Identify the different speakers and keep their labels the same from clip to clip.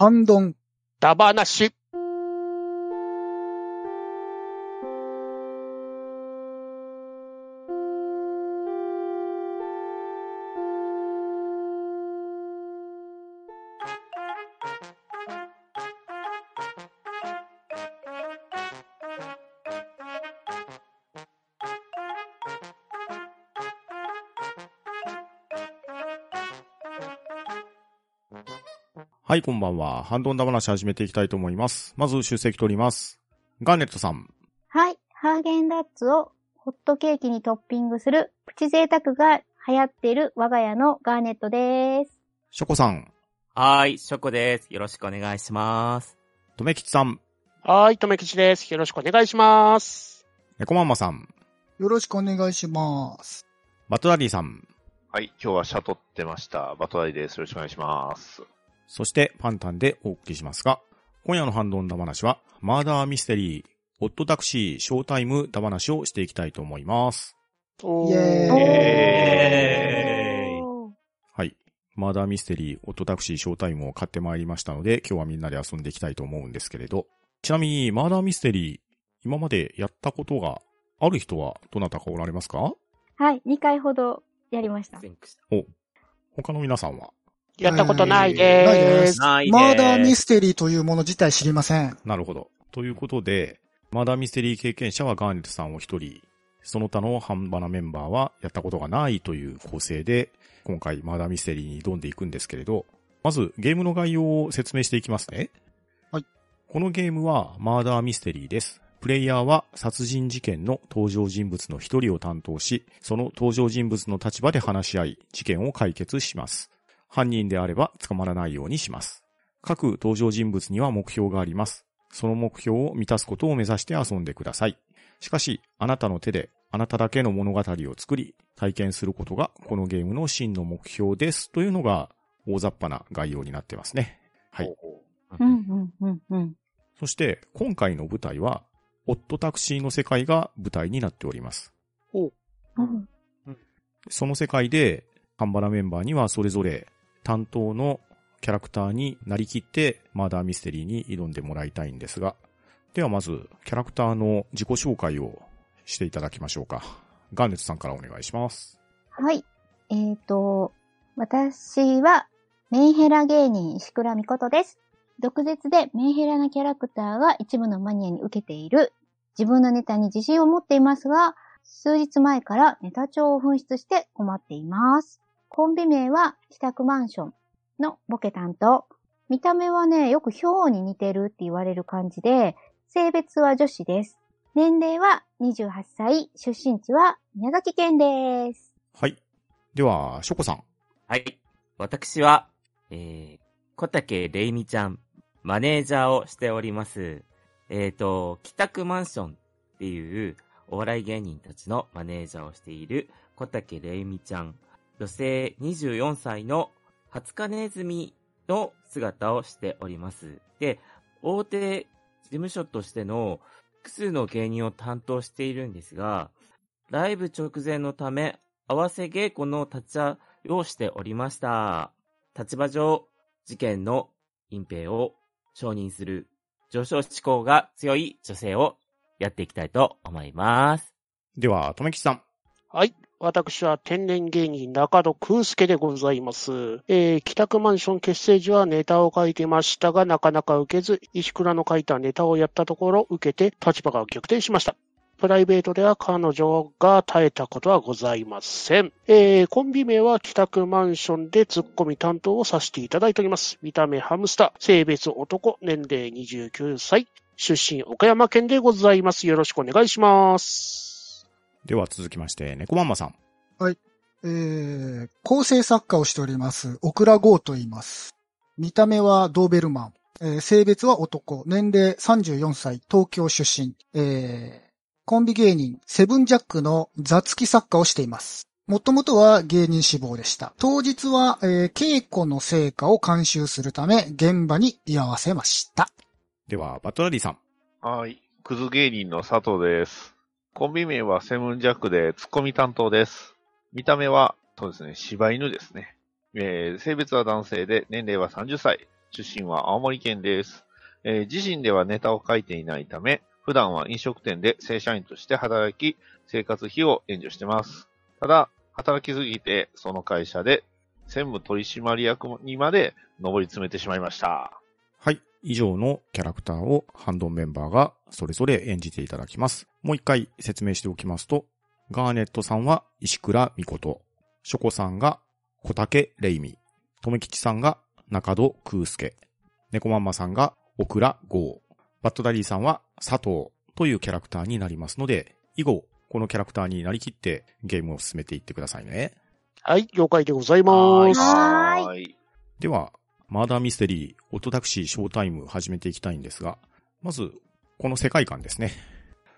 Speaker 1: ハンドン。
Speaker 2: ダバナシ。
Speaker 3: はい、こんばんは。ハンドンダ話始めていきたいと思います。まず、出席取ります。ガーネットさん。
Speaker 4: はい。ハーゲンダッツをホットケーキにトッピングするプチ贅沢が流行っている我が家のガーネットです。
Speaker 3: ショコさん。
Speaker 5: はーい、ショコです。よろしくお願いします。
Speaker 3: とめきちさん。
Speaker 2: はーい、とめきちです。よろしくお願いします。
Speaker 3: ネコマンマさん。
Speaker 1: よろしくお願いします。
Speaker 3: バトダディさん。
Speaker 6: はい、今日はシャトってました。バトダイです。よろしくお願いします。
Speaker 3: そして、パンタンでお送りしますが、今夜のハンドンダ話は、マーダーミステリー、オットタクシー、ショータイムダ話をしていきたいと思います。
Speaker 2: お
Speaker 1: イ
Speaker 4: おー
Speaker 6: エ
Speaker 3: はい。マーダーミステリー、オットタクシー、ショータイムを買ってまいりましたので、今日はみんなで遊んでいきたいと思うんですけれど。ちなみに、マーダーミステリー、今までやったことがある人はどなたかおられますか
Speaker 4: はい。2回ほどやりました。
Speaker 5: リンクし
Speaker 3: 他の皆さんは
Speaker 2: やったことないで
Speaker 1: ない
Speaker 2: ー。
Speaker 1: ですす。
Speaker 5: ないです
Speaker 1: マーダーミステリーというもの自体知りません。
Speaker 3: なるほど。ということで、マダーミステリー経験者はガーネットさんを一人、その他の半端なメンバーはやったことがないという構成で、今回マダーミステリーに挑んでいくんですけれど、まずゲームの概要を説明していきますね。
Speaker 1: はい。
Speaker 3: このゲームはマーダーミステリーです。プレイヤーは殺人事件の登場人物の一人を担当し、その登場人物の立場で話し合い、事件を解決します。犯人であれば捕まらないようにします。各登場人物には目標があります。その目標を満たすことを目指して遊んでください。しかし、あなたの手で、あなただけの物語を作り、体験することが、このゲームの真の目標です。というのが、大雑把な概要になってますね。はい。
Speaker 5: ます
Speaker 4: うん、うん、うん、うん。
Speaker 3: そして、今回の舞台は、オットタクシーの世界が舞台になっております。
Speaker 4: うん
Speaker 3: その世界で、カンバラメンバーにはそれぞれ担当のキャラクターになりきって、マーダーミステリーに挑んでもらいたいんですが、ではまず、キャラクターの自己紹介をしていただきましょうか。ガーネットさんからお願いします。
Speaker 4: はい。えっ、と、私はメンヘラ芸人石倉美琴です。毒舌でメンヘラなキャラクターが一部のマニアに受けている。自分のネタに自信を持っていますが、数日前からネタ帳を紛失して困っています。コンビ名は自宅マンションのボケ担当。見た目はね、よくヒョウに似てるって言われる感じで、性別は女子です。年齢は28歳、出身地は宮崎県です。
Speaker 3: はい。では、ショコさん。
Speaker 5: はい。私は、えー、小竹玲美ちゃん、マネージャーをしております。えっ、ー、と、北区マンションっていうお笑い芸人たちのマネージャーをしている小竹玲美ちゃん、女性24歳の20日ネズミの姿をしております。で、大手事務所としての複数の芸人を担当しているんですが、ライブ直前のため、合わせ稽古の立ち会いをしておりました。立場上、事件の隠蔽を承認する上昇志向が強い女性をやっていきたいと思います。
Speaker 3: では、とめきちさん。
Speaker 2: はい。私は天然芸人中野空介でございます。えー、北区マンション結成時はネタを書いてましたが、なかなか受けず、石倉の書いたネタをやったところ、受けて立場が逆転しました。プライベートでは彼女が耐えたことはございません。えー、コンビ名は北区マンションでツッコミ担当をさせていただいております。見た目ハムスター、性別男、年齢29歳、出身岡山県でございます。よろしくお願いします。
Speaker 3: では、続きまして、ネコマンマさん。
Speaker 1: えー、構成作家をしております、オクラゴーと言います。見た目はドーベルマン。えー性別は男。年齢34歳。東京出身。えー、コンビ芸人、セブンジャックの雑記作家をしています。もともとは芸人志望でした。当日は、えー稽古の成果を監修するため、現場に居合わせました。
Speaker 3: では、バトラディさん。
Speaker 6: はい、クズ芸人の佐藤です。コンビ名はセブンジャックでツッコミ担当です。見た目は、そうですね、柴犬ですね。えー性別は男性で、年齢は30歳。出身は青森県です。えー自身ではネタを書いていないため、普段は飲食店で正社員として働き、生活費を援助してます。ただ、働きすぎて、その会社で専務取締役にまで上り詰めてしまいました。
Speaker 3: はい。以上のキャラクターをハンドンメンバーがそれぞれ演じていただきます。もう一回説明しておきますと、ガーネットさんは石倉美琴、ショコさんが小竹レイミ、とめきちさんが中戸空介、猫まんまさんがオクラゴー、バットダディさんは佐藤というキャラクターになりますので、以後、このキャラクターになりきってゲームを進めていってくださいね。
Speaker 2: はい、了解でございます。
Speaker 4: はーい
Speaker 6: はーい。
Speaker 3: では、マーダーミステリー、オトタクシーショータイム始めていきたいんですが、まず、この世界観ですね。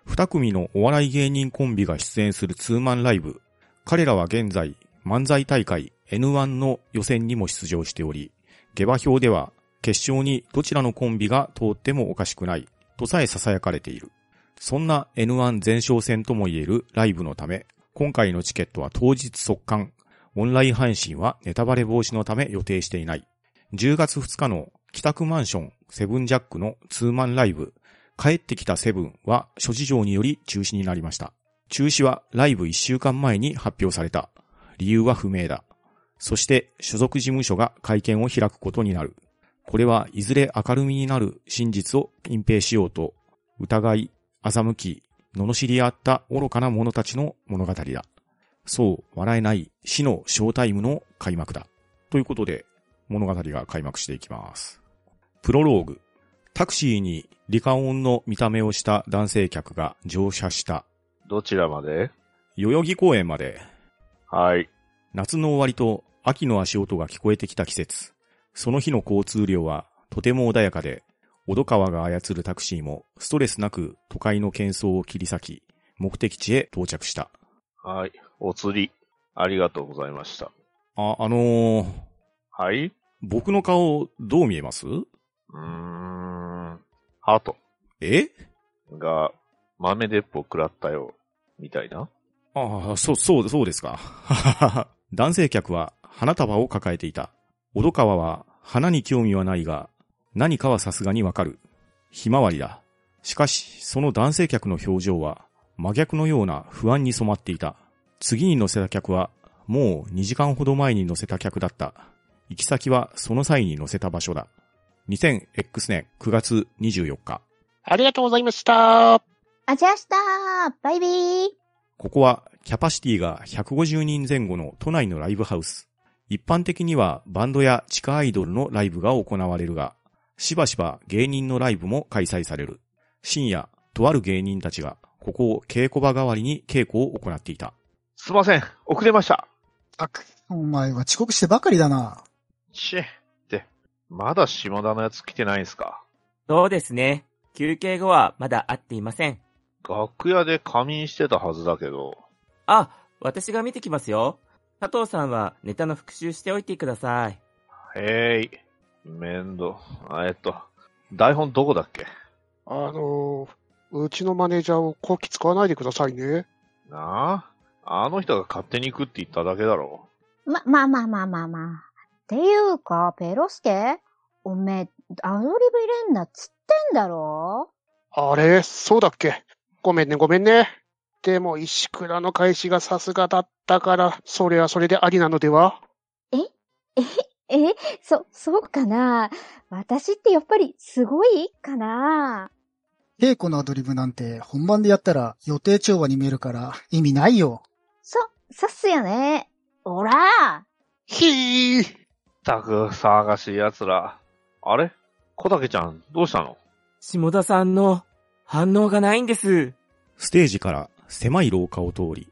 Speaker 3: 二組のお笑い芸人コンビが出演するツーマンライブ。彼らは現在、漫才大会 N1 の予選にも出場しており、下馬評では、決勝にどちらのコンビが通ってもおかしくない、とさえ囁かれている。そんな N1 前哨戦ともいえるライブのため、今回のチケットは当日速完、オンライン配信はネタバレ防止のため予定していない。10月2日の北区マンションセブンジャックのツーマンライブ、帰ってきたセブンは諸事情により中止になりました。中止はライブ1週間前に発表された。理由は不明だ。そして所属事務所が会見を開くことになる。これはいずれ明るみになる真実を隠蔽しようと、疑い、欺き、罵り合った愚かな者たちの物語だ。そう、笑えない死のショータイムの開幕だ。ということで、物語が開幕していきます。プロローグ。タクシーにリカオンの見た目をした男性客が乗車した。
Speaker 6: どちらまで
Speaker 3: 代々木公園まで
Speaker 6: はい。
Speaker 3: 夏の終わりと秋の足音が聞こえてきた季節。その日の交通量はとても穏やかで、小戸川が操るタクシーもストレスなく都会の喧騒を切り裂き、目的地へ到着した。
Speaker 6: はい。お釣り、ありがとうございました。
Speaker 3: あ、あのー、
Speaker 6: はい。う
Speaker 3: 僕の顔どう見えます
Speaker 6: ーん。ハート
Speaker 3: え
Speaker 6: が豆鉄砲食らったよ。みたいな。
Speaker 3: ああ、そう、そう、そうですか。 男性客は花束を抱えていた。小戸川は花に興味はないが、何かはさすがにわかる。ひまわりだ。しかし、その男性客の表情は真逆のような不安に染まっていた。次に乗せた客は、もう2時間ほど前に乗せた客だった。行き先はその際に乗せた場所だ。2000X 年9月24日。
Speaker 2: ありがとうございました。
Speaker 4: あじゃあしたバイビー
Speaker 3: ここはキャパシティが150人前後の都内のライブハウス。一般的にはバンドや地下アイドルのライブが行われるが、しばしば芸人のライブも開催される。深夜、とある芸人たちがここを稽古場代わりに稽古を行っていた。
Speaker 6: すいません。遅れました。
Speaker 1: あお前は遅刻してばかりだな。
Speaker 6: ちえって。まだ島田のやつ来てないんすか
Speaker 5: そうですね。休憩後はまだ会っていません。
Speaker 6: 楽屋で仮眠してたはずだけど。
Speaker 5: あ、私が見てきますよ。佐藤さんはネタの復習しておいてください。
Speaker 6: へい。面倒。あえっと、台本どこだっけ
Speaker 2: あのーうちのマネージャーを後期使わないでくださいね。
Speaker 6: なああの人が勝手に行くって言っただけだろ。
Speaker 4: ま、まあまあまあまあまあ。っていうか、ペロスケおめえ、アドリブ入れんなっつってんだろ
Speaker 2: あれそうだっけごめんね、ごめんね。でも、石倉の返しがさすがだったから、それはそれでありなのでは
Speaker 4: え、そ、そうかな私ってやっぱりすごいかな
Speaker 1: 稽古のアドリブなんて本番でやったら予定調和に見えるから意味ないよ。
Speaker 4: そ、さっすよね。おら
Speaker 2: ひー
Speaker 6: ったく、騒がしい奴ら。あれ小竹ちゃん、どうしたの
Speaker 5: 下田さんの反応がないんです。
Speaker 3: ステージから狭い廊下を通り、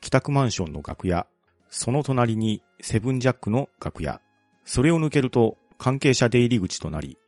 Speaker 3: 北区マンションの楽屋、その隣にセブンジャックの楽屋、それを抜けると関係者出入り口となり、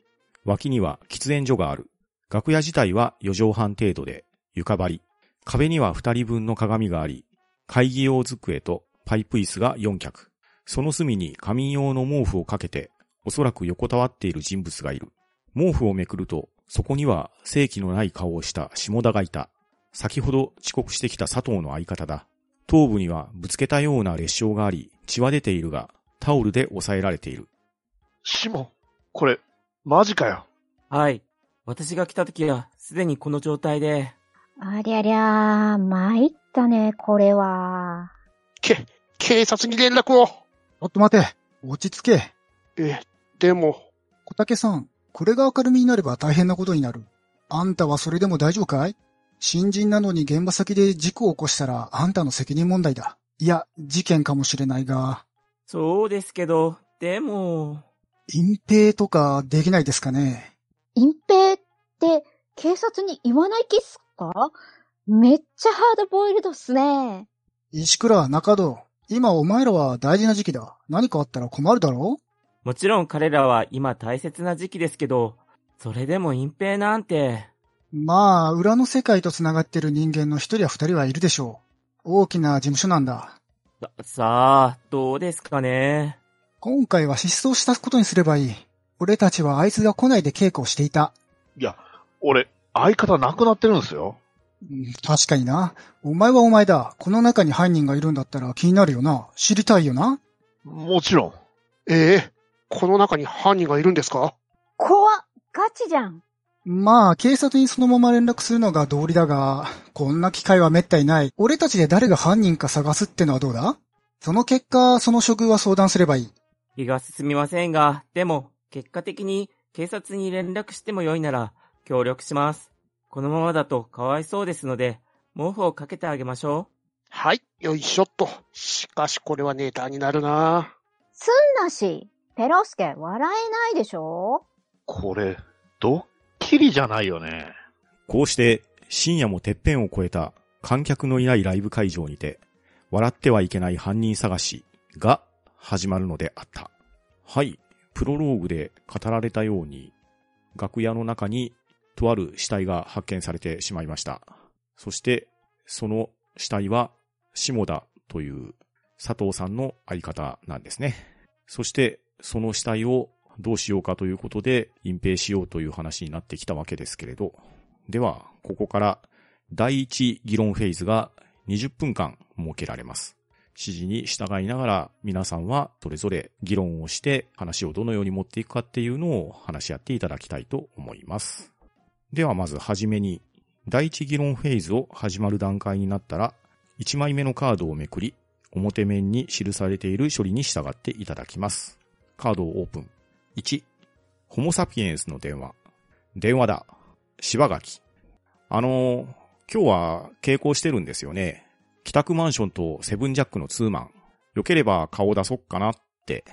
Speaker 3: 脇には喫煙所がある。楽屋自体は4畳半程度で床張り、壁には2人分の鏡があり、会議用机とパイプ椅子が4脚。その隅に仮眠用の毛布をかけて、おそらく横たわっている人物がいる。毛布をめくると、そこには正気のない顔をした下田がいた。先ほど遅刻してきた佐藤の相方だ。頭部にはぶつけたような裂傷があり、血は出ているが、タオルで抑えられている。
Speaker 6: しも、これ、
Speaker 2: マジかよ。
Speaker 5: はい。私が来た時は、すでにこの状態で、
Speaker 4: ありゃりゃー、参ったね、これは。
Speaker 2: け、警察に連絡を。
Speaker 1: ちょっと待て。落ち着け。
Speaker 2: え、でも、
Speaker 1: 小竹さん、これが明るみになれば大変なことになる。あんたはそれでも大丈夫かい新人なのに現場先で事故を起こしたらあんたの責任問題だ。いや、事件かもしれないが、
Speaker 5: そうですけど、でも、
Speaker 1: 隠蔽とかできないですかね
Speaker 4: 隠蔽って警察に言わない気っすかめっちゃハードボイルドっすね。
Speaker 1: 石倉、中戸、今お前らは大事な時期だ。何かあったら困るだろ
Speaker 5: もちろん彼らは今大切な時期ですけど、それでも隠蔽なんて、
Speaker 1: まあ、裏の世界と繋がってる人間の一人や二人はいるでしょう。大きな事務所なんだ。
Speaker 5: さ、さあ、どうですかね。
Speaker 1: 今回は失踪したことにすればいい。俺たちはあいつが来ないで稽古をしていた。
Speaker 6: いや、俺、相方亡くなってるんですよ。
Speaker 1: うん確かにな。お前はお前だ。この中に犯人がいるんだったら気になるよな。知りたいよな。
Speaker 6: もちろん。
Speaker 2: ええこの中に犯人がいるんですか
Speaker 4: 怖っガチじゃん。
Speaker 1: まあ、警察にそのまま連絡するのが道理だが、こんな機会は滅多にない。俺たちで誰が犯人か探すってのはどうだその結果、その処遇は相談すればいい。
Speaker 5: 気が進みませんが、でも、結果的に警察に連絡しても良いなら、協力します。このままだとかわいそうですので、毛布をかけてあげましょ
Speaker 2: はい、よいしょっと。しかしこれはネタになるな。
Speaker 4: すんなし、ペロスケ笑えないでしょ
Speaker 6: これ、ドッキリじゃないよね。
Speaker 3: こうして、深夜もてっぺんを越えた観客のいないライブ会場にて、笑ってはいけない犯人探しが始まるのであった。はい。プロローグで語られたように、楽屋の中にとある死体が発見されてしまいました。そして、その死体は、下田という佐藤さんの相方なんですね。そして、その死体をどうしようかということで、隠蔽しようという話になってきたわけですけれど、では、ここから第一議論フェーズが20分間設けられます。指示に従いながら皆さんはそれぞれ議論をして話をどのように持っていくかっていうのを話し合っていただきたいと思います。ではまずはじめに第一議論フェーズを始まる段階になったら1枚目のカードをめくり表面に記されている処理に従っていただきます。カードをオープン。1、ホモサピエンスの電話。電話だ。柴垣。あのー今日は傾向してるんですよね。帰宅マンションとセブンジャックのツーマン。良ければ顔出そっかなって。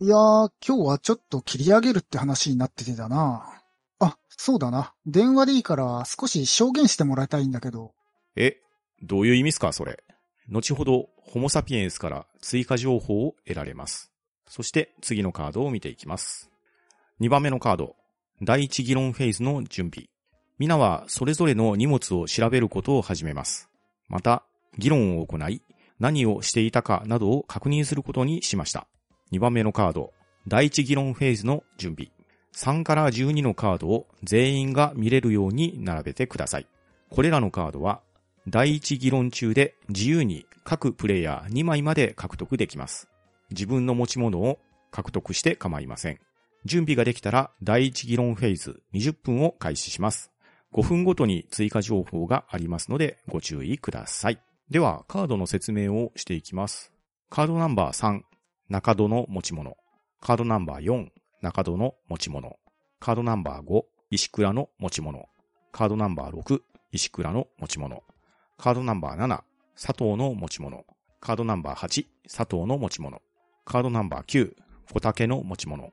Speaker 1: いやー、今日はちょっと切り上げるって話になっててだな。あ、そうだな。電話でいいから少し証言してもらいたいんだけど。
Speaker 3: え、どういう意味っすかそれ。後ほど、ホモサピエンスから追加情報を得られます。そして、次のカードを見ていきます。2番目のカード。第1議論フェーズの準備。皆はそれぞれの荷物を調べることを始めます。また、議論を行い、何をしていたかなどを確認することにしました。2番目のカード。第1議論フェーズの準備。3から12のカードを全員が見れるように並べてください。これらのカードは第一議論中で自由に各プレイヤー2枚まで獲得できます。自分の持ち物を獲得して構いません。準備ができたら第一議論フェーズ20分を開始します。5分ごとに追加情報がありますのでご注意ください。では、カードの説明をしていきます。カードナンバー3、中戸の持ち物。カードナンバー4、中戸の持ち物。カードナンバー5、石倉の持ち物。カードナンバー6、石倉の持ち物。カードナンバー7、佐藤の持ち物。カードナンバー8、佐藤の持ち物。カードナンバー9、小竹の持ち物。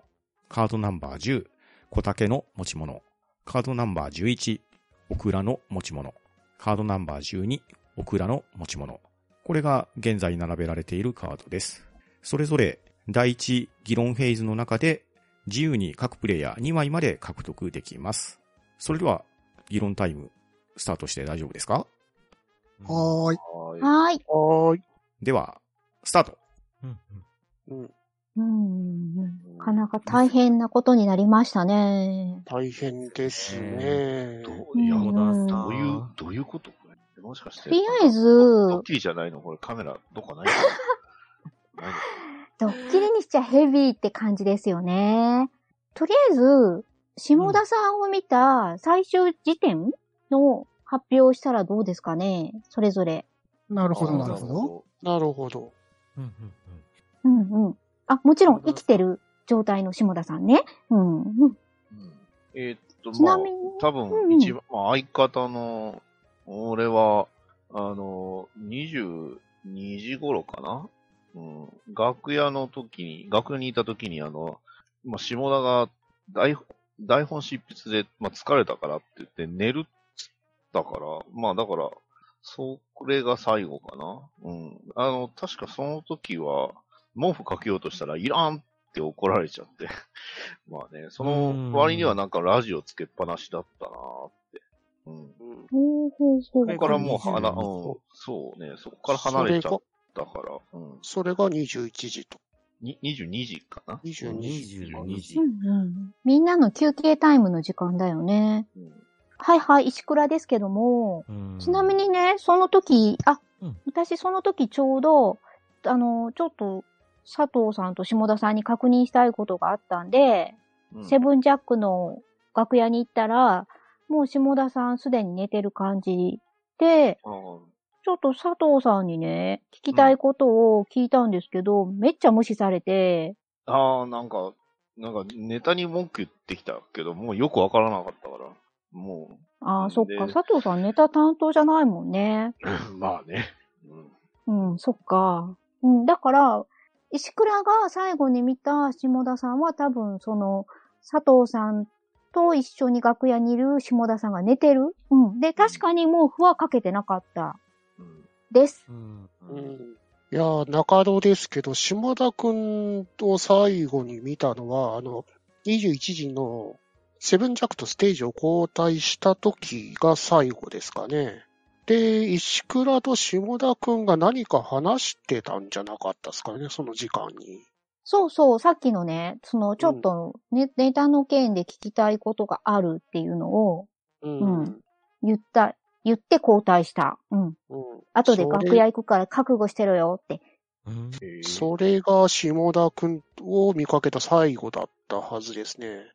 Speaker 3: カードナンバー10、小竹の持ち物。カードナンバー11、オクラの持ち物。カードナンバー12、オクラの持ち物。これが現在並べられているカードです。それぞれ第一議論フェーズの中で自由に各プレイヤー2枚まで獲得できます。それでは議論タイムスタートして大丈夫ですか
Speaker 5: う。
Speaker 1: はーい。
Speaker 6: は
Speaker 4: はーい。
Speaker 2: はーい。
Speaker 3: では、スタート
Speaker 5: うん
Speaker 2: うん、
Speaker 4: うん。なかなか大変なことになりましたね。
Speaker 2: 大変です
Speaker 6: い
Speaker 2: ね。
Speaker 6: ど
Speaker 4: う
Speaker 6: う、
Speaker 4: ん
Speaker 6: いや、
Speaker 5: うん
Speaker 6: ど
Speaker 5: ど
Speaker 6: ういう、どういうことこれもしかし
Speaker 4: と
Speaker 6: て。
Speaker 4: りあえず
Speaker 6: ドッキリじゃないのこれカメラ、どこ かないのないの
Speaker 4: ドッキリにしちゃヘビーって感じですよね。とりあえず、下田さんを見た最終時点の発表をしたらどうですかねそれぞれ。
Speaker 1: なるほど、
Speaker 5: あー
Speaker 1: なるほど。。
Speaker 2: なるほど。
Speaker 5: うんうんうん
Speaker 4: うんうん。あ、もちろん生きてる状態の下田さんね。うんうん。
Speaker 6: うんえーっと、
Speaker 4: ちなみ
Speaker 6: ま
Speaker 4: に
Speaker 6: あ多
Speaker 4: うんう
Speaker 6: 分
Speaker 4: ん
Speaker 6: 一番、まあ、相方の、俺は、あの、22時頃かな、うん、楽屋の時に、楽屋にいた時に、あの、まあ、下田が台本台本執筆で、まあ、疲れたからって言って寝るっつったから、まあだから、それが最後かな。うん。あの、確かその時は、毛布かけようとしたら、いらんって怒られちゃって。 まあね、その割にはなんかラジオつけっぱなしだったなーって。うん。
Speaker 2: うん
Speaker 4: ほうほうほう。
Speaker 6: そこからもう
Speaker 5: それ
Speaker 6: 離、
Speaker 5: が
Speaker 6: うん
Speaker 5: 22個、
Speaker 6: そうね、そこから離れちゃったから、うん。
Speaker 2: それが21時と。
Speaker 6: に22時かな
Speaker 2: 22時。
Speaker 5: 22時
Speaker 4: う。んうん。みんなの休憩タイムの時間だよね。
Speaker 6: うん。
Speaker 4: はいはい、石倉ですけども、ちなみにね、その時、あ、
Speaker 5: うん
Speaker 4: 私その時ちょうど、あの、ちょっと、佐藤さんと下田さんに確認したいことがあったんで、
Speaker 6: うん
Speaker 4: セブンジャックの楽屋に行ったら、もう下田さんすでに寝てる感じで、
Speaker 6: あー
Speaker 4: ちょっと佐藤さんにね、聞きたいことを聞いたんですけど、めっちゃ無視されて、
Speaker 6: あー、なんか、なんかネタに文句言ってきたけど、もうよくわからなかったから、も
Speaker 4: ああ、そっ
Speaker 6: で
Speaker 4: か、佐藤さんネタ担当じゃないもんね。
Speaker 6: う、まあね。うん。
Speaker 4: うん、そっか。うん、だから、石倉が最後に見た下田さんは多分その、佐藤さんと一緒に楽屋にいる下田さんが寝てる。うん。で、確かにもう不はかけてなかった。
Speaker 6: うん。
Speaker 4: です。
Speaker 5: うん
Speaker 2: う
Speaker 5: うん
Speaker 2: んいやー、中野ですけど、下田くんを最後に見たのは、あの、21時のセブンジャックとステージを交代した時が最後ですかね。で、石倉と下田くんが何か話してたんじゃなかったですかね、その時間に。
Speaker 4: そうそう、さっきのね、そのちょっとネ,、ネタの件で聞きたいことがあるっていうのを
Speaker 2: うん。
Speaker 4: うん言った、言って交代した。うん。
Speaker 2: うん
Speaker 4: 後で
Speaker 2: そ
Speaker 4: 楽
Speaker 2: れ
Speaker 4: 屋行くから覚悟してろよって。
Speaker 5: うん
Speaker 6: えー
Speaker 2: それが下田くんを見かけた最後だったはずですね。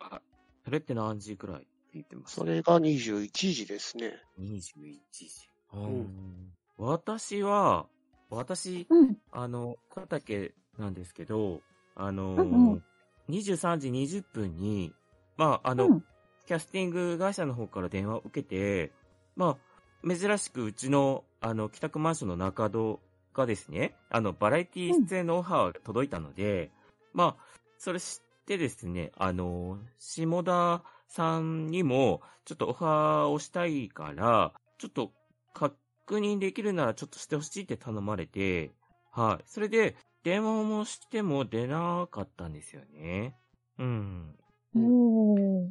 Speaker 5: あそれって何時くらいって言ってます
Speaker 2: それが21時ですね。
Speaker 5: 21時。
Speaker 2: ん
Speaker 5: 私は、私、
Speaker 4: うん。
Speaker 5: あの、小竹なんですけど、あ
Speaker 4: う
Speaker 5: の、
Speaker 4: んうん
Speaker 5: 23時20分に、まあ、あの、
Speaker 4: うん
Speaker 5: キャスティング会社の方から電話を受けて、まあ、珍しくうちの、あの、帰宅マンションの中戸がですね、あの、バラエティ出演のオファーが届いたので、まあ、それ知ってですね、あの、下田さんにも、ちょっとオファーをしたいから、ちょっと確認できるならちょっとしてほしいって頼まれて、はい。それで、電話もしても出なかったんですよね。うん。
Speaker 4: おー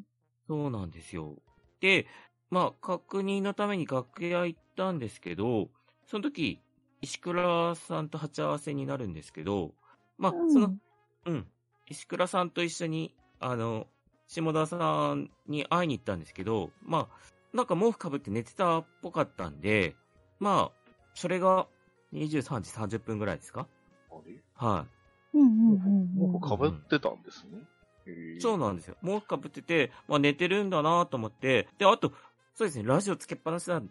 Speaker 5: そうなんですよ。で、まあ、確認のために楽屋行ったんですけど、その時、石倉さんと鉢合わせになるんですけど、まあ、
Speaker 4: うん
Speaker 5: その、うん、石倉さんと一緒に、あの、下田さんに会いに行ったんですけど、まあ、なんか毛布かぶって寝てたっぽかったんで、まあ、それが23時30分ぐらいですか
Speaker 6: あれ
Speaker 5: はい。
Speaker 4: うんうんうんうん。
Speaker 6: かぶってたんですね。へー
Speaker 5: そうなんですよ。毛布かぶってて、まあ寝てるんだなと思って、で、あと、そうですね、ラジオつけっぱなしだっ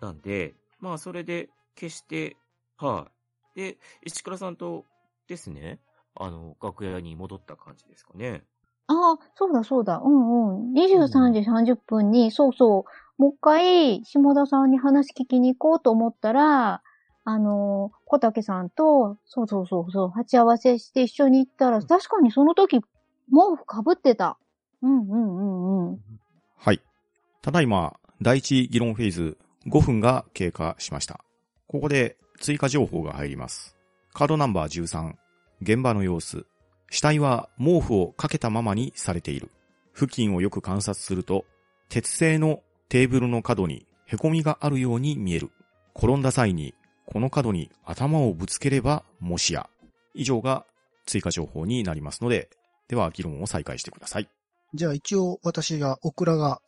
Speaker 5: たんで、まあそれで消して、はい。で、石倉さんとですね、あの、楽屋に戻った感じですかね。
Speaker 4: ああ、そうだそうだ。うんうん。23時30分に、そうそう、もう一回、下田さんに話聞きに行こうと思ったら、あのー、小竹さんと、そうそうそうそう、鉢合わせして一緒に行ったら、確かにその時、毛布かぶってた。うんうんうんうん。
Speaker 3: はい。ただいま、第一議論フェーズ5分が経過しました。ここで追加情報が入ります。カードナンバー13、現場の様子。死体は毛布をかけたままにされている。付近をよく観察すると、鉄製のテーブルの角に凹みがあるように見える。転んだ際に、この角に頭をぶつければ、もしや。以上が追加情報になりますので、では議論を再開してください。
Speaker 1: じゃあ一応私が、オクラが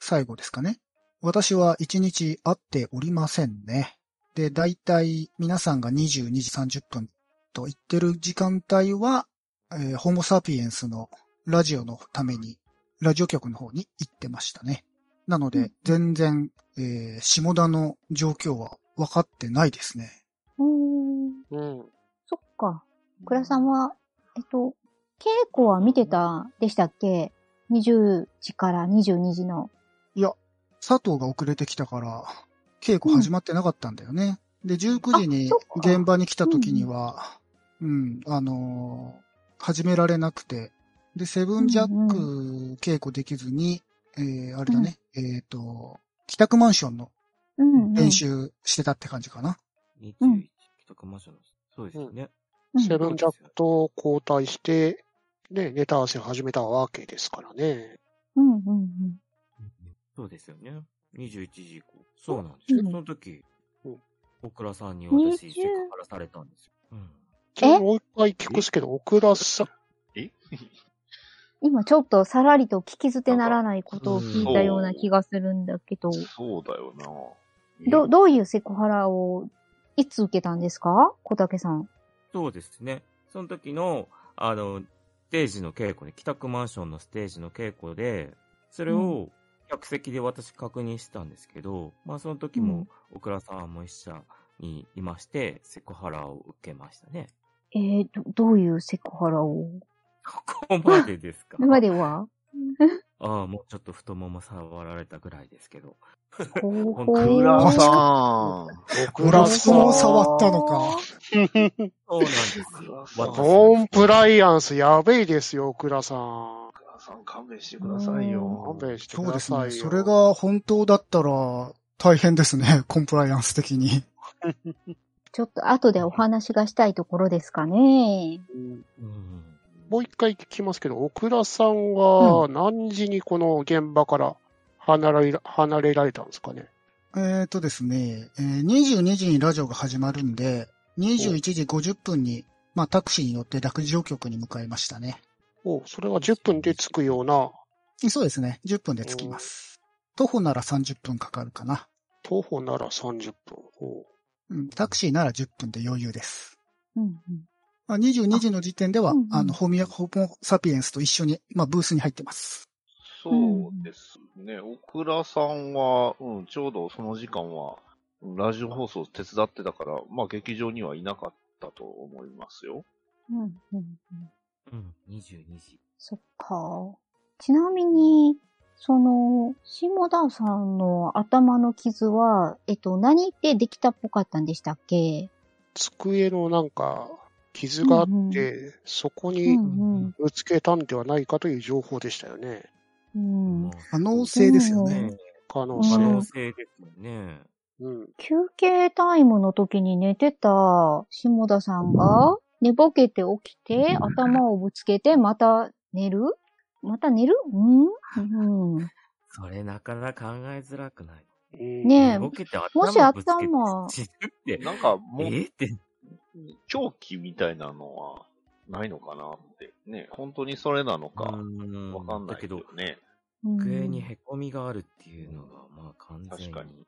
Speaker 1: 最後ですかね。私は1日会っておりませんね。で、大体皆さんが22時30分と言ってる時間帯は、えーホモサピエンスのラジオのためにラジオ局の方に行ってましたね。なので、全然、えー下田の状況は分かってないですね。
Speaker 4: うーん。
Speaker 2: うん。
Speaker 4: そっか。倉さんは、えっと、稽古は見てたでしたっけ ?20 時から22時の。
Speaker 1: 佐藤が遅れてきたから、稽古始まってなかったんだよね。で、19時
Speaker 4: あ
Speaker 1: に
Speaker 4: そっか
Speaker 1: 現場に来た時には、うん、あのー始められなくて、で、セブンジャッ
Speaker 4: う
Speaker 1: ク稽古できずに、えー、あれだね、えっ、と、帰宅マンションの
Speaker 4: うん、うん。
Speaker 1: 練習してたって感じかな。
Speaker 4: うん
Speaker 5: 21、北区マンションのそうですよね。
Speaker 4: うん
Speaker 2: セブンジャックと交代して、ね、ネタ合わせを始めたわけですからね。
Speaker 4: うん、うん、うん。
Speaker 5: そうですよね。21時以降。そうなんですよ。
Speaker 4: うん
Speaker 5: その時
Speaker 2: うん、
Speaker 5: 大倉さんに私、
Speaker 4: 20
Speaker 5: せっかからされたんですよ。うん。
Speaker 2: ちなみにもう一回聞くっすけど、奥田さん、
Speaker 4: 今ちょっとさらりと聞き捨てならないことを聞いたような気がするんだけど、
Speaker 6: そうだよな。
Speaker 4: ど、どういうセクハラをいつ受けたんですか小竹さん。
Speaker 5: そうですね。その時の、あの、ステージの稽古で、北区マンションのステージの稽古で、それを客席で私確認したんですけど、まあその時
Speaker 4: う
Speaker 5: も
Speaker 4: ん、
Speaker 5: 小倉さんも一緒にいまして、セクハラを受けましたね。
Speaker 4: えー、ど、どういうセクハラを
Speaker 5: ここまでですか
Speaker 4: 今までは
Speaker 5: ああ、もうちょっと太もも触られたぐらいですけど。
Speaker 4: 高
Speaker 5: 本
Speaker 4: 校
Speaker 5: 当
Speaker 6: グラさん。
Speaker 1: グラスを触ったのか。
Speaker 5: そう なんですよ。
Speaker 2: コンプライアンスやべえですよ、奥田さん。
Speaker 6: グラさん勘弁してくださいよ
Speaker 2: 勘。弁して
Speaker 1: そ
Speaker 2: く
Speaker 1: う
Speaker 2: だ
Speaker 1: です
Speaker 2: さい
Speaker 1: ね。
Speaker 2: よ。
Speaker 1: それ、が本当だったら大変ですね。 コンプライアンス的に。
Speaker 4: ちょっと後でお話がしたいところですかね。
Speaker 2: うん
Speaker 5: うん。
Speaker 2: もう一回聞きますけど、奥田さんは何時にこの現場から離れ離れられたんですかね。
Speaker 1: えーとですね、えー22時にラジオが始まるんで、21時50分に、まあ、タクシーに乗って落城局に向かいましたね。
Speaker 2: おそれが10分で着くような、
Speaker 1: そうですね、10分で着きます。徒歩なら30分かかるかな。
Speaker 2: 徒歩なら30分。お
Speaker 1: うん、タクシーなら10分で余裕です。
Speaker 4: うん、うん。
Speaker 1: まあ、22時の時点では、あ,、
Speaker 4: うんうん
Speaker 1: の、ホミア、ホモサピエンスと一緒に、まあ、ブースに入ってます。
Speaker 6: そうですね。オクラさんは、うん、ちょうどその時間は、うんラジオ放送手伝ってたから、まあ劇場にはいなかったと思いますよ。
Speaker 4: うん、うん。
Speaker 5: うん。22時。
Speaker 4: そっか。ちなみに、その、下田さんの頭の傷は、えっと、何でできたっぽかったんでしたっけ
Speaker 2: 机のなんか、傷があって、
Speaker 4: うん
Speaker 2: そこ
Speaker 4: う
Speaker 2: に
Speaker 4: ん、
Speaker 2: ぶつけたんではないかという情報でしたよね。
Speaker 4: うん、うん。
Speaker 1: 可能性ですよ
Speaker 5: ね
Speaker 1: ね。
Speaker 2: 可能
Speaker 5: 可
Speaker 2: 性。
Speaker 5: 能性ですよね。
Speaker 2: うん。
Speaker 4: 休憩タイムの時に寝てた下田さんが、寝ぼけて起きて、頭をぶつけて、また寝るまた寝るうん、うん、
Speaker 5: それなかなか考えづらくない。
Speaker 2: うん
Speaker 4: ねえ
Speaker 5: 動けて
Speaker 4: もし
Speaker 5: 頭ぶつけて
Speaker 4: 頭
Speaker 5: 死ぬって。
Speaker 6: なんかもう、
Speaker 5: えって。
Speaker 6: 狂気みたいなのはないのかなって。ね、本当にそれなのか、わかんない
Speaker 5: だ
Speaker 6: け
Speaker 5: け
Speaker 6: ど
Speaker 5: ど、
Speaker 6: ね。
Speaker 4: うん。
Speaker 5: 机に凹みがあるっていうのが、まあ完全に。
Speaker 6: 確かに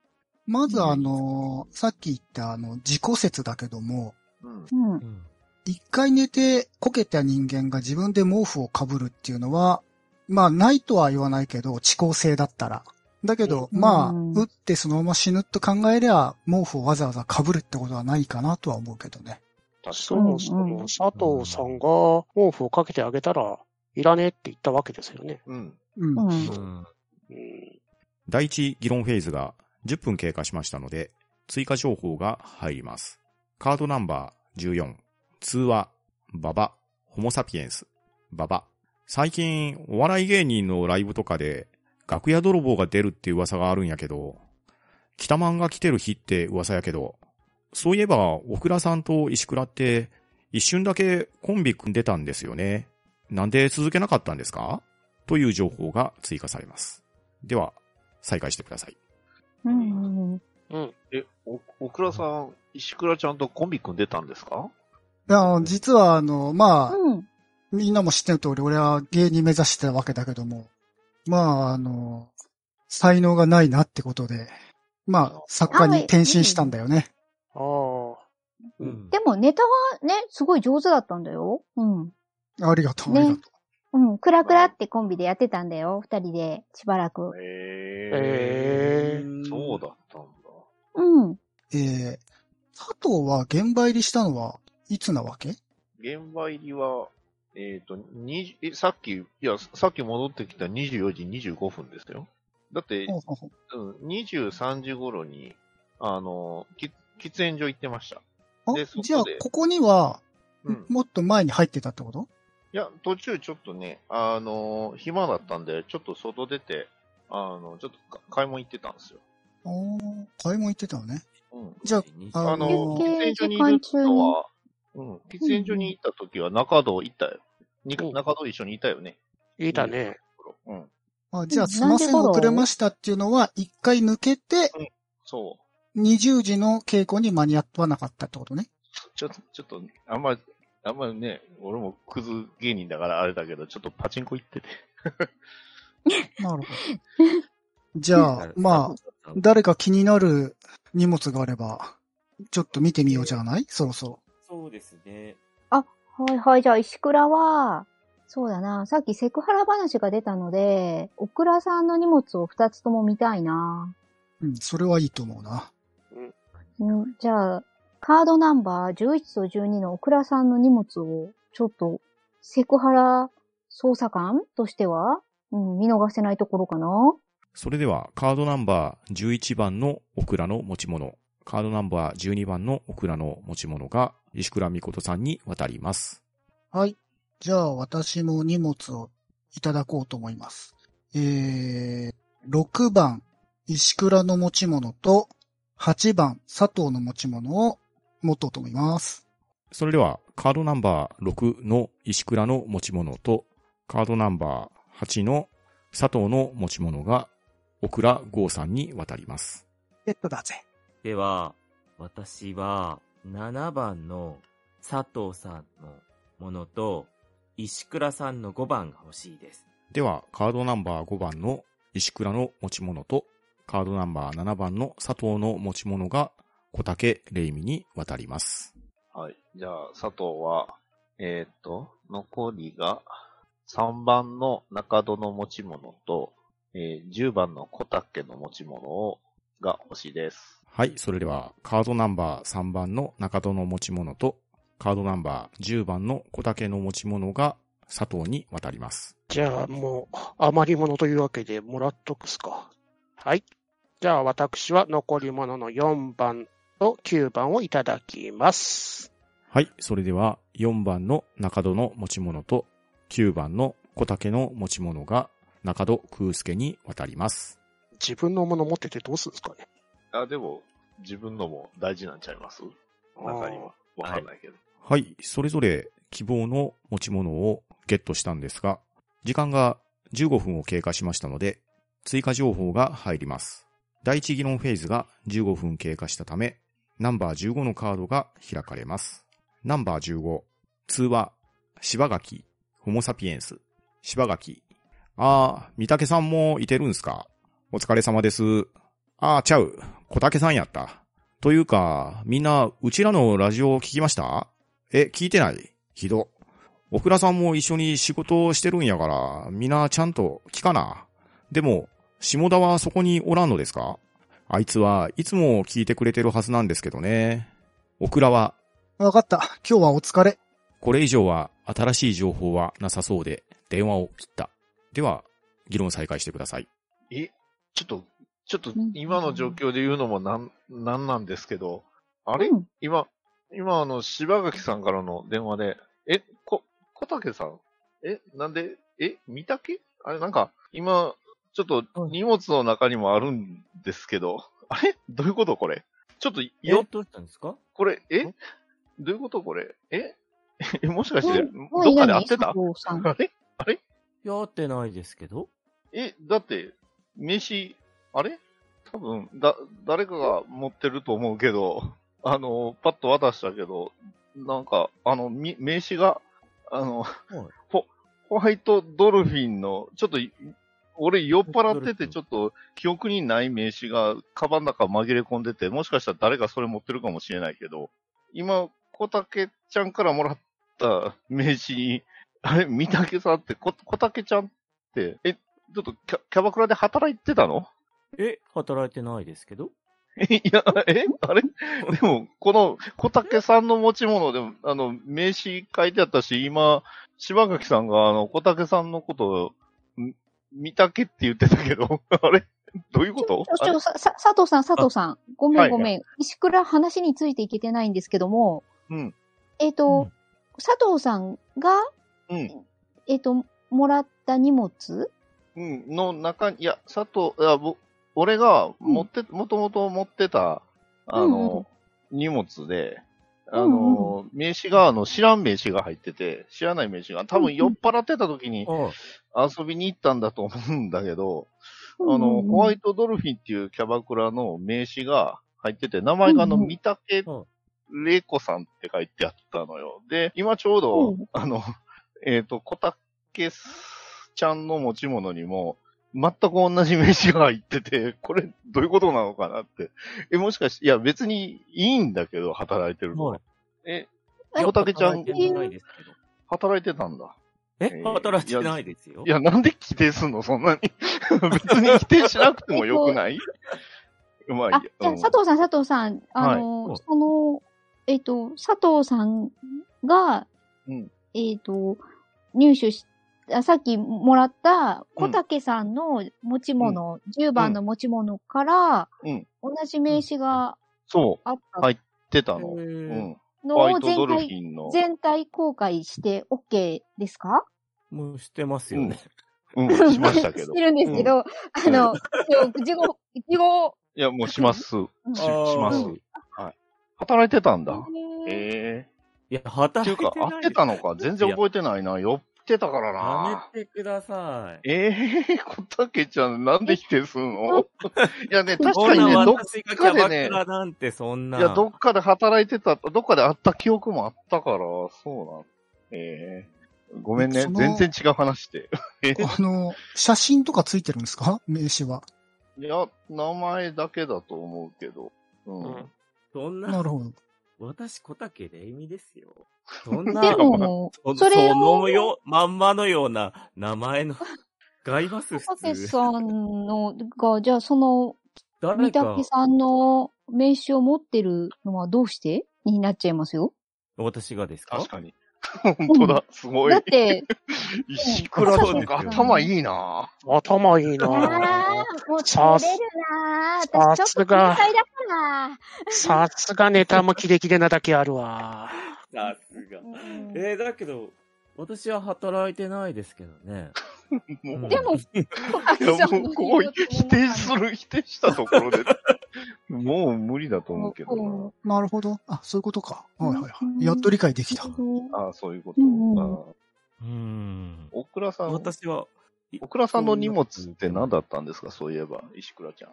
Speaker 1: まず、あの、さっき言った、あの、自己説だけども、
Speaker 6: うん。
Speaker 4: うん
Speaker 5: う、ん。
Speaker 1: 一回寝てこけた人間が自分で毛布をかぶるっていうのは、まあないとは言わないけど、遅効性だったら。だけど、
Speaker 4: うん
Speaker 1: まあ、打ってそのまま死ぬと考えりゃ、毛布をわざわざかぶるってことはないかなとは思うけどね。
Speaker 6: 確か
Speaker 2: そ
Speaker 6: に。
Speaker 2: もそ
Speaker 4: うんう
Speaker 2: も
Speaker 4: ん
Speaker 2: 佐藤さんが毛布をかけてあげたら、いらねえって言ったわけですよね。
Speaker 6: うん。
Speaker 1: うん。
Speaker 4: う。
Speaker 5: うんん。
Speaker 2: うん。
Speaker 3: 第一議論フェーズが10分経過しましたので、追加情報が入ります。カードナンバー14、通話、ババ、ホモサピエンス、ババ。最近、お笑い芸人のライブとかで、楽屋泥棒が出るって噂があるんやけど、北マンが来てる日って噂やけど、そういえば、オクラさんと石倉って、一瞬だけコンビ組んでたんですよね。なんで続けなかったんですかという情報が追加されます。では、再開してください。
Speaker 4: うん。
Speaker 2: うん。
Speaker 6: え、お、オクラさん、石倉ちゃんとコンビ組んでたんですか
Speaker 1: いや実はあの、まあ、
Speaker 4: うん。
Speaker 1: みんなも知ってる通り、俺は芸人目指してたわけだけども、まあ、あの、才能がないなってことで、まあ、作家に転身したんだよね。
Speaker 2: ああ。
Speaker 5: うん
Speaker 4: でもネタはね、すごい上手だったんだよ。うん。
Speaker 1: ありがとう、あ
Speaker 4: ね
Speaker 1: りがと
Speaker 4: うん、クラクラってコンビでやってたんだよ、二人で、しばらく。
Speaker 6: へ
Speaker 2: へ
Speaker 6: ー。そうだったんだ。
Speaker 4: うん。
Speaker 1: えー、佐藤は現場入りしたのはいつなわけ
Speaker 6: 現場入りは、えっ、と、20え、さっき、いや、さっき戻ってきた24時25分ですよ。だって、
Speaker 1: ほうほうほう
Speaker 6: うん、23時頃に、あの、き喫煙所行ってました。
Speaker 1: あ
Speaker 6: でそこで
Speaker 1: じゃあ、ここには、
Speaker 6: うん。
Speaker 1: もっと前に入ってたってこと
Speaker 6: いや、途中ちょっとね、あの、暇だったんで、ちょっと外出て、あの、ちょっとか買い物行ってたんですよ。
Speaker 1: おー買い物行ってたのね。
Speaker 6: うん。
Speaker 1: じゃあ、
Speaker 6: あの、
Speaker 4: 休憩
Speaker 6: 喫煙所
Speaker 4: 時
Speaker 6: に
Speaker 4: 間
Speaker 6: い
Speaker 4: 中
Speaker 6: る
Speaker 4: に
Speaker 6: のは、うん、喫煙所に行った時は中堂行ったよ。に
Speaker 2: うん
Speaker 6: 中堂一緒にいたよね。
Speaker 2: いいだね。
Speaker 6: うん。
Speaker 1: あじゃ
Speaker 4: う
Speaker 1: あ、
Speaker 4: ん
Speaker 1: すません
Speaker 4: 何時頃
Speaker 1: 遅れましたっていうのは、一回抜けて、
Speaker 6: そう。
Speaker 1: 20時の稽古に間に合わなかったってことね。
Speaker 6: ちょっと、ちょっと、あんま、あんまね、俺もクズ芸人だからあれだけど、ちょっとパチンコ行ってて。
Speaker 1: なるほど。じ ゃあ、まあ、誰か気になる荷物があれば、ちょっと見てみようじゃないそろそろ。
Speaker 5: そうですね。
Speaker 4: はいはい、じゃあ、石倉は、そうだな、さっきセクハラ話が出たので、オクラさんの荷物を二つとも見たいな。
Speaker 1: うん、それはいいと思うな。
Speaker 4: うん、じゃあ、カードナンバー11と12のオクラさんの荷物を、ちょっと、セクハラ捜査官としては、うん、見逃せないところかな。
Speaker 3: それでは、カードナンバー11番のオクラの持ち物、カードナンバー12番のオクラの持ち物が、石倉美琴さんに渡ります。
Speaker 1: はい。じゃあ、私も荷物をいただこうと思います。えー、6番、石倉の持ち物と、8番、佐藤の持ち物を持とうと思います。
Speaker 3: それでは、カードナンバー6の石倉の持ち物と、カードナンバー8の佐藤の持ち物が、オクラ豪さんに渡ります。
Speaker 1: ベッドだぜ。
Speaker 5: では、私は、7番の佐藤さんのものと、石倉さんの5番が欲しいです。
Speaker 3: では、カードナンバー5番の石倉の持ち物と、カードナンバー7番の佐藤の持ち物が、小竹玲美に渡ります。
Speaker 6: はい。じゃあ、佐藤は、えーっと、残りが、3番の中戸の持ち物と、えー10番の小竹の持ち物をが欲しいです。
Speaker 3: はい、それでは、カードナンバー3番の中戸の持ち物と、カードナンバー10番の小竹の持ち物が、佐藤に渡ります。
Speaker 2: じゃあもう、余り物というわけでもらっとくっすか。はい。じゃあ私は残り物の4番と9番をいただきます。
Speaker 3: はい、それでは、4番の中戸の持ち物と、9番の小竹の持ち物が、中戸空介に渡ります。
Speaker 2: 自分のもの持っててどうするんですかね。
Speaker 6: あ、でも、自分のも大事なんちゃいます中には。わかんないけど。
Speaker 3: はい、それぞれ希望の持ち物をゲットしたんですが、時間が15分を経過しましたので、追加情報が入ります。第一議論フェーズが15分経過したため、ナンバー15のカードが開かれます。ナンバー15、通話、柴垣、ホモサピエンス、柴垣。あー、三宅さんもいてるんすかお疲れ様です。あー、ちゃう、小竹さんやった。というか、みんな、うちらのラジオ聞きましたえ、聞いてないひど。オクラさんも一緒に仕事をしてるんやから、みんなちゃんと聞かな。でも、下田はそこにおらんのですかあいつはいつも聞いてくれてるはずなんですけどね。オクラは、
Speaker 1: わかった。今日はお疲れ。
Speaker 3: これ以上は新しい情報はなさそうで、電話を切った。では、議論再開してください。
Speaker 6: え、ちょっと、ちょっと今の状況で言うのもなん、なんなんですけど、あれ、
Speaker 4: うん
Speaker 6: 今、今あの、柴垣さんからの電話で、え、こ、小竹さんえ、なんで、え、三宅あれなんか、今、ちょっと
Speaker 5: うん
Speaker 6: 荷物の中にもあるんですけど、 あれどういうことこれちょっと、
Speaker 5: よ
Speaker 6: よ
Speaker 5: っ、としたんですか
Speaker 6: これ、え
Speaker 5: ん
Speaker 6: どういうことこれえ え、もしかして、
Speaker 4: もう
Speaker 6: ど
Speaker 4: い
Speaker 6: っか
Speaker 4: ら
Speaker 6: で
Speaker 4: な
Speaker 6: 会
Speaker 4: い
Speaker 6: ってた
Speaker 4: 佐藤さん。
Speaker 6: あれあれ
Speaker 5: やってないですけど。
Speaker 6: え、だって、名刺、あれ多分、だ、誰かが持ってると思うけど、 あの、パッと渡したけど、なんか、あの、み名刺が、あの、ホホワイトドルフィンの、ちょっと、俺酔っ払ってて、ちょっと、記憶にない名刺が、カバンの中紛れ込んでて、もしかしたら誰かそれ持ってるかもしれないけど、今、小竹ちゃんからもらった名刺に、 あれ、三宅さんって、こ、小竹ちゃんって、え、ちょっとキャキャバクラで働いてたの
Speaker 5: え、働いてないですけど
Speaker 6: えいや、え あれでも、この小竹さんの持ち物でも、あの、名刺書いてあったし、今、柴垣さんが、あの、小竹さんのことを、ん三宅って言ってたけど、 あれどういうこと
Speaker 4: ちょ、ちょ、さ、さ佐藤さん、佐藤さん。ごめ
Speaker 6: は
Speaker 4: ん、
Speaker 6: い
Speaker 4: ごめん。石倉話についていけてないんですけども、
Speaker 6: うん。
Speaker 4: えっ、
Speaker 3: う
Speaker 4: と、
Speaker 3: ん
Speaker 4: 佐藤さんが、
Speaker 6: うん。
Speaker 4: えっ、と、もらった荷物
Speaker 6: うん。の中に、いや、佐藤、いや、ぼ俺が持って、もともと持ってた、あの、荷物で、あの、名刺が、あの、知らん名刺が入ってて、知らない名刺が、多分酔っ払ってた時に
Speaker 5: あ
Speaker 6: 遊びに行ったんだと思うんだけど、あ
Speaker 4: うんうん
Speaker 6: の、
Speaker 4: うん
Speaker 6: ホワイトドルフィンっていうキャバクラの名刺が入ってて、名前があの、
Speaker 4: うんうん
Speaker 6: 三竹
Speaker 5: うん
Speaker 6: 玲子さんって書いてあったのよ。で、今ちょうど、
Speaker 4: うん
Speaker 6: あの、えっ、と、小竹ちゃんの持ち物にも、全く同じ名刺が入ってて、これどういうことなのかなって。え、もしかして、いや別にいいんだけど、働いてるのは。
Speaker 5: はい
Speaker 6: え、
Speaker 4: え
Speaker 6: 小竹ちゃ
Speaker 5: 働
Speaker 6: ん
Speaker 5: いてないですけど。
Speaker 6: 働いてたんだ。
Speaker 5: え、働いてないですよ。
Speaker 6: いや、なんで否定すんの そんなに。別に否定しなくてもよく ないうまい
Speaker 4: あ、
Speaker 6: よ
Speaker 4: じ。ゃあ
Speaker 6: うん
Speaker 4: 佐藤さん、佐藤さん、あの、
Speaker 5: はい
Speaker 4: その、えっ、と、佐藤さんが、
Speaker 6: うん
Speaker 4: えっ、と、入手し、あさっきもらった小竹さんの持ち物、10番の持ち物から、
Speaker 6: うん
Speaker 4: 同じ名刺が
Speaker 6: そ
Speaker 4: あっ
Speaker 6: うんは
Speaker 4: た
Speaker 6: い出たの。う
Speaker 5: の
Speaker 6: ん。
Speaker 4: の
Speaker 6: ホワイ
Speaker 4: を
Speaker 6: ト
Speaker 4: 全
Speaker 6: ドルフ
Speaker 4: 体、
Speaker 6: ィンの。
Speaker 4: 全体公開して OK ですか
Speaker 5: もうしてますよね。
Speaker 6: うん、しましたけ ど。
Speaker 4: 知って
Speaker 6: い
Speaker 4: るんですけど、あの、事後、事後、
Speaker 6: や、もうします。し
Speaker 4: ん
Speaker 6: し
Speaker 5: あー
Speaker 6: ます
Speaker 5: うん。
Speaker 6: はい。働いてたんだ。
Speaker 4: えー
Speaker 6: ええ。
Speaker 5: いや、
Speaker 6: って
Speaker 5: 働
Speaker 6: い
Speaker 5: いうてない
Speaker 6: か、合ってたのか。全然覚えてないな。酔ってたから
Speaker 5: や
Speaker 6: な。
Speaker 5: めてください。
Speaker 6: ええ、 小竹ちゃん、なんで否定す んのいやね、確
Speaker 5: こ
Speaker 6: かに
Speaker 5: んな
Speaker 6: ね、どっ
Speaker 5: 私がキャバ
Speaker 6: どっかでね
Speaker 5: クラなんてそんな。
Speaker 6: いや、どっかで働いてた、どっかで会った記憶もあったから、そうなん。ええごめんね
Speaker 1: そ。の
Speaker 6: 全然違う話で。
Speaker 1: あの、写真とかついてるんですか名刺は。
Speaker 6: いや、名前だけだと思うけど。うん。
Speaker 2: うん
Speaker 5: そん
Speaker 1: な
Speaker 5: な
Speaker 1: る、ほど。
Speaker 5: 私、小竹玲美ですよ。そんな、
Speaker 4: でも、
Speaker 5: そ
Speaker 4: そ
Speaker 5: そ
Speaker 4: れを
Speaker 5: のよ、まんまのような名前の、ガイバス
Speaker 4: 小
Speaker 5: 普
Speaker 4: 竹
Speaker 5: 通。
Speaker 4: さんのが、じゃあその、
Speaker 5: 誰
Speaker 4: 三
Speaker 5: か
Speaker 4: 宅、さんの名刺を持ってるのはどうしてになっちゃいますよ。
Speaker 5: 私がですか
Speaker 6: 確かに。本当だ。すごい
Speaker 4: だっ。 て、
Speaker 6: 石倉と
Speaker 5: そうです
Speaker 6: か
Speaker 5: よ
Speaker 6: 頭いいな
Speaker 2: 頭いいなぁ。
Speaker 4: も
Speaker 2: うさす照れる
Speaker 4: な
Speaker 2: ぁ私ちょっと天才
Speaker 4: だから。
Speaker 2: さすがネタもキレキレなだけあるわ。
Speaker 5: さすが。えー、だけど、私は働いてないですけどね。
Speaker 6: も
Speaker 5: うん
Speaker 6: う、
Speaker 4: でも、小
Speaker 6: い
Speaker 4: 竹
Speaker 6: や
Speaker 4: さ
Speaker 6: も
Speaker 4: ん
Speaker 6: う
Speaker 4: の
Speaker 6: こう、否定する、否定したところで。もう無理だと思うけどな。
Speaker 1: なるほど。あ、そういうことか。はいはいは
Speaker 4: うん
Speaker 1: い。やっと理解できた。
Speaker 6: ああ、そういうこと。
Speaker 4: うんうん
Speaker 6: ああ
Speaker 5: うーん。
Speaker 6: 大倉さん、
Speaker 5: 私は、
Speaker 6: 大倉さんの荷物って何だったんですかそういえば、石倉ちゃん。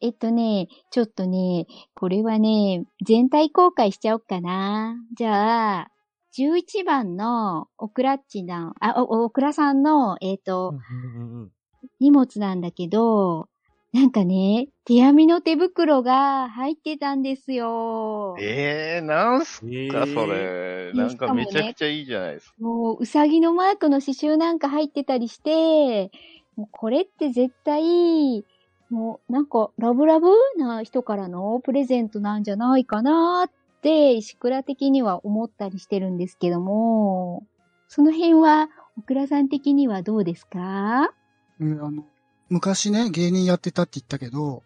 Speaker 4: えっとね、ちょっとね、これはね、全体公開しちゃおっかな。じゃあ、11番のオクラッチな、あ、お、オクラさんの、えっ、と、
Speaker 5: うんうんうん
Speaker 4: 荷物なんだけど、なんかね、手編みの手袋が入ってたんですよ。
Speaker 6: ええなんす
Speaker 5: え
Speaker 6: か、
Speaker 5: ー
Speaker 6: それ。
Speaker 4: いや
Speaker 6: なんかめちゃくちゃいいじゃないですか。
Speaker 4: もう、うさぎのマークの刺繍なんか入ってたりして、もうこれって絶対、もうなんかラブラブな人からのプレゼントなんじゃないかなって、石倉的には思ったりしてるんですけども、その辺は、オクラさん的にはどうですか
Speaker 1: うんあの昔ね、芸人やってたって言ったけど、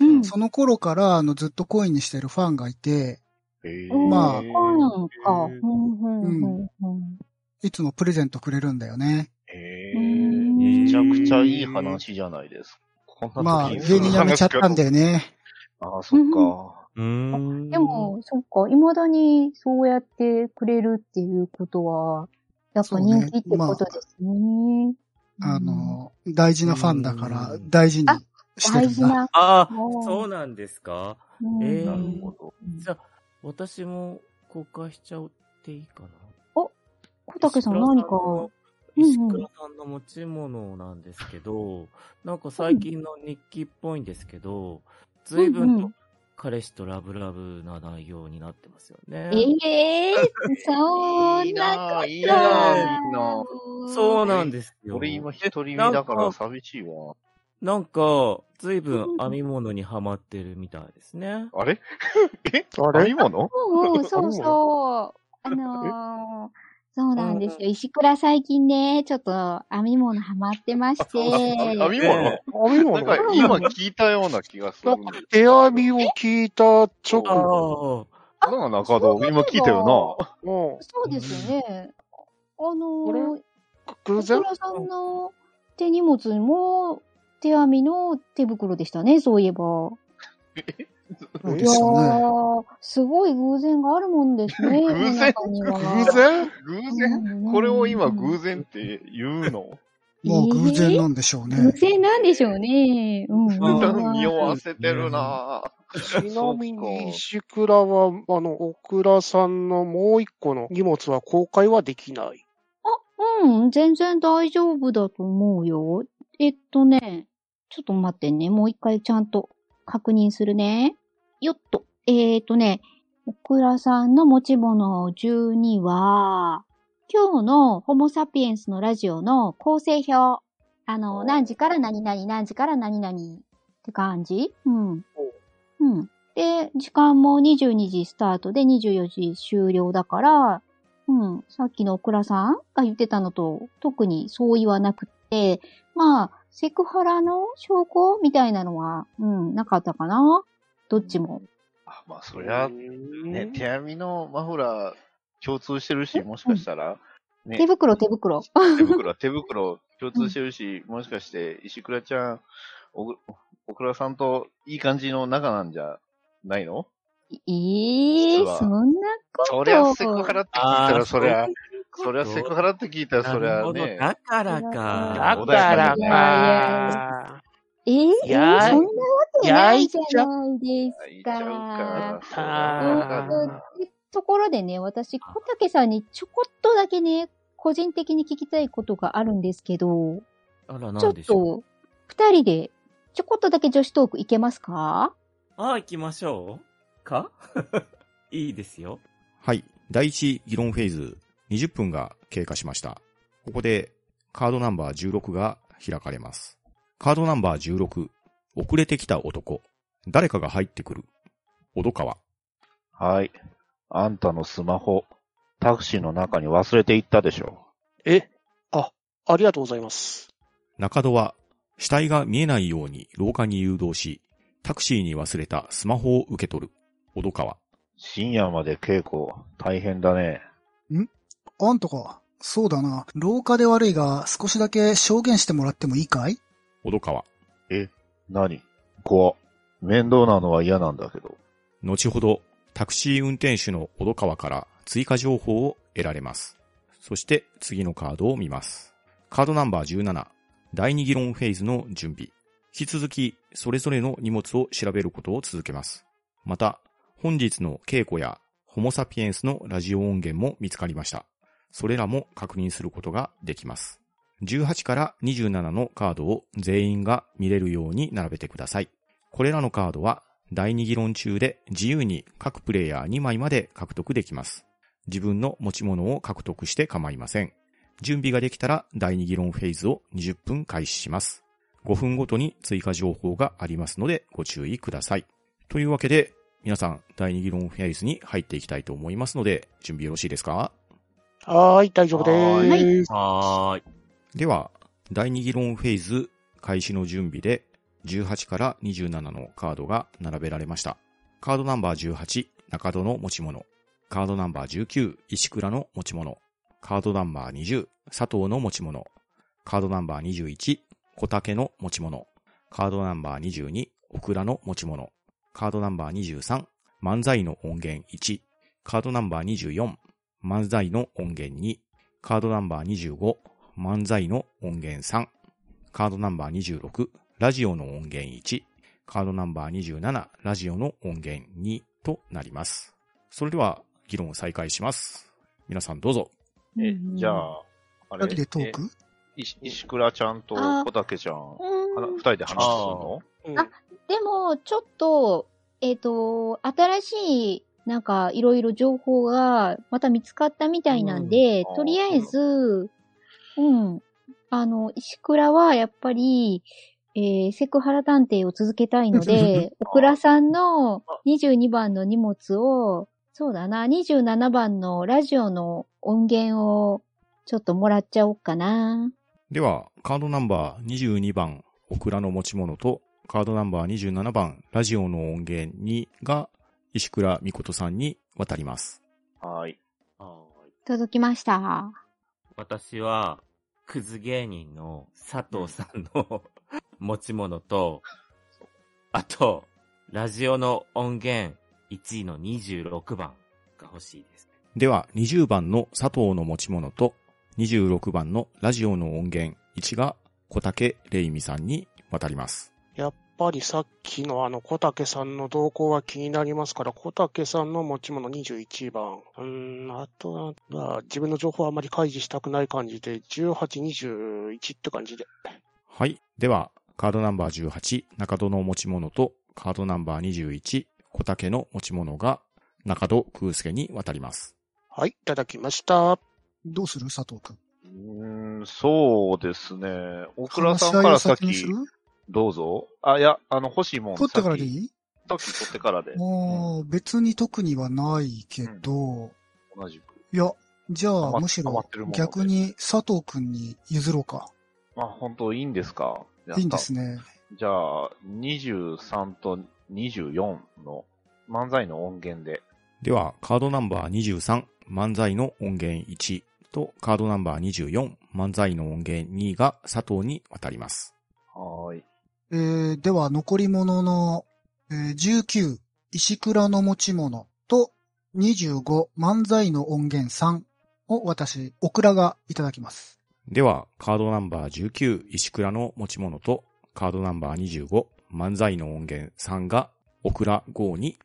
Speaker 4: うん。
Speaker 1: その頃からあのずっと恋にしてるファンがいて、
Speaker 6: ええ
Speaker 1: まあ
Speaker 4: うんか。
Speaker 6: え
Speaker 4: うんうんうんうん
Speaker 1: いつもプレゼントくれるんだよね。
Speaker 6: え
Speaker 4: うん
Speaker 6: めちゃくちゃいい話じゃないですか。こんな
Speaker 1: まあ、
Speaker 6: 時に
Speaker 1: 芸人辞めちゃったんだよね。
Speaker 6: ああ、そっか。
Speaker 5: うーん。
Speaker 4: で、も、そっか、未だにそうやってくれるっていうことは、やっぱ人気ってことですね。
Speaker 1: あの、大事なファンだから
Speaker 5: う、ん
Speaker 1: 大事に
Speaker 4: うん、
Speaker 1: して
Speaker 4: 大
Speaker 1: るん
Speaker 4: 事
Speaker 1: だ。
Speaker 4: な。
Speaker 5: ああ、
Speaker 4: もう
Speaker 5: そうなんですか
Speaker 4: うん
Speaker 5: えー
Speaker 6: なるほど。
Speaker 5: じゃあ、私も公開しちゃっていいかな
Speaker 4: 小竹さん何か、う
Speaker 5: 石
Speaker 4: うんうん
Speaker 5: 倉さんの持ち物なんですけど、なんか最近の日記っぽいんですけど、随分と彼氏とラブラブな内容になってますよね。
Speaker 4: ええそんなこと
Speaker 6: いいないいな
Speaker 5: そうなんですよ。
Speaker 6: 俺今一人身だから寂しいわ。
Speaker 5: なんか、ずいぶん編み物にはまってるみたいですね。
Speaker 6: あれえ
Speaker 2: あ
Speaker 6: あ
Speaker 2: れ
Speaker 6: れ今の
Speaker 4: うんうん、そうそう。あのー、そうなんですよ。石倉最近ね、ちょっと編み物ハマってまして。
Speaker 6: 編み
Speaker 5: え
Speaker 6: 物
Speaker 5: え
Speaker 2: あ、今
Speaker 6: な
Speaker 2: の
Speaker 6: んか今聞いたような気がする
Speaker 2: なんん
Speaker 6: だ
Speaker 2: か
Speaker 6: けど。
Speaker 2: 手編みを聞いた直
Speaker 5: あ
Speaker 2: 後。
Speaker 5: あ。
Speaker 6: なんか中堂、今聞いたよな。
Speaker 2: うん
Speaker 4: そうですよね。あのー、
Speaker 2: 偶
Speaker 4: 石
Speaker 2: 然
Speaker 4: 倉さんの手荷物も手編みの手袋でしたね、そういえば。
Speaker 1: そう
Speaker 4: い
Speaker 1: で
Speaker 4: や
Speaker 1: すよね。
Speaker 4: ー、すごい偶然があるもんですね。
Speaker 6: 偶然
Speaker 4: 世の中には
Speaker 2: 偶然
Speaker 6: 偶
Speaker 4: う
Speaker 6: 然
Speaker 4: んうんうん
Speaker 6: これを今偶然って言うの
Speaker 1: もう偶然なんでしょう
Speaker 4: 偶
Speaker 1: ね。
Speaker 4: 然なんでしょうね。うんうん
Speaker 5: あ
Speaker 6: な
Speaker 5: ー
Speaker 6: んか匂わせてるなぁ。
Speaker 2: ちなみに石倉は、あの、オクラさんのもう一個の荷物は公開はできない。
Speaker 4: うん、全然大丈夫だと思うよ。えっとね、ちょっと待ってね。もう一回ちゃんと確認するね。よっと。えっとね、オクラさんの持ち物12は、今日のホモサピエンスのラジオの構成表。あの、何時から何々、何時から何々って感じうん。うん。で、時間も22時スタートで24時終了だから、うん、さっきのオクラさんが言ってたのと特に相違はなくって、まあ、セクハラの証拠みたいなのは、うん、なかったかなどっちも。
Speaker 6: あまあそりゃ、ね、手編みのマフラー共通してるし、もしかしたら、ね
Speaker 4: 手袋、手袋。
Speaker 6: 手 袋、手袋共通してるし、もしかして石倉ちゃん、おぐ小倉さんといい感じの仲なんじゃないの
Speaker 4: ええ
Speaker 6: 実は
Speaker 4: そんなこと。
Speaker 6: そりゃセクハラって聞いたら、そりゃ、そりゃセク
Speaker 5: か
Speaker 6: ハラって聞いたら、そりゃね、
Speaker 5: だから
Speaker 4: だ
Speaker 5: か。
Speaker 2: だ
Speaker 6: 穏
Speaker 2: か
Speaker 6: やからに
Speaker 2: か。
Speaker 4: ええ
Speaker 2: いやー
Speaker 4: そんなわけないじゃない
Speaker 6: 言
Speaker 4: です
Speaker 6: っちゃ
Speaker 4: か。
Speaker 6: うか。そりゃそうだ
Speaker 4: でところでね、私、小竹さんにちょこっとだけね、個人的に聞きたいことがあるんですけど、
Speaker 5: あら、
Speaker 4: ち
Speaker 5: な
Speaker 4: ょ
Speaker 5: ん
Speaker 4: っ
Speaker 5: でしょ
Speaker 4: と、
Speaker 5: う。
Speaker 4: 二人で、ちょこっとだけ女子トークいけますか
Speaker 5: ああ、行きましょう。か いいですよ。
Speaker 3: はい。第1議論フェーズ20分が経過しました。ここでカードナンバー16が開かれます。カードナンバー16、遅れてきた男。誰かが入ってくる。小戸川。
Speaker 6: はい。あんたのスマホ、タクシーの中に忘れていったでしょ。
Speaker 2: え、あ、ありがとうございます。
Speaker 3: 中戸は死体が見えないように廊下に誘導し、タクシーに忘れたスマホを受け取る。小戸川。
Speaker 6: 深夜まで稽古、大変だね。
Speaker 1: あんとか、そうだな。廊下で悪いが、少しだけ証言してもらってもいいかい
Speaker 3: 小戸川。
Speaker 6: 何怖。面倒なのは嫌なんだけど。
Speaker 3: 後ほどタクシー運転手の小戸川から追加情報を得られます。そして次のカードを見ます。カードナンバー17、第2議論フェーズの準備。引き続き、それぞれの荷物を調べることを続けます。また、本日の稽古やホモサピエンスのラジオ音源も見つかりました。それらも確認することができます。18から27のカードを全員が見れるように並べてください。これらのカードは第2議論中で自由に各プレイヤー2枚まで獲得できます。自分の持ち物を獲得して構いません。準備ができたら第2議論フェーズを20分開始します。5分ごとに追加情報がありますのでご注意ください。というわけで皆さん第2議論フェーズに入っていきたいと思いますので準備よろしいですか
Speaker 2: はーい、大丈夫です。
Speaker 5: はーい。
Speaker 3: では、第2議論フェーズ開始の準備で、18から27のカードが並べられました。カードナンバー18、中戸の持ち物。カードナンバー19、石倉の持ち物。カードナンバー20、佐藤の持ち物。カードナンバー21、小竹の持ち物。カードナンバー22、オクラの持ち物。カードナンバー23、漫才の音源1。カードナンバー24、漫才の音源2。カードナンバー25、漫才の音源3。カードナンバー26、ラジオの音源1。カードナンバー27、ラジオの音源2となります。それでは、議論を再開します。皆さんどうぞ。
Speaker 6: え、じゃ
Speaker 4: あ。
Speaker 6: あ、あ
Speaker 1: 二
Speaker 6: れ
Speaker 1: 人でトー
Speaker 6: え
Speaker 1: ク
Speaker 6: 石石倉ちゃんと
Speaker 4: あ
Speaker 6: 小竹ちゃん、は
Speaker 4: う
Speaker 6: なん二人で話すの
Speaker 2: うん
Speaker 4: でも、ちょっと、えっ、と、新しい、なんか、いろいろ情報が、また見つかったみたいなんで、
Speaker 6: うん
Speaker 4: とりあえず、うん。あの、石倉は、やっぱり、えーセクハラ探偵を続けたいの で、オクラさんの22番の荷物を、そうだな、27番のラジオの音源を、ちょっともらっちゃおうかな。
Speaker 3: では、カードナンバー22番、オクラの持ち物と、カードナンバー27番、ラジオの音源2が、石倉美琴さんに渡ります。
Speaker 6: はい。
Speaker 5: はい
Speaker 4: 届きました。
Speaker 5: 私は、クズ芸人の佐藤さん の持ち物と、あと、ラジオの音源1位の26番が欲しいです。
Speaker 3: では、20番の佐藤の持ち物と、26番のラジオの音源1が、小竹玲美さんに渡ります。
Speaker 2: やっぱりさっきのあの小竹さんの動向は気になりますから、小竹さんの持ち物21番。うーん、あとは、自分の情報はあまり開示したくない感じで、18、21って感じで。
Speaker 3: はい。では、カードナンバー18、中戸の持ち物と、カードナンバー21、小竹の持ち物が、中戸空介に渡ります。
Speaker 2: はい、いただきました。
Speaker 1: どうする佐藤くん。
Speaker 6: うーん、そうですね。大倉
Speaker 1: 話
Speaker 6: さ
Speaker 1: し合
Speaker 6: ん
Speaker 1: い
Speaker 6: か
Speaker 1: を
Speaker 6: ら先
Speaker 1: 先にする
Speaker 6: どうぞ。あ、いや、あの、欲しいもん。
Speaker 1: 取ってからでい
Speaker 6: 先
Speaker 1: い
Speaker 6: 先取ってからで。うん
Speaker 1: もう、別に特にはないけど、
Speaker 6: 同じく。
Speaker 1: いや、じゃ
Speaker 6: 余
Speaker 1: あ、
Speaker 6: っ
Speaker 1: むし
Speaker 6: 余
Speaker 1: ろ
Speaker 6: ってるもので
Speaker 1: 逆に佐藤くんに譲ろうか。
Speaker 6: あ、本当いいんですかやった
Speaker 1: いいんですね。
Speaker 6: じゃあ、23と24の漫才の音源で。
Speaker 3: では、カードナンバー23、漫才の音源1と、カードナンバー24、漫才の音源2が佐藤に渡ります。
Speaker 6: はーい。
Speaker 1: えー、では、残り物の、えー19、石倉の持ち物と、25、漫才の音源3を私、オクラがいただきます。
Speaker 3: では、カードナンバー19、石倉の持ち物と、カードナンバー25、漫才の音源3が、オクラ5に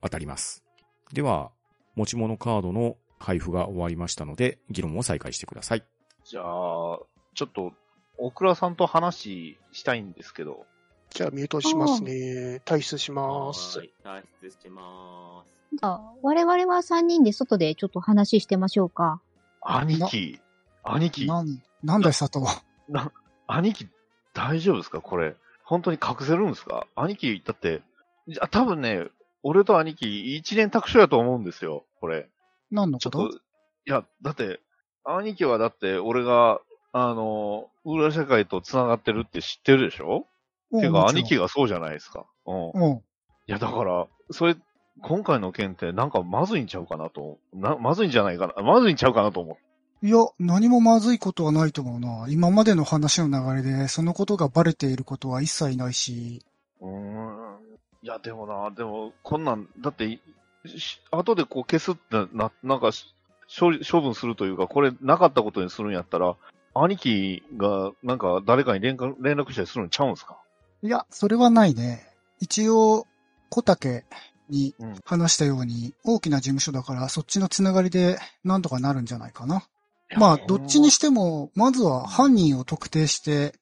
Speaker 3: 渡ります。では、持ち物カードの配布が終わりましたので、議論を再開してください。
Speaker 6: じゃあ、ちょっと、大倉さんと話したいんですけど。
Speaker 2: じゃあ、ミュートしますね。退出します
Speaker 5: は。い。退出します。
Speaker 4: じゃあ、我々は3人で外でちょっと話してましょうか。
Speaker 6: 兄貴、兄貴、
Speaker 1: なん、なんだい佐藤。
Speaker 6: 兄貴、大丈夫ですかこれ。本当に隠せるんですか兄貴、だって、じゃあ多分ね、俺と兄貴、一年卓上やと思うんですよ、これ。
Speaker 1: 何の
Speaker 6: ちょ
Speaker 1: こ
Speaker 6: っと
Speaker 1: と、
Speaker 6: いや、だって、兄貴はだって、俺が、あの、裏社会と繋がってるって知ってるでしょ
Speaker 1: うん
Speaker 6: ていうか、兄貴
Speaker 1: が。
Speaker 6: がそうじゃないですか。うん。い
Speaker 1: うん。
Speaker 6: や、だから、それ、今回の件ってなんかまずいんちゃうかなと、な、まずいんじゃないかな、まずいんちゃうかなと思う。
Speaker 1: いや、何もまずいことはないと思うな。今までの話の流れで、そのことがバレていることは一切ないし、
Speaker 6: うーん。いや、でもな、でも、こんなん、だって、し後でこう消すってな、なんかし処理、処分するというか、これなかったことにするんやったら、兄貴が、なんか誰かに連絡連絡したりするのちゃうんすか
Speaker 1: いや、それはないね。一応、小竹に
Speaker 6: うん
Speaker 1: 話したように、大きな事務所だから、そっちのつながりで何とかなるんじゃないかな。まあ、どっちにしても、まずは犯人を特定して、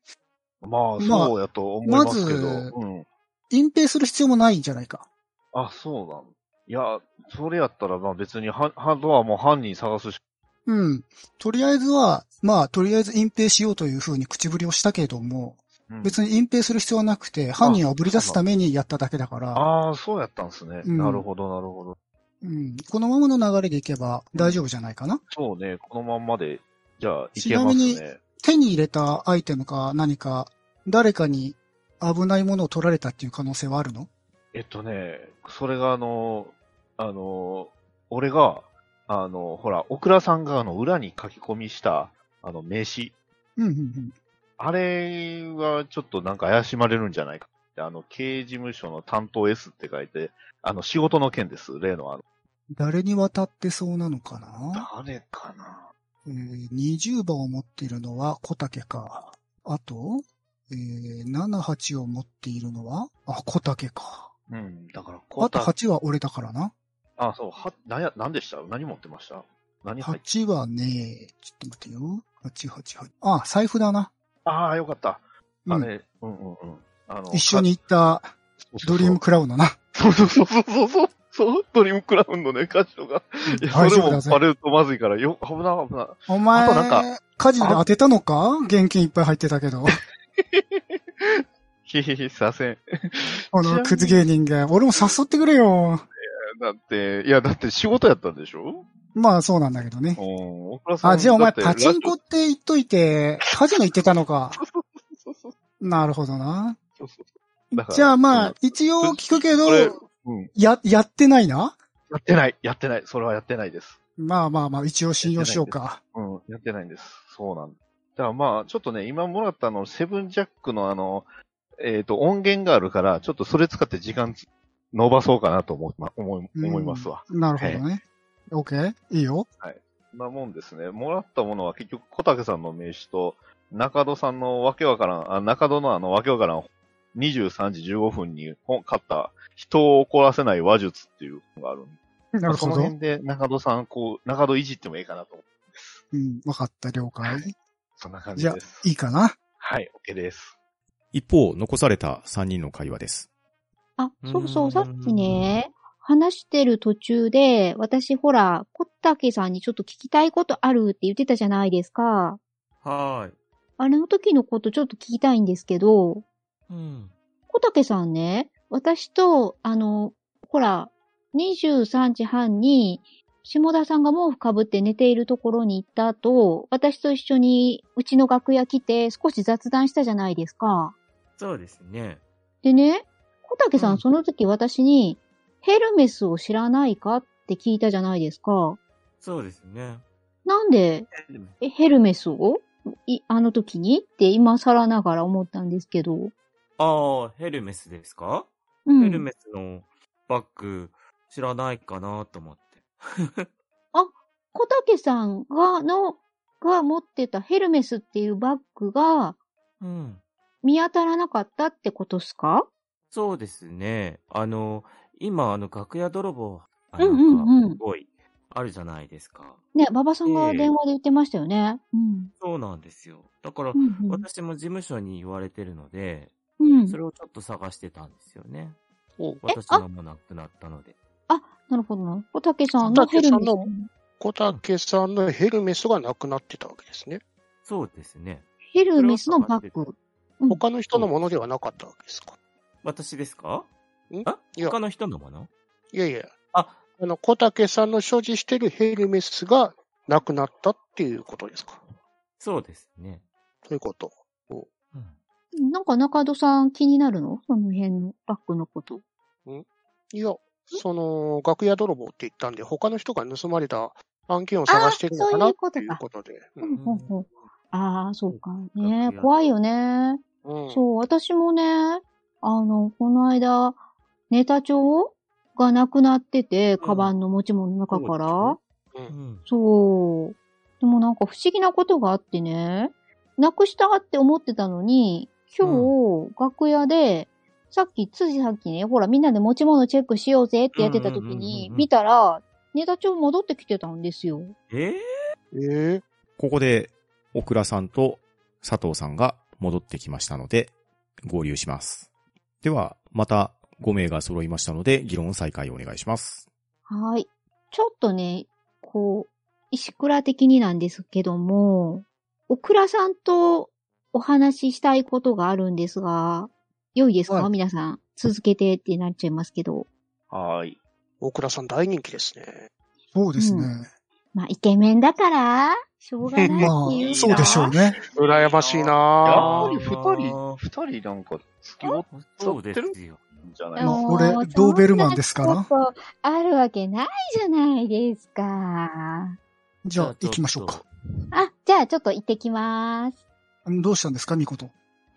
Speaker 6: まあ、
Speaker 1: まあ
Speaker 6: そうやと思いますけど。
Speaker 1: まず
Speaker 6: うん。
Speaker 1: 隠蔽する必要もないんじゃないか。
Speaker 6: あ、そうなの。いや、それやったら、まあ別には、ハンドはもう犯人探すし、
Speaker 1: うん。とりあえずは、まあ、とりあえず隠蔽しようというふうに口ぶりをしたけども、
Speaker 6: うん
Speaker 1: 別に隠蔽する必要はなくて、犯人をあぶり出すためにやっただけだから、
Speaker 6: ああ、そうやったんですね。
Speaker 1: うん
Speaker 6: なるほど、なるほど。
Speaker 1: うん、このままの流れでいけば大丈夫じゃないかな。
Speaker 6: そうね、このまんまで、じゃあ、い
Speaker 1: ち
Speaker 6: け
Speaker 1: な
Speaker 6: ま
Speaker 1: みに
Speaker 6: すね。
Speaker 1: 手に入れたアイテムか何か、誰かに危ないものを取られたっていう可能性はあるの
Speaker 6: えっとね、それがあの、あの、俺が、あの、ほら、オクラさんがあの、裏に書き込みした、あの、名刺。
Speaker 1: うんうんうん。
Speaker 6: あれはちょっとなんか怪しまれるんじゃないかって。あの、経営事務所の担当 S って書いて、あの、仕事の件です。例のあの、
Speaker 1: 誰に渡ってそうなのかな、
Speaker 6: 誰かな
Speaker 1: えー ?20 番を持っているのは小竹か。あと、えー、7、8を持っているのは、あ、小竹か。
Speaker 6: うん、だから、こ
Speaker 1: あ
Speaker 6: う
Speaker 1: と
Speaker 6: た、
Speaker 1: 8は俺だからな。
Speaker 6: あ、そう、は、なんや、なんでした何持ってました何入って
Speaker 1: 8はね、ちょっと待ってよ。8、8、8。あ、財布だな。
Speaker 6: ああ、よかった。
Speaker 1: う
Speaker 6: あ
Speaker 1: ん。
Speaker 6: れ、うんうんうん。あの
Speaker 1: 一緒に行った
Speaker 6: かそうそうそう
Speaker 1: ドリームクラウンのな。
Speaker 6: そうそうそうそうそう。そう、ドリームクラウンのね、箇所が。いや、
Speaker 1: 大
Speaker 6: それ
Speaker 1: 丈夫だ
Speaker 6: も
Speaker 1: ぜ
Speaker 6: バレるとまずいから、よ、危ない危ない。
Speaker 1: お前、
Speaker 6: あとなんか
Speaker 1: カジに当てたのか現金いっぱい入ってたけど。
Speaker 6: ひひひ、させん。
Speaker 1: こ
Speaker 6: ちなみ
Speaker 1: の
Speaker 6: に
Speaker 1: クズ芸人が。俺も誘ってくれよ。
Speaker 6: だって、いや、だって仕事やったんでしょ
Speaker 1: まあそうなんだけどね。
Speaker 6: うん。大倉さん
Speaker 1: あ、じゃあお前
Speaker 6: だって
Speaker 1: パチンコって言っといて、カジノ行ってたの か。
Speaker 6: そうそう
Speaker 1: なるほどな。
Speaker 6: そうそうだから
Speaker 1: じゃあま
Speaker 6: う
Speaker 1: あ
Speaker 6: ん、
Speaker 1: 一応聞くけど
Speaker 6: こ、れうん。
Speaker 1: や、やってないな
Speaker 6: やってない、やってない、それはやってないです。
Speaker 1: まあまあまあ、一応信用しようか。
Speaker 6: うん、やってないんです。そうなんだ。だからまあ、ちょっとね、今もらったあの、セブンジャックのあの、えっ、と、音源があるから、ちょっとそれ使って時間つ伸ばそうかなと思う、ま、思い、思いますわ。
Speaker 1: なるほどね。オッケーいいよ。
Speaker 6: そんなもんですね。もらったものは結局、小竹さんの名刺と、中戸さんのわけわからん、あ、中戸のあの、わけわからん、23時15分に本買った、人を怒らせない話術っていうのがあるんで
Speaker 1: なる
Speaker 6: そ
Speaker 1: ほ
Speaker 6: の
Speaker 1: ど。
Speaker 6: 辺で中戸さん、こう、中戸いじってもいいかなと思う。
Speaker 1: うん、わかった、了解。
Speaker 6: そんな感
Speaker 1: じ
Speaker 6: じ
Speaker 1: ゃあ
Speaker 6: です。
Speaker 1: いいかな。
Speaker 6: はい、OK です。
Speaker 3: 一方、残された3人の会話です。
Speaker 4: あ、そうそうう、
Speaker 5: ん
Speaker 4: さっきね、話してる途中で、私ほら、小竹さんにちょっと聞きたいことあるって言ってたじゃないですか。
Speaker 5: はーい。
Speaker 4: あれの時のことちょっと聞きたいんですけど、
Speaker 5: うん。
Speaker 4: 小竹さんね、私と、あの、ほら、23時半に、下田さんが毛布かぶって寝ているところに行った後、私と一緒にうちの楽屋来て少し雑談したじゃないですか。
Speaker 5: そうですね。
Speaker 4: でね、小竹さ
Speaker 5: うん
Speaker 4: んその時私に、ヘルメスを知らないかって聞いたじゃないですか。
Speaker 5: そうですね。
Speaker 4: なんで、えヘルメスをいあの時にって今更ながら思ったんですけど。
Speaker 5: ああ、ヘルメスですか、
Speaker 4: うん。
Speaker 5: ヘルメスのバッグ知らないかなと思って。
Speaker 4: 小竹さんが、の、が持ってたヘルメスっていうバッグが
Speaker 5: うん。
Speaker 4: 見当たらなかったってことっすか
Speaker 5: そうですね。あの、今、あの、楽屋泥棒、あ
Speaker 4: う
Speaker 5: なんん
Speaker 4: うんうん
Speaker 5: かすごい、あるじゃないですか。
Speaker 4: ね、馬場さんが
Speaker 5: ええ
Speaker 4: 電話で言ってましたよね。うん。
Speaker 5: そうなんですよ。だから
Speaker 4: う、んうん
Speaker 5: 私も事務所に言われてるので、
Speaker 4: うん。
Speaker 5: それをちょっと探してたんですよね。
Speaker 2: お
Speaker 5: 私のもなくなったので。
Speaker 4: なるほどな。小竹さんのヘルメス。
Speaker 2: 小竹小竹さんのヘルメスがなくなってたわけですね。
Speaker 5: そうですね。
Speaker 4: ヘルメスのバッグ。うん
Speaker 2: 他の人のものではなかったわけですか。
Speaker 5: 私ですか
Speaker 2: ん
Speaker 5: あ
Speaker 2: いや
Speaker 5: 他の人のもの
Speaker 2: いやいや。
Speaker 5: あ、
Speaker 2: あの、小竹さんの所持してるヘルメスがなくなったっていうことですか。
Speaker 5: そうですね。
Speaker 2: ということ。
Speaker 5: うん
Speaker 4: なんか中戸さん気になるのその辺のバッグのこと。
Speaker 2: いや、その、楽屋泥棒って言ったんで、他の人が盗まれた案件を探してるのか
Speaker 4: あーそう
Speaker 2: な
Speaker 4: いうこと
Speaker 2: と
Speaker 4: か
Speaker 2: いうことで。
Speaker 4: ほ
Speaker 2: うん
Speaker 4: うほうほう。ああ、そうか
Speaker 5: う
Speaker 4: ね
Speaker 5: ん。
Speaker 4: 怖いよね。
Speaker 2: うん
Speaker 4: そう、私もね、あの、この間、ネタ帳がなくなってて、カバンの持ち物の中から。
Speaker 5: うん。
Speaker 4: そう。でもなんか不思議なことがあってね、なくしたって思ってたのに、今日、楽屋で、さっき、辻さっきね、ほら、みんなで持ち物チェックしようぜってやってた時
Speaker 5: うんうんうん
Speaker 4: に
Speaker 5: う、んうん
Speaker 4: 見たら、ネタ帳戻ってきてたんですよ。
Speaker 5: え
Speaker 2: ええ
Speaker 3: ここで、オクラさんと佐藤さんが戻ってきましたので、合流します。では、また5名が揃いましたので、議論再開をお願いします。
Speaker 4: はい。ちょっとね、こう、石倉的になんですけども、オクラさんとお話ししたいことがあるんですが、良いですか、
Speaker 1: はい
Speaker 4: 皆さん。続けてってなっちゃいますけど。
Speaker 6: はーい。
Speaker 2: 大倉さん大人気ですね。
Speaker 1: そうです
Speaker 4: う
Speaker 1: ね。
Speaker 4: まあ、イケメンだから、しょうがないっていう
Speaker 1: ま
Speaker 4: か。
Speaker 1: あ、そうでしょうね。
Speaker 2: 羨ましい
Speaker 6: や
Speaker 2: な
Speaker 6: っぱ
Speaker 2: ぁ
Speaker 6: り二人、
Speaker 5: あ
Speaker 6: 二人なんか付き合っ
Speaker 5: そうですよ。
Speaker 6: たんじゃない
Speaker 4: あ
Speaker 1: ま
Speaker 6: の
Speaker 1: あ
Speaker 4: のー
Speaker 1: 俺ドーベルマンですから
Speaker 4: そんなことあるわけないじゃないですか。
Speaker 1: じゃあ、行きましょうか。。
Speaker 4: あ、じゃあちょっと行ってきます。
Speaker 1: どうしたんですか、ミコト。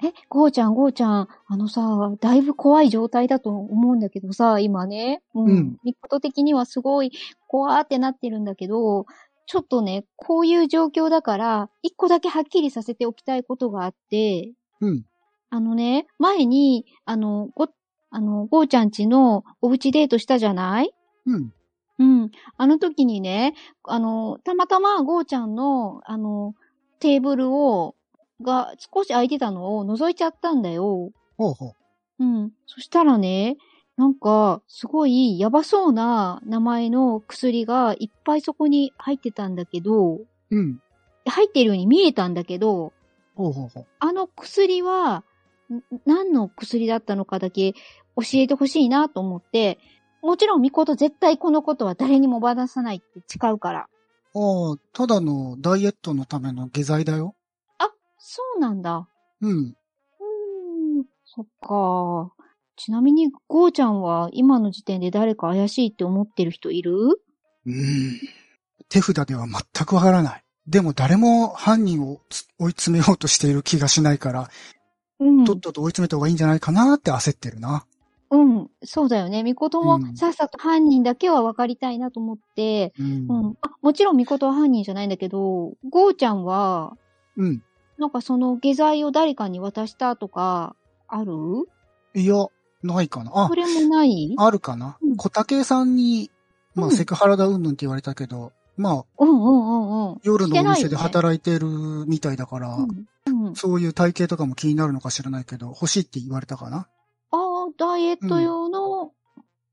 Speaker 4: え、ゴーちゃん、ゴーちゃん、あのさ、だいぶ怖い状態だと思うんだけどさ、今ね。う
Speaker 1: うん。
Speaker 4: ミコト的にはすごい、怖ーってなってるんだけど、ちょっとね、こういう状況だから、一個だけはっきりさせておきたいことがあって、
Speaker 1: うん。
Speaker 4: あのね、前に、あの、ご、あの、ゴーちゃんちのおうちデートしたじゃない
Speaker 1: うん。
Speaker 4: うん。あの時にね、あの、たまたまゴーちゃんの、あの、テーブルを、が少し空いてたのを覗いちゃったんだよ。
Speaker 1: ほうほう。
Speaker 4: うん。そしたらね、なんか、すごいやばそうな名前の薬がいっぱいそこに入ってたんだけど、
Speaker 1: うん。
Speaker 4: 入ってるように見えたんだけど、
Speaker 1: ほうほうほう。
Speaker 4: あの薬は、ん何の薬だったのかだけ教えてほしいなと思って、もちろんミコト絶対このことは誰にもばらさないって誓うから。
Speaker 1: ああ、ただのダイエットのための下剤だよ。
Speaker 4: あ、そうなんだ。
Speaker 1: うん。
Speaker 4: うーん、そっか。ちなみに、ゴーちゃんは今の時点で誰か怪しいって思ってる人いる
Speaker 1: うん。手札では全くわからない。でも誰も犯人をつ追い詰めようとしている気がしないから、
Speaker 4: うん。
Speaker 1: とっとと追い詰めた方がいいんじゃないかなって焦ってるな。
Speaker 4: うん。そうだよね。ミコトも
Speaker 1: うん
Speaker 4: さっさと犯人だけは分かりたいなと思って、
Speaker 1: うん
Speaker 4: うん。あもちろんミコトは犯人じゃないんだけど、ゴーちゃんは
Speaker 1: うん。
Speaker 4: なんかその下剤を誰かに渡したとか、ある
Speaker 1: いや、ないかな。あ
Speaker 4: そ、れもない
Speaker 1: あるかな
Speaker 4: うん。
Speaker 1: 小竹さんに、ま
Speaker 4: う
Speaker 1: あ、
Speaker 4: ん
Speaker 1: セクハラだうんぬんって言われたけど、まあ、
Speaker 4: うんうんうんうん。
Speaker 1: 夜のお店で
Speaker 4: してないよね
Speaker 1: 働いてるみたいだから、
Speaker 4: うんうん、
Speaker 1: そういう体型とかも気になるのか知らないけど、欲しいって言われたかな。
Speaker 4: ああ、ダイエット用の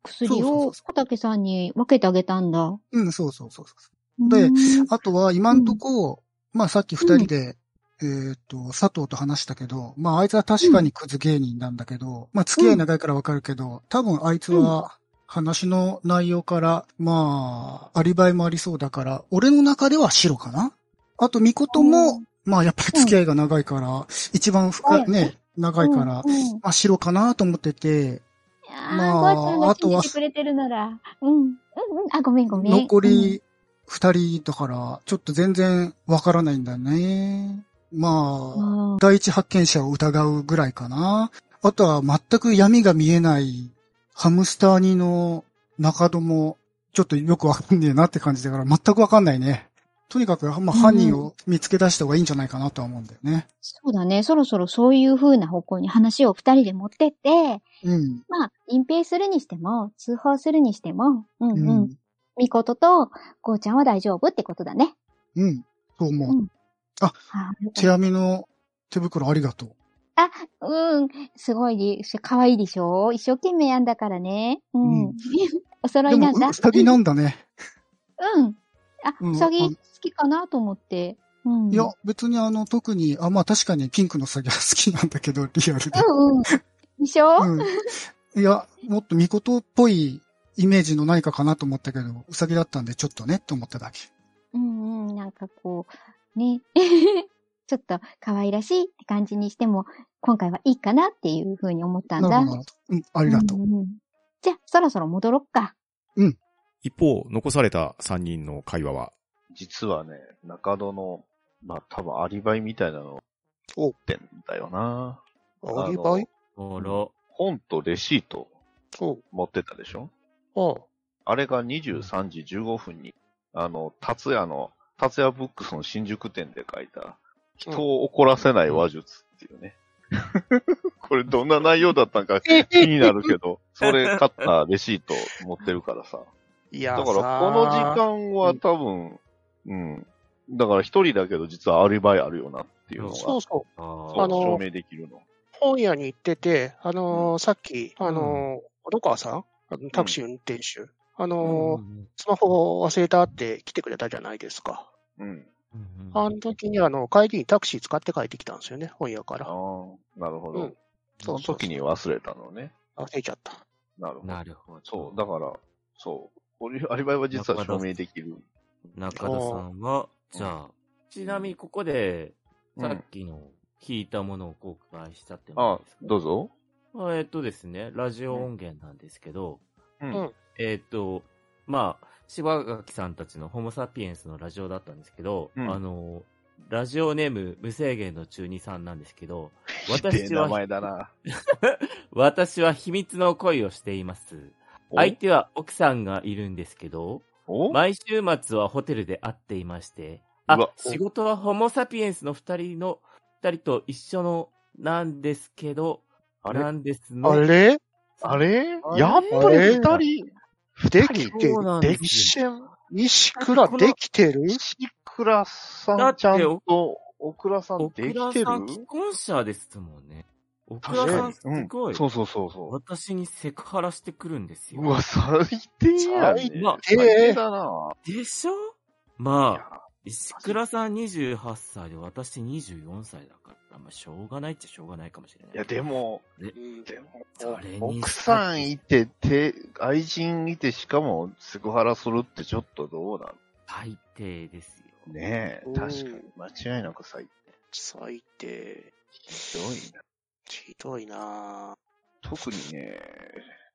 Speaker 4: 薬
Speaker 1: そうそうそう
Speaker 4: を
Speaker 1: そう
Speaker 4: 小竹さんに分けてあげたんだ。
Speaker 1: うん、そうそうそうそう。で
Speaker 4: うーん
Speaker 1: あとは、今んとこ、まあ、さっき二人で、えっと、佐藤と話したけど、まあ、あいつは確かにクズ芸人なんだけど、まあ、付き合い長いからわかるけど、多分あいつは、話の内容から、まあ、アリバイもありそうだから、俺の中では白かなあと、ミコトも、まあ、やっぱり付き合いが長いから、一番深い、
Speaker 4: うん
Speaker 1: ね、長いから、
Speaker 4: うんうん、
Speaker 1: まあ、白かなと思ってて、
Speaker 4: あー、
Speaker 1: まあ
Speaker 4: まあ、ゴーちゃんが
Speaker 1: あと
Speaker 4: 信
Speaker 1: は
Speaker 4: じてくれてるなら。うん。うんうん。あ、ごめんごめん。
Speaker 1: 残り二人だから、ちょっと全然わからないんだよね。ま
Speaker 4: う
Speaker 1: あ、
Speaker 4: ん、あー
Speaker 1: 第一発見者を疑うぐらいかな。あとは全く闇が見えないハムスターニの中戸も、ちょっとよくわかんねえなって感じだから、全くわかんないね。とにかく、まあ、
Speaker 4: うん
Speaker 1: 犯人を見つけ出した方がいいんじゃないかなとは思うんだよね。
Speaker 4: そうだね。そろそろそういう風な方向に話を二人で持ってって、
Speaker 1: うん。
Speaker 4: まあ、隠蔽するにしても、通報するにしても、うん
Speaker 1: う
Speaker 4: うん
Speaker 1: ん。
Speaker 4: みことと、ゴーちゃんは大丈夫ってことだね。
Speaker 1: うん。そう思う。
Speaker 4: うんあーよ
Speaker 1: 手
Speaker 4: かっ
Speaker 1: 編みの手袋ありがとう。
Speaker 4: たうん。すごいで、かわいいでしょ一生懸命やんだからね。うん。
Speaker 1: うん
Speaker 4: お揃
Speaker 1: で
Speaker 4: いな
Speaker 1: も、
Speaker 4: んだ
Speaker 1: う。さぎなんだね。
Speaker 4: うん。あ、
Speaker 1: うん
Speaker 4: うさぎ
Speaker 1: あ
Speaker 4: 好きかなと思って。うん。
Speaker 1: いや、別にあの、特に、あ、まあ確かにピンクの詐欺は好きなんだけど、リアルで。
Speaker 4: うんうん。でしょ、
Speaker 1: うん。いや、もっとミコトっぽいイメージの何かかなと思ったけど、ウサギだったんでちょっとねって思っただけ。
Speaker 4: うんうん、なんかこう、ね。 ちょっと可愛らしいって感じにしても、今回はいいかなっていうふうに思ったんだ。
Speaker 1: なるほど。うん、ありがとう。
Speaker 4: んんじゃあ、そろそろ戻ろっか。
Speaker 3: 一方、残された3人の会話は、
Speaker 6: 実はね、中戸の、まあ多分アリバイみたいなのを
Speaker 2: お
Speaker 6: 持ってんだよな。
Speaker 2: アリバイ
Speaker 5: おろ。
Speaker 6: 本とレシート
Speaker 2: お
Speaker 6: 持ってたでしょ
Speaker 2: ああ
Speaker 6: あれが23時15分に、あの、達也の、達也ブックスの新宿店で書いた、人を怒らせない話術っていうね。これどんな内容だったんか気になるけど、それ買ったレシート持ってるからさ。
Speaker 2: いや
Speaker 6: だ
Speaker 2: ー
Speaker 6: からこ
Speaker 2: さ
Speaker 6: の時間は多分、うん。だから一人だけど実はアリバイあるよなっていうのが、
Speaker 2: そ
Speaker 6: そうう
Speaker 2: そう。
Speaker 5: あ
Speaker 2: あ
Speaker 5: あ。
Speaker 2: の
Speaker 6: 証明できるの。
Speaker 2: 本屋に行ってて、あのーさっき、あのー、小川さんあのタクシー運転手、あのースマホ忘れたって来てくれたじゃないですか。
Speaker 6: うん。
Speaker 2: あの時にあの、帰りにタクシー使って帰ってきたんですよね、本屋か
Speaker 6: ああ
Speaker 2: ら。、
Speaker 6: なるほ
Speaker 2: うん。
Speaker 6: ど
Speaker 2: そうそうそう
Speaker 6: の時に忘れたのね。
Speaker 2: 忘れちゃった。
Speaker 6: なるほど。
Speaker 5: なるほど。
Speaker 6: そう、だから、そう。これアリバイは実は証明できる。
Speaker 5: 中田さんは、じゃあ、ちなみにここ
Speaker 6: うん
Speaker 5: で、さっきの聞いたものを公開しちゃって
Speaker 6: あ
Speaker 5: もいいですか
Speaker 6: どうぞ。
Speaker 5: あえっとですね、ラジオ音源なんですけど、
Speaker 6: うん
Speaker 2: うん
Speaker 5: えっと、まあ、柴垣さんたちのホモサピエンスのラジオだったんですけど、
Speaker 6: うん
Speaker 5: あの、ラジオネーム無制限の中二さんなんです けど、
Speaker 6: ひで
Speaker 5: 私
Speaker 6: え名
Speaker 5: は
Speaker 6: 前、だな。
Speaker 5: 私は秘密の恋をしています。
Speaker 6: お
Speaker 5: 相手は奥さんがいるんですけど、
Speaker 6: お
Speaker 5: 毎週末はホテルで会っていまして、
Speaker 6: うわ
Speaker 5: あ、
Speaker 6: お
Speaker 5: 仕事はホモサピエンスの二人の、二人と一緒の、なんですけど、
Speaker 6: あれ
Speaker 5: なんですの
Speaker 2: あれ
Speaker 6: あれ
Speaker 5: あれ
Speaker 6: やっぱり二
Speaker 2: あ
Speaker 6: 人、
Speaker 2: できてる
Speaker 5: そうなん。ですよ
Speaker 2: できしん。西倉
Speaker 5: この
Speaker 2: できてる
Speaker 6: 石倉さ
Speaker 5: だっ
Speaker 6: ん
Speaker 5: て
Speaker 6: ちゃんと、奥倉さん
Speaker 5: 奥
Speaker 6: で
Speaker 5: 田
Speaker 6: きてる
Speaker 5: さん既婚者ですもんね。奥田さんす
Speaker 6: うん
Speaker 5: ごい。
Speaker 6: そうそうそうそ
Speaker 5: 私にセクハラしてくるんです
Speaker 6: う。
Speaker 5: よ。
Speaker 6: うわ、最低やね。
Speaker 5: まあ
Speaker 6: 最低だな。
Speaker 5: でしょまあ、石倉さん28歳で私24歳だから、まあ、しょうがないっちゃしょうがないかもしれない。
Speaker 6: いや、で、も、
Speaker 5: え
Speaker 6: で
Speaker 5: それ
Speaker 6: も、
Speaker 5: に
Speaker 6: 奥さんいて、て、愛人いて、しかも、セクハラするってちょっとどうな
Speaker 5: 最低ですよ。
Speaker 6: のねえ
Speaker 2: うん、
Speaker 6: 確かに、間違いなく最
Speaker 2: 最低。
Speaker 6: 低。ひどいな。
Speaker 2: ひどいなぁ
Speaker 6: 特にね、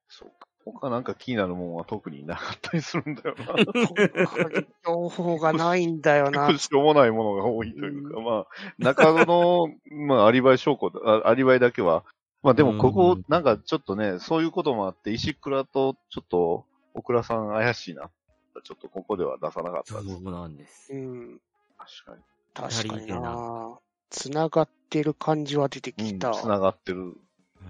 Speaker 6: そうか。他なんか気になるもんは特になかったりするんだよな。
Speaker 2: 他に情報がないんだよ な。
Speaker 6: しょうもないものが多いというか、まあ、中野の、まあ、アリバイ証拠だ、あアリバイだけは、まあでもこ
Speaker 5: う
Speaker 6: こ
Speaker 5: ん、
Speaker 6: なんかちょっとね、そういうこともあって、石倉とちょっと、小倉さん怪しいな。ちょっとここでは出さなかった
Speaker 5: そ
Speaker 6: です。
Speaker 5: うなんです
Speaker 2: う。ん。
Speaker 6: 確
Speaker 2: 確かに
Speaker 5: 二人でな
Speaker 2: なんぁつながってる感じは出て
Speaker 6: かに。
Speaker 2: きた。
Speaker 6: 繋がってる。
Speaker 2: う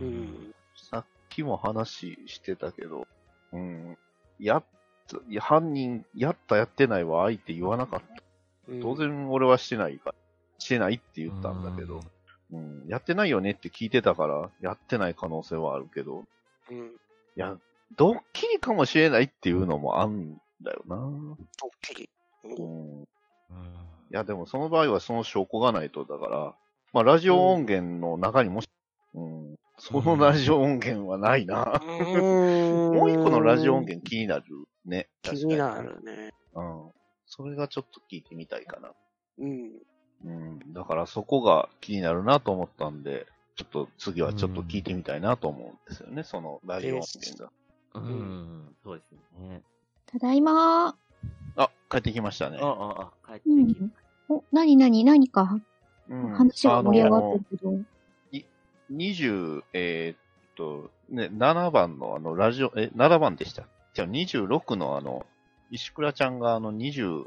Speaker 5: うん
Speaker 2: ん。
Speaker 6: さっきも話してたけど、うん、やっいや犯人、やったやってないは相手言わなかった。
Speaker 2: うん
Speaker 6: 当。然俺はしてないか、してないって言ったんだけど、うん、やってないよねって聞いてたから、やってない可能性はあるけど、
Speaker 2: うん。
Speaker 6: いや、ドッキリかもしれないっていうのもあんだよな。
Speaker 2: ドッキリ。
Speaker 6: う
Speaker 2: うん
Speaker 6: ん、い
Speaker 5: うん。
Speaker 6: や、でもその場合はその証拠がないと、だから、まあ、ラジオ音源の中にもし、うん、そのラジオ音源はないな。もう一個のラジオ音源気になるね。
Speaker 2: 気にな
Speaker 6: 確か
Speaker 2: るね。
Speaker 6: うん。それがちょっと聞いてみたいかな。
Speaker 2: うん。
Speaker 6: うん。だからそこが気になるなと思ったんで、ちょっと次はちょっと聞いてみたいなと思うんですよね、そのラジオ音源が。
Speaker 5: うんん。そうですね。
Speaker 4: ただいまー。
Speaker 6: あ、帰ってきましたね
Speaker 5: あ。あ、あ、帰って
Speaker 4: う
Speaker 5: きて
Speaker 4: ん。お、なになに、何か、
Speaker 6: うん
Speaker 4: 話が盛り上がっ
Speaker 6: あ
Speaker 4: て
Speaker 6: の
Speaker 4: るけど。
Speaker 6: 20、えーっと、ね、7番のあの、ラジオ、え、7番でした。じゃあ26のあの、石倉ちゃんがあの26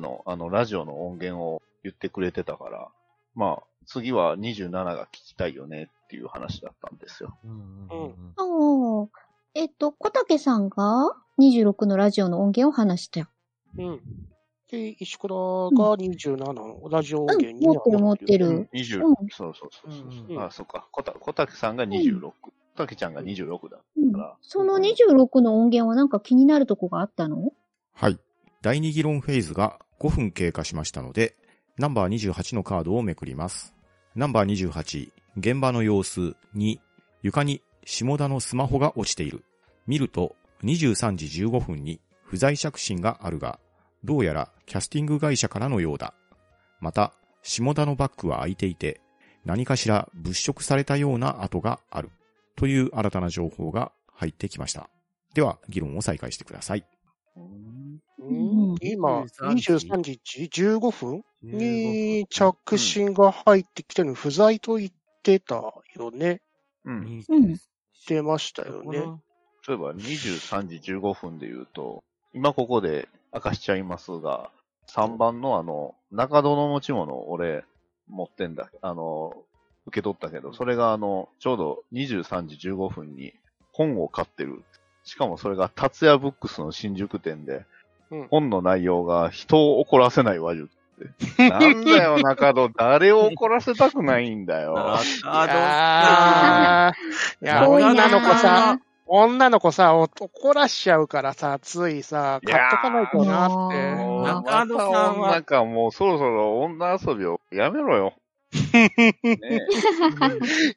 Speaker 6: のあの、ラジオの音源を言ってくれてたから、まあ、次は27が聞きたいよねっていう話だったんですよ。
Speaker 5: うんうんうん
Speaker 4: おーえっと、小竹さんが26のラジオの音源を話したよ。
Speaker 2: うん。で、石倉が27のラジオ音源に
Speaker 4: うん持ってる持ってるうん
Speaker 6: 20、
Speaker 4: うん
Speaker 6: そうそうそうそうそう
Speaker 5: うん
Speaker 6: あ、そっか。こた、小竹さんが26。小竹ちゃんが26だ。
Speaker 4: うん
Speaker 6: ら
Speaker 4: その26の音源はなんか気になるとこがあったの
Speaker 3: はい。第2議論フェーズが5分経過しましたので、ナンバー28のカードをめくります。ナンバー28、現場の様子2、床に下田のスマホが落ちている。見ると、23時15分に不在着信があるが、どうやらキャスティング会社からのようだ。また、下田のバッグは開いていて、何かしら物色されたような跡がある。という新たな情報が入ってきました。では、議論を再開してください。
Speaker 6: うん
Speaker 2: うん今、23
Speaker 5: 23
Speaker 2: 時15分に
Speaker 5: 15分
Speaker 2: 着信が入ってきてるの不在と言ってたよね。
Speaker 6: うん。
Speaker 4: うん
Speaker 2: 出ましたよね。
Speaker 6: 例えば23時15分で言うと、今ここで明かしちゃいますが、3番のあの、中戸の持ち物、俺、持ってんだ、あの、受け取ったけど、それがあの、ちょうど23時15分に本を買ってる。しかもそれが達也ブックスの新宿店で、
Speaker 2: うん
Speaker 6: 本の内容が人を怒らせない話術 って。なんだよ、中戸、誰を怒らせたくないんだよ。
Speaker 5: あ
Speaker 2: いや、
Speaker 5: 多いな
Speaker 2: 女の子さ、女の子さ、お怒らしちゃうからさ、ついさ、買っとかないとなっ
Speaker 4: いや
Speaker 2: て。
Speaker 4: ー
Speaker 6: もう
Speaker 5: 中野さんは
Speaker 6: また女か、もうそろそろ女遊びをやめろ よ。ねえ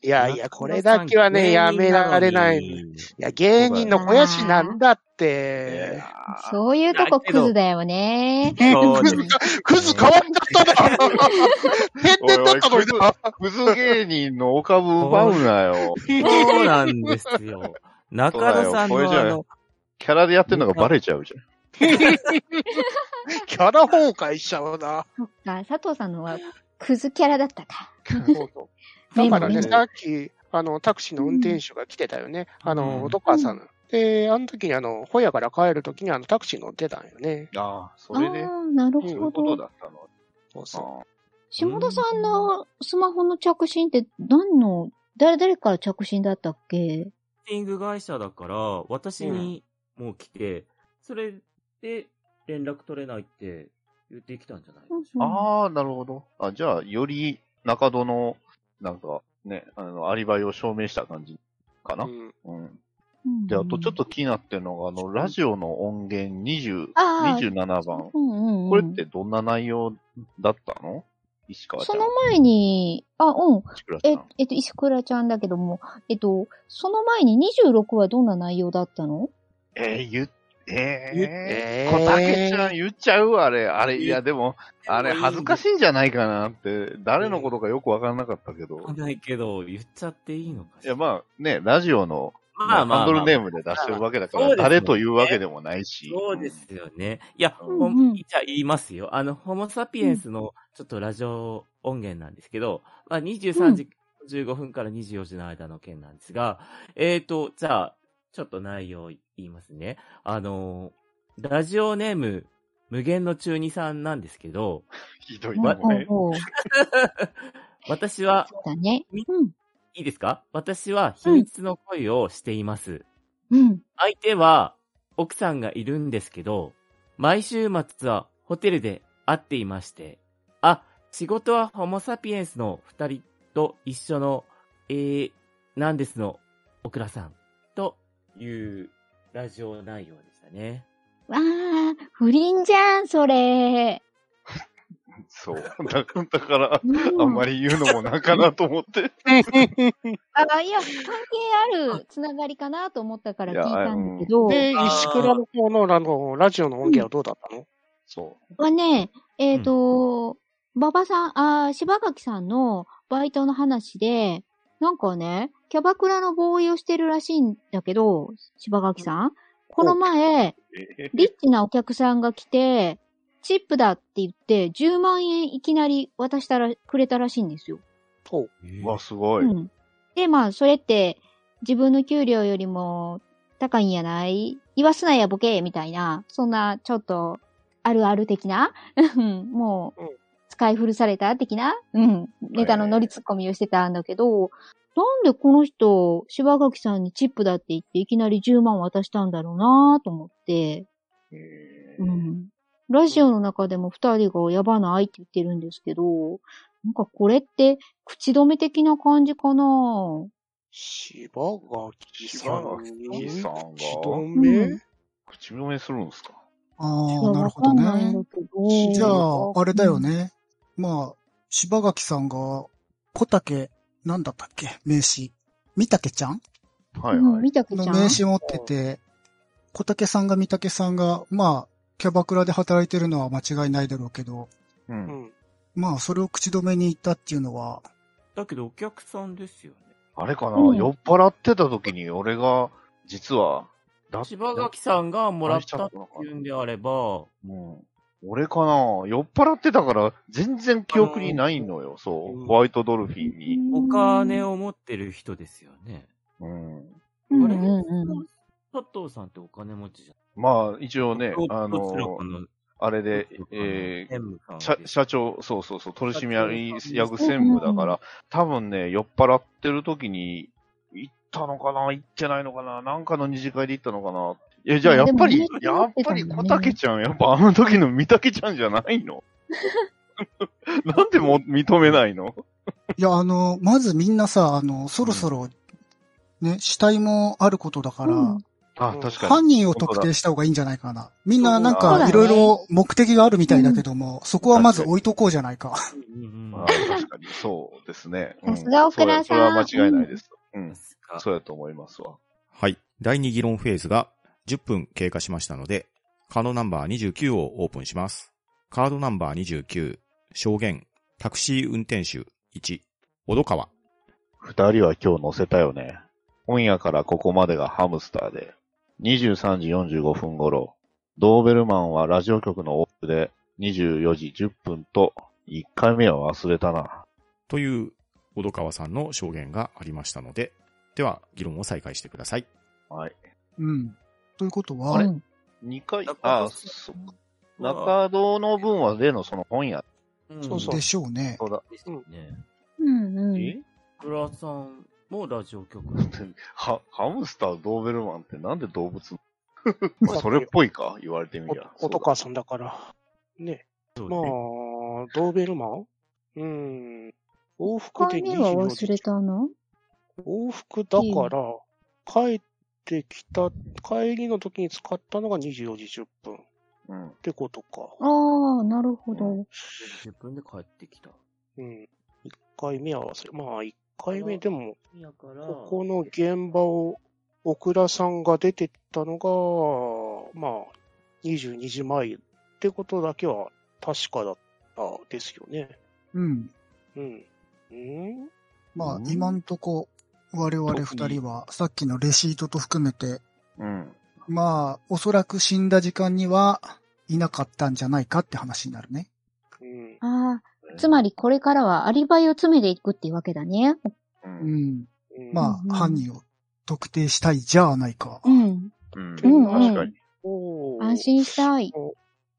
Speaker 2: いやいや、これだけはね、やめられない。いや、芸人の肥やしなんだっ
Speaker 6: いやい
Speaker 2: て。
Speaker 6: や
Speaker 4: そういうとこクズだよね。
Speaker 5: そうです
Speaker 2: クズ変わっちゃったな。 変
Speaker 6: おい
Speaker 2: 天だったのにな。
Speaker 6: クズ芸人のお株奪うなよ。
Speaker 5: そうなんですよ。中野さん
Speaker 6: そうだよこれじゃ
Speaker 5: のあ
Speaker 6: ない
Speaker 5: の、
Speaker 6: キャラでやってんのがバレちゃうじゃん。
Speaker 2: キャラ崩壊しちゃうな。
Speaker 4: そっか、佐藤さんのはクズキャラだったか。
Speaker 2: だからね、
Speaker 6: メモメモ
Speaker 2: さっき、あの、タクシーの運転手が来てたよね。
Speaker 5: うん
Speaker 2: あ
Speaker 5: うん
Speaker 2: の、お母さん。で、あの時にあの、ホヤから帰る時にあの、タクシー乗ってたんよね。
Speaker 6: ああ、そ
Speaker 4: ああ
Speaker 6: れで、
Speaker 4: ー、なる
Speaker 6: そういう
Speaker 4: ほ
Speaker 6: こと
Speaker 4: ど。
Speaker 6: だったの。
Speaker 2: そうそう。
Speaker 4: 下田さんのスマホの着信って何の、誰、誰から着信だったっけ
Speaker 5: キャスティング会社だから、私にもう来て、それで連絡取れないって言ってきたんじゃない
Speaker 6: ああ、なるほど。あ、じゃあ、より中戸の、なんか、ね、あの、アリバイを証明した感じかな。
Speaker 2: うん
Speaker 6: うん。
Speaker 4: うん
Speaker 6: で、あとちょっと、気になってるのが、あの、ラジオの音源20、
Speaker 4: あー
Speaker 6: 27番。
Speaker 4: うんうんうん
Speaker 6: これってどんな内容だったの石川ちゃ
Speaker 4: そ
Speaker 6: ん。
Speaker 4: の前に、あ、うん。
Speaker 6: 石倉ちゃ
Speaker 4: え
Speaker 6: ん。、
Speaker 4: えっと、石倉ちゃんだけども、えっと、その前に26はどんな内容だったの
Speaker 6: えー、言
Speaker 2: 言
Speaker 6: っ、
Speaker 2: っ
Speaker 6: え
Speaker 2: え
Speaker 6: ー、
Speaker 2: ー
Speaker 6: こたけちゃん言っちゃうあれ。あれ、いやでも、あれ
Speaker 2: いい
Speaker 6: 恥ずかしいんじゃないかなって、誰のことかよくわからなかったけど
Speaker 5: わか。んないけど、言っちゃっていいのか
Speaker 6: いや、まあね、ラジオの、
Speaker 5: まあまあまあ
Speaker 6: ハンドルネームで出してるわけだか
Speaker 5: そ
Speaker 6: ら、
Speaker 5: うですよね
Speaker 6: 誰というわけでもないし。
Speaker 5: そうですよね。いや、
Speaker 6: うん
Speaker 5: ほ
Speaker 4: うんうん
Speaker 5: ん、じゃあ言いますよ。あの、ホモサピエンスのちょっとラジオ音源なんですけど、まあ、23時15分から24時の間の件なんですが、えーと、じゃあ、ちょっと内容言いますね。あのーラジオネーム、無限の中二さんなんですけど、
Speaker 6: ひどい
Speaker 4: お
Speaker 6: な、
Speaker 4: う
Speaker 6: これ。
Speaker 4: おうおう
Speaker 5: 私は、
Speaker 4: そうだね。うん。
Speaker 5: いいですか私は秘密の恋をしています。
Speaker 4: うん。
Speaker 5: 相手は奥さんがいるんですけど、毎週末はホテルで会っていまして、あ、仕事はホモサピエンスの二人と一緒の、えー、なんですの、オクラさん、というラジオ内容でしたね。
Speaker 4: わー、不倫じゃん、それ。
Speaker 6: そう。だからだから、
Speaker 4: うん、
Speaker 6: あんまり言うのもなんかなと思って。
Speaker 4: あ、いや、関係あるつながりかなと思ったから聞いたんだけど、
Speaker 2: で、
Speaker 5: あー
Speaker 2: 石倉の方のあのラジオの音源はどうだったの
Speaker 6: そ
Speaker 4: はね、えっ、と、馬場さん、あー柴垣さんのバイトの話で、なんかね、キャバクラのボーイをしてるらしいんだけど、柴垣さん。この前、
Speaker 6: う。え
Speaker 4: リッチなお客さんが来て、チップだって言って、10万円いきなり渡したら、くれたらしいんですよ。
Speaker 2: お
Speaker 6: ー、わ、すごい。
Speaker 4: うん。で、まあ、それって、自分の給料よりも高いんやない言わすなやボケみたいな、そんな、ちょっと、あるある的なうんもう
Speaker 2: うん、
Speaker 4: 使い古された的なうん。ネタの乗りツッコミをしてたんだけど、なんでこの人、柴垣さんにチップだって言って、いきなり10万渡したんだろうなと思って、
Speaker 6: え
Speaker 4: う
Speaker 6: ー
Speaker 4: ん。ラジオの中でも二人がやばないって言ってるんですけど、なんかこれって口止め的な感じかな
Speaker 2: 柴垣さんに
Speaker 6: 柴垣さんが
Speaker 2: 口止め
Speaker 4: う
Speaker 6: 口止めするんですか
Speaker 4: い
Speaker 1: あ
Speaker 4: や
Speaker 1: あ、なる
Speaker 4: わ
Speaker 1: ほ
Speaker 4: か
Speaker 1: ど
Speaker 4: んないん
Speaker 1: ね
Speaker 4: だ。けど。
Speaker 1: じゃあ、あれだよ
Speaker 4: うん。
Speaker 1: ね。まあ、柴垣さんが、小竹、なんだったっけ名刺。三竹ちゃん
Speaker 6: はい
Speaker 4: うん、
Speaker 6: はい。
Speaker 4: 見たけちゃ
Speaker 1: の
Speaker 4: ん。
Speaker 1: 名刺持ってて、小竹さんが三竹さんが、まあ、キャバクラで働いてるのは間違いないだろうけど、
Speaker 6: う。
Speaker 2: うんん。
Speaker 1: まあ、それを口止めに行ったっていうのは、
Speaker 5: だけどお客さんですよね。
Speaker 6: あれかな、
Speaker 4: うん
Speaker 6: 酔っ払ってた時に俺が、実は、だ
Speaker 5: 柴垣さんがもらったっていうんであれ
Speaker 6: う
Speaker 5: ば、
Speaker 6: ん。俺かな酔っ払ってたから、全然記憶にないのよ、そうう。
Speaker 2: ん
Speaker 6: ホワイトドルフィンに。
Speaker 5: お金を持ってる人ですよね。
Speaker 6: うん。
Speaker 4: うん
Speaker 5: あ
Speaker 4: う
Speaker 5: れ
Speaker 4: んうん。
Speaker 5: 佐藤さんってお金持ちじゃん。
Speaker 6: まあ、一応ね
Speaker 5: ど、
Speaker 6: あ
Speaker 5: どちら
Speaker 6: の、
Speaker 5: かの
Speaker 6: あれで
Speaker 5: どちらか、の
Speaker 6: えー
Speaker 5: 専務さん
Speaker 6: 社
Speaker 5: です
Speaker 6: 社長、そうそうそう、取締役
Speaker 5: 社長
Speaker 6: 専務だか
Speaker 4: うんうん
Speaker 6: ら、多分ね、酔っ払ってる時に、行ったのかな行ってないのかななんかの二次会で行ったのかないや、じゃあ
Speaker 4: ま
Speaker 6: や
Speaker 4: あ
Speaker 6: っぱり
Speaker 4: でも、
Speaker 6: やっぱり
Speaker 4: 酔っ払ってた
Speaker 6: 小
Speaker 4: んだね
Speaker 6: 竹ちゃん、やっぱあの時の三竹ちゃんじゃな いのなんでも認めないの
Speaker 1: いや、あの、まずみんなさ、あの、そろそろ、ね、死体もあることだから、
Speaker 4: うん
Speaker 6: あ
Speaker 2: う、ん
Speaker 6: 確かに。
Speaker 1: 犯人を特定した方がいいんじゃないかな。みんななん
Speaker 6: そうだ
Speaker 1: か
Speaker 6: ね
Speaker 1: いろいろ目的があるみたいだけども、そこはまず置いとこうじゃないか。
Speaker 5: うんうんうん
Speaker 6: あ確かに、そうですね。うん
Speaker 4: さすが奥田
Speaker 6: それは
Speaker 4: さん
Speaker 6: それは間違いないです。うん。
Speaker 5: ですか
Speaker 6: そうやと思いますわ。
Speaker 3: はい。第2議論フェーズが10分経過しましたので、カードナンバー29をオープンします。カードナンバー29、証言、タクシー運転手1、小戸川。
Speaker 6: 二人は今日乗せたよね。今夜からここまでがハムスターで、23時45分頃、ドーベルマンはラジオ局のオープで24時10分と、1回目は忘れたな。
Speaker 3: という小戸川さんの証言がありましたので、では、議論を再開してください。
Speaker 6: はい。
Speaker 1: うん。ということ
Speaker 6: あれ
Speaker 1: は、
Speaker 6: 2回
Speaker 5: 中、
Speaker 6: あ、
Speaker 5: 戸
Speaker 6: そっか
Speaker 5: は
Speaker 6: 中堂の分は例のその本屋。
Speaker 5: うん
Speaker 2: そうそう
Speaker 1: でしょうね。
Speaker 6: そうだ。
Speaker 5: ですよね。
Speaker 4: うんうん。
Speaker 6: え
Speaker 5: ブラさんもラジオ局。
Speaker 6: は、ハムスター、ドーベルマンってなんで動物
Speaker 2: まあ
Speaker 6: それっぽいか言われてみりゃ。
Speaker 2: おおとかさんだから。ね。
Speaker 5: そう
Speaker 2: まあ
Speaker 5: ね、
Speaker 2: ドーベルマンうん。往復
Speaker 4: 他
Speaker 2: で
Speaker 4: に
Speaker 2: 2
Speaker 4: は
Speaker 2: 時ま
Speaker 4: 忘れ
Speaker 2: で。
Speaker 4: たの
Speaker 2: 往復だから、帰ってきた、帰りの時に使ったのが24時10分っ
Speaker 6: うん。
Speaker 2: てことか。
Speaker 4: ああ、なるほど。
Speaker 5: 10分で帰ってきた。
Speaker 2: うん。1回目は忘れ、まあ1回目でも、
Speaker 5: やから、
Speaker 2: ここの現場を、小倉さんが出てったのが、まあ、22時前ってことだけは確かだったですよね。
Speaker 1: うん。
Speaker 2: うん。うん
Speaker 1: まあ
Speaker 6: う、ん
Speaker 1: 今んとこ、我々二人は、さっきのレシートと含めて、
Speaker 6: うん。
Speaker 1: まあ、おそらく死んだ時間にはいなかったんじゃないかって話になるね。
Speaker 2: うん。
Speaker 4: ああ、つまりこれからはアリバイを詰めていくっていうわけだね。
Speaker 1: う
Speaker 6: う。
Speaker 1: んん。
Speaker 2: うん
Speaker 1: ま
Speaker 4: うん
Speaker 1: あ、犯人を特定したいじゃないか。
Speaker 4: うん。
Speaker 6: うん。
Speaker 2: うん
Speaker 6: 確かに。
Speaker 2: おー
Speaker 4: 安心したい。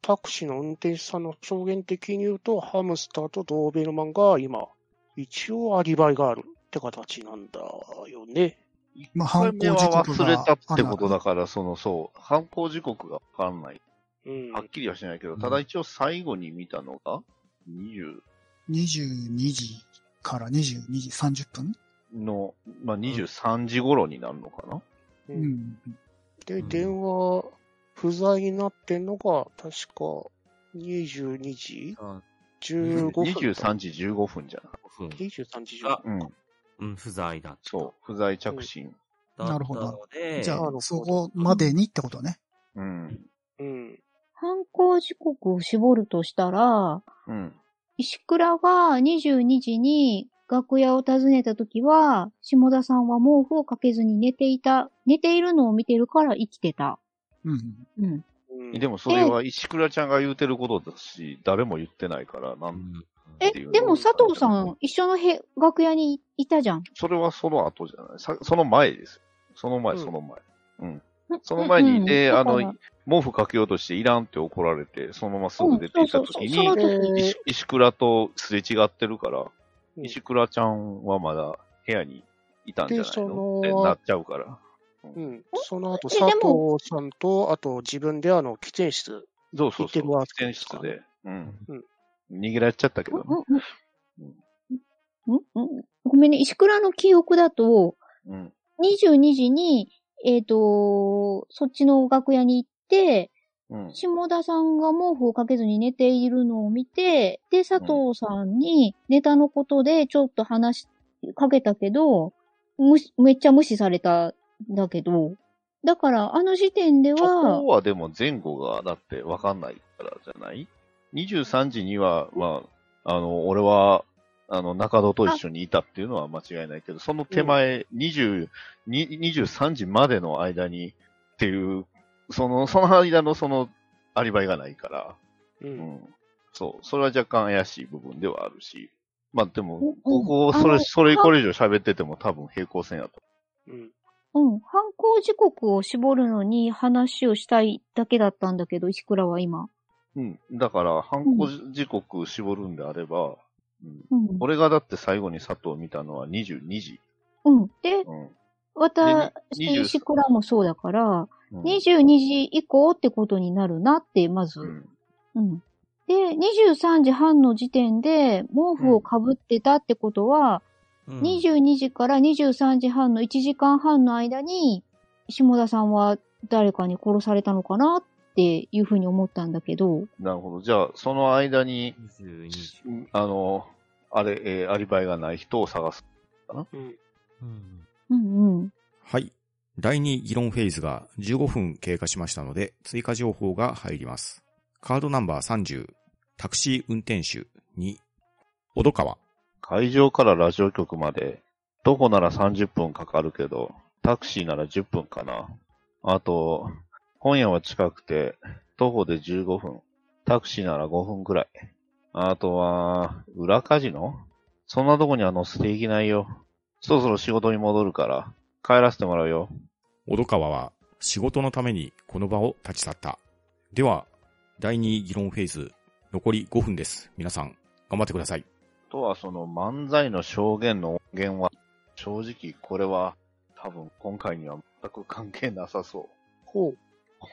Speaker 2: タクシーの運転手さんの証言的に言うと、ハムスターとドーベルマンが今、一応アリバイがあるって形なんだよね。
Speaker 1: まあ、犯
Speaker 6: 一回
Speaker 1: 行
Speaker 6: 目
Speaker 1: 時
Speaker 6: は
Speaker 1: 刻
Speaker 6: 忘れた
Speaker 1: が
Speaker 6: ってことだから、その、そう、犯行時刻がわかんない。
Speaker 2: うん。
Speaker 6: はっきりはしないけど、ただ一応最後に見たのが、20
Speaker 1: 22時から22時30分
Speaker 6: の、まあ、23時頃になるのかな
Speaker 2: う、
Speaker 1: うんん。
Speaker 2: で、電話、不在になってんのが、確か、22時
Speaker 5: あ
Speaker 2: ?15 分。
Speaker 6: ?23 時15分じゃない
Speaker 5: 5分。
Speaker 2: 23時
Speaker 5: あ
Speaker 2: 15
Speaker 6: うん。
Speaker 5: うん、不在だった。
Speaker 6: そう。不在着信。
Speaker 5: だった
Speaker 1: なるほど
Speaker 5: ので、
Speaker 1: じゃ
Speaker 2: な
Speaker 1: あ
Speaker 2: るほ、ど
Speaker 1: そこまでにってことね。
Speaker 6: うん。
Speaker 2: うん。
Speaker 4: 犯行時刻を絞るとしたら、
Speaker 6: うん。
Speaker 4: 石倉が22時に楽屋を訪ねた時は、下田さんは毛布をかけずに寝ていた。寝ているのを見てるから生きてた。
Speaker 1: うん。
Speaker 4: うん。
Speaker 2: うん。
Speaker 6: でもそれは石倉ちゃんが言うてることだし、誰も言ってないから、な、
Speaker 5: うんん
Speaker 4: え、
Speaker 6: っていうの
Speaker 4: でも佐藤さん、一緒のへ楽屋にいたじゃん。
Speaker 6: それはその後じゃない。さその前ですよ。その前、
Speaker 2: うん
Speaker 6: その前。
Speaker 4: ん
Speaker 6: その前に、
Speaker 4: うん
Speaker 6: で、
Speaker 4: だ
Speaker 6: あ
Speaker 4: から
Speaker 6: の、毛布かけようとしていらんって怒られて、そのまますぐ出ていった時
Speaker 4: うんそうそうそうそ
Speaker 6: に
Speaker 4: の、時
Speaker 2: え
Speaker 6: 石石倉とすれ違ってるから、
Speaker 2: うん
Speaker 6: 石倉ちゃんはまだ部屋にいたんじゃな
Speaker 2: で
Speaker 6: い
Speaker 2: そ
Speaker 6: の
Speaker 2: の
Speaker 6: ってなっちゃうから。
Speaker 2: ーうん。その後、
Speaker 4: えで
Speaker 2: 佐
Speaker 4: も
Speaker 2: 藤さんと、あと自分であの、喫煙室。
Speaker 6: そうそ
Speaker 2: 行
Speaker 6: うそ
Speaker 2: ってるわ
Speaker 6: う。喫煙室で。うん。
Speaker 2: うん
Speaker 6: 逃げられちゃったけどね。
Speaker 4: んんんごめんね、石倉の記憶だと、
Speaker 6: うん。
Speaker 4: 22時に、えっ、と、そっちの楽屋に行って、
Speaker 6: うん。
Speaker 4: 下田さんが毛布をかけずに寝ているのを見て、で、佐藤さんにネタのことでちょっと話しかけたけど、無視めっちゃ無視されたんだけど、だからあの時点で
Speaker 6: そ
Speaker 4: は
Speaker 6: こ、はでも前後がだってわかんないからじゃない ?23 時には、まあ、あの、俺は、あの、中戸と一緒にいたっていうのは間違いないけど、その手前、20、に23時までの間にっていう、その、その間のその、アリバイがないから、
Speaker 2: う。
Speaker 6: うんん。そう、それは若干怪しい部分ではあるし、まあで
Speaker 4: うん
Speaker 6: も、ここ、そ
Speaker 4: あの
Speaker 6: れ、それこれ以上喋ってても多分平行線やと。
Speaker 2: うん。
Speaker 4: うん、犯行時刻を絞るのに話をしたいだけだったんだけど、石倉は今。
Speaker 6: うん。だから、犯行時刻絞るんであれば、うん、
Speaker 4: うん。
Speaker 6: 俺がだって最後に佐藤を見たのは22時。
Speaker 4: うん。で、
Speaker 6: うん。
Speaker 4: 私、
Speaker 6: で20
Speaker 4: 石倉もそうだから、
Speaker 6: うん
Speaker 4: 22時以降ってことになるなって、まず。
Speaker 6: うん。
Speaker 4: うん。で、23時半の時点で毛布をかぶってたってことは、
Speaker 5: うん
Speaker 4: 22時から23時半の1時間半の間に、下田さんは誰かに殺されたのかなっていうふうに思ったんだけど、
Speaker 6: なるほど。じゃあ、その間に、
Speaker 5: 22時。
Speaker 6: うんあの、あれ、えーアリバイがない人を探す。
Speaker 2: うん。
Speaker 5: うん
Speaker 4: うんうん。
Speaker 3: はい。第2議論フェーズが15分経過しましたので、追加情報が入ります。カードナンバー30、タクシー運転手2、小戸川。
Speaker 6: 会場からラジオ局まで、どこなら30分かかるけど、タクシーなら10分かな。あと、本屋は近くて、徒歩で15分。タクシーなら5分くらい。あとは、裏カジノそんなとこには載せていけないよ。そろそろ仕事に戻るから、帰らせてもらうよ。
Speaker 3: 小戸川は仕事のためにこの場を立ち去った。では、第2議論フェーズ、残り5分です。皆さん、頑張ってください。
Speaker 6: あとはその漫才の証言の音源は、正直これは多分今回には全く関係なさそう。
Speaker 2: ほう。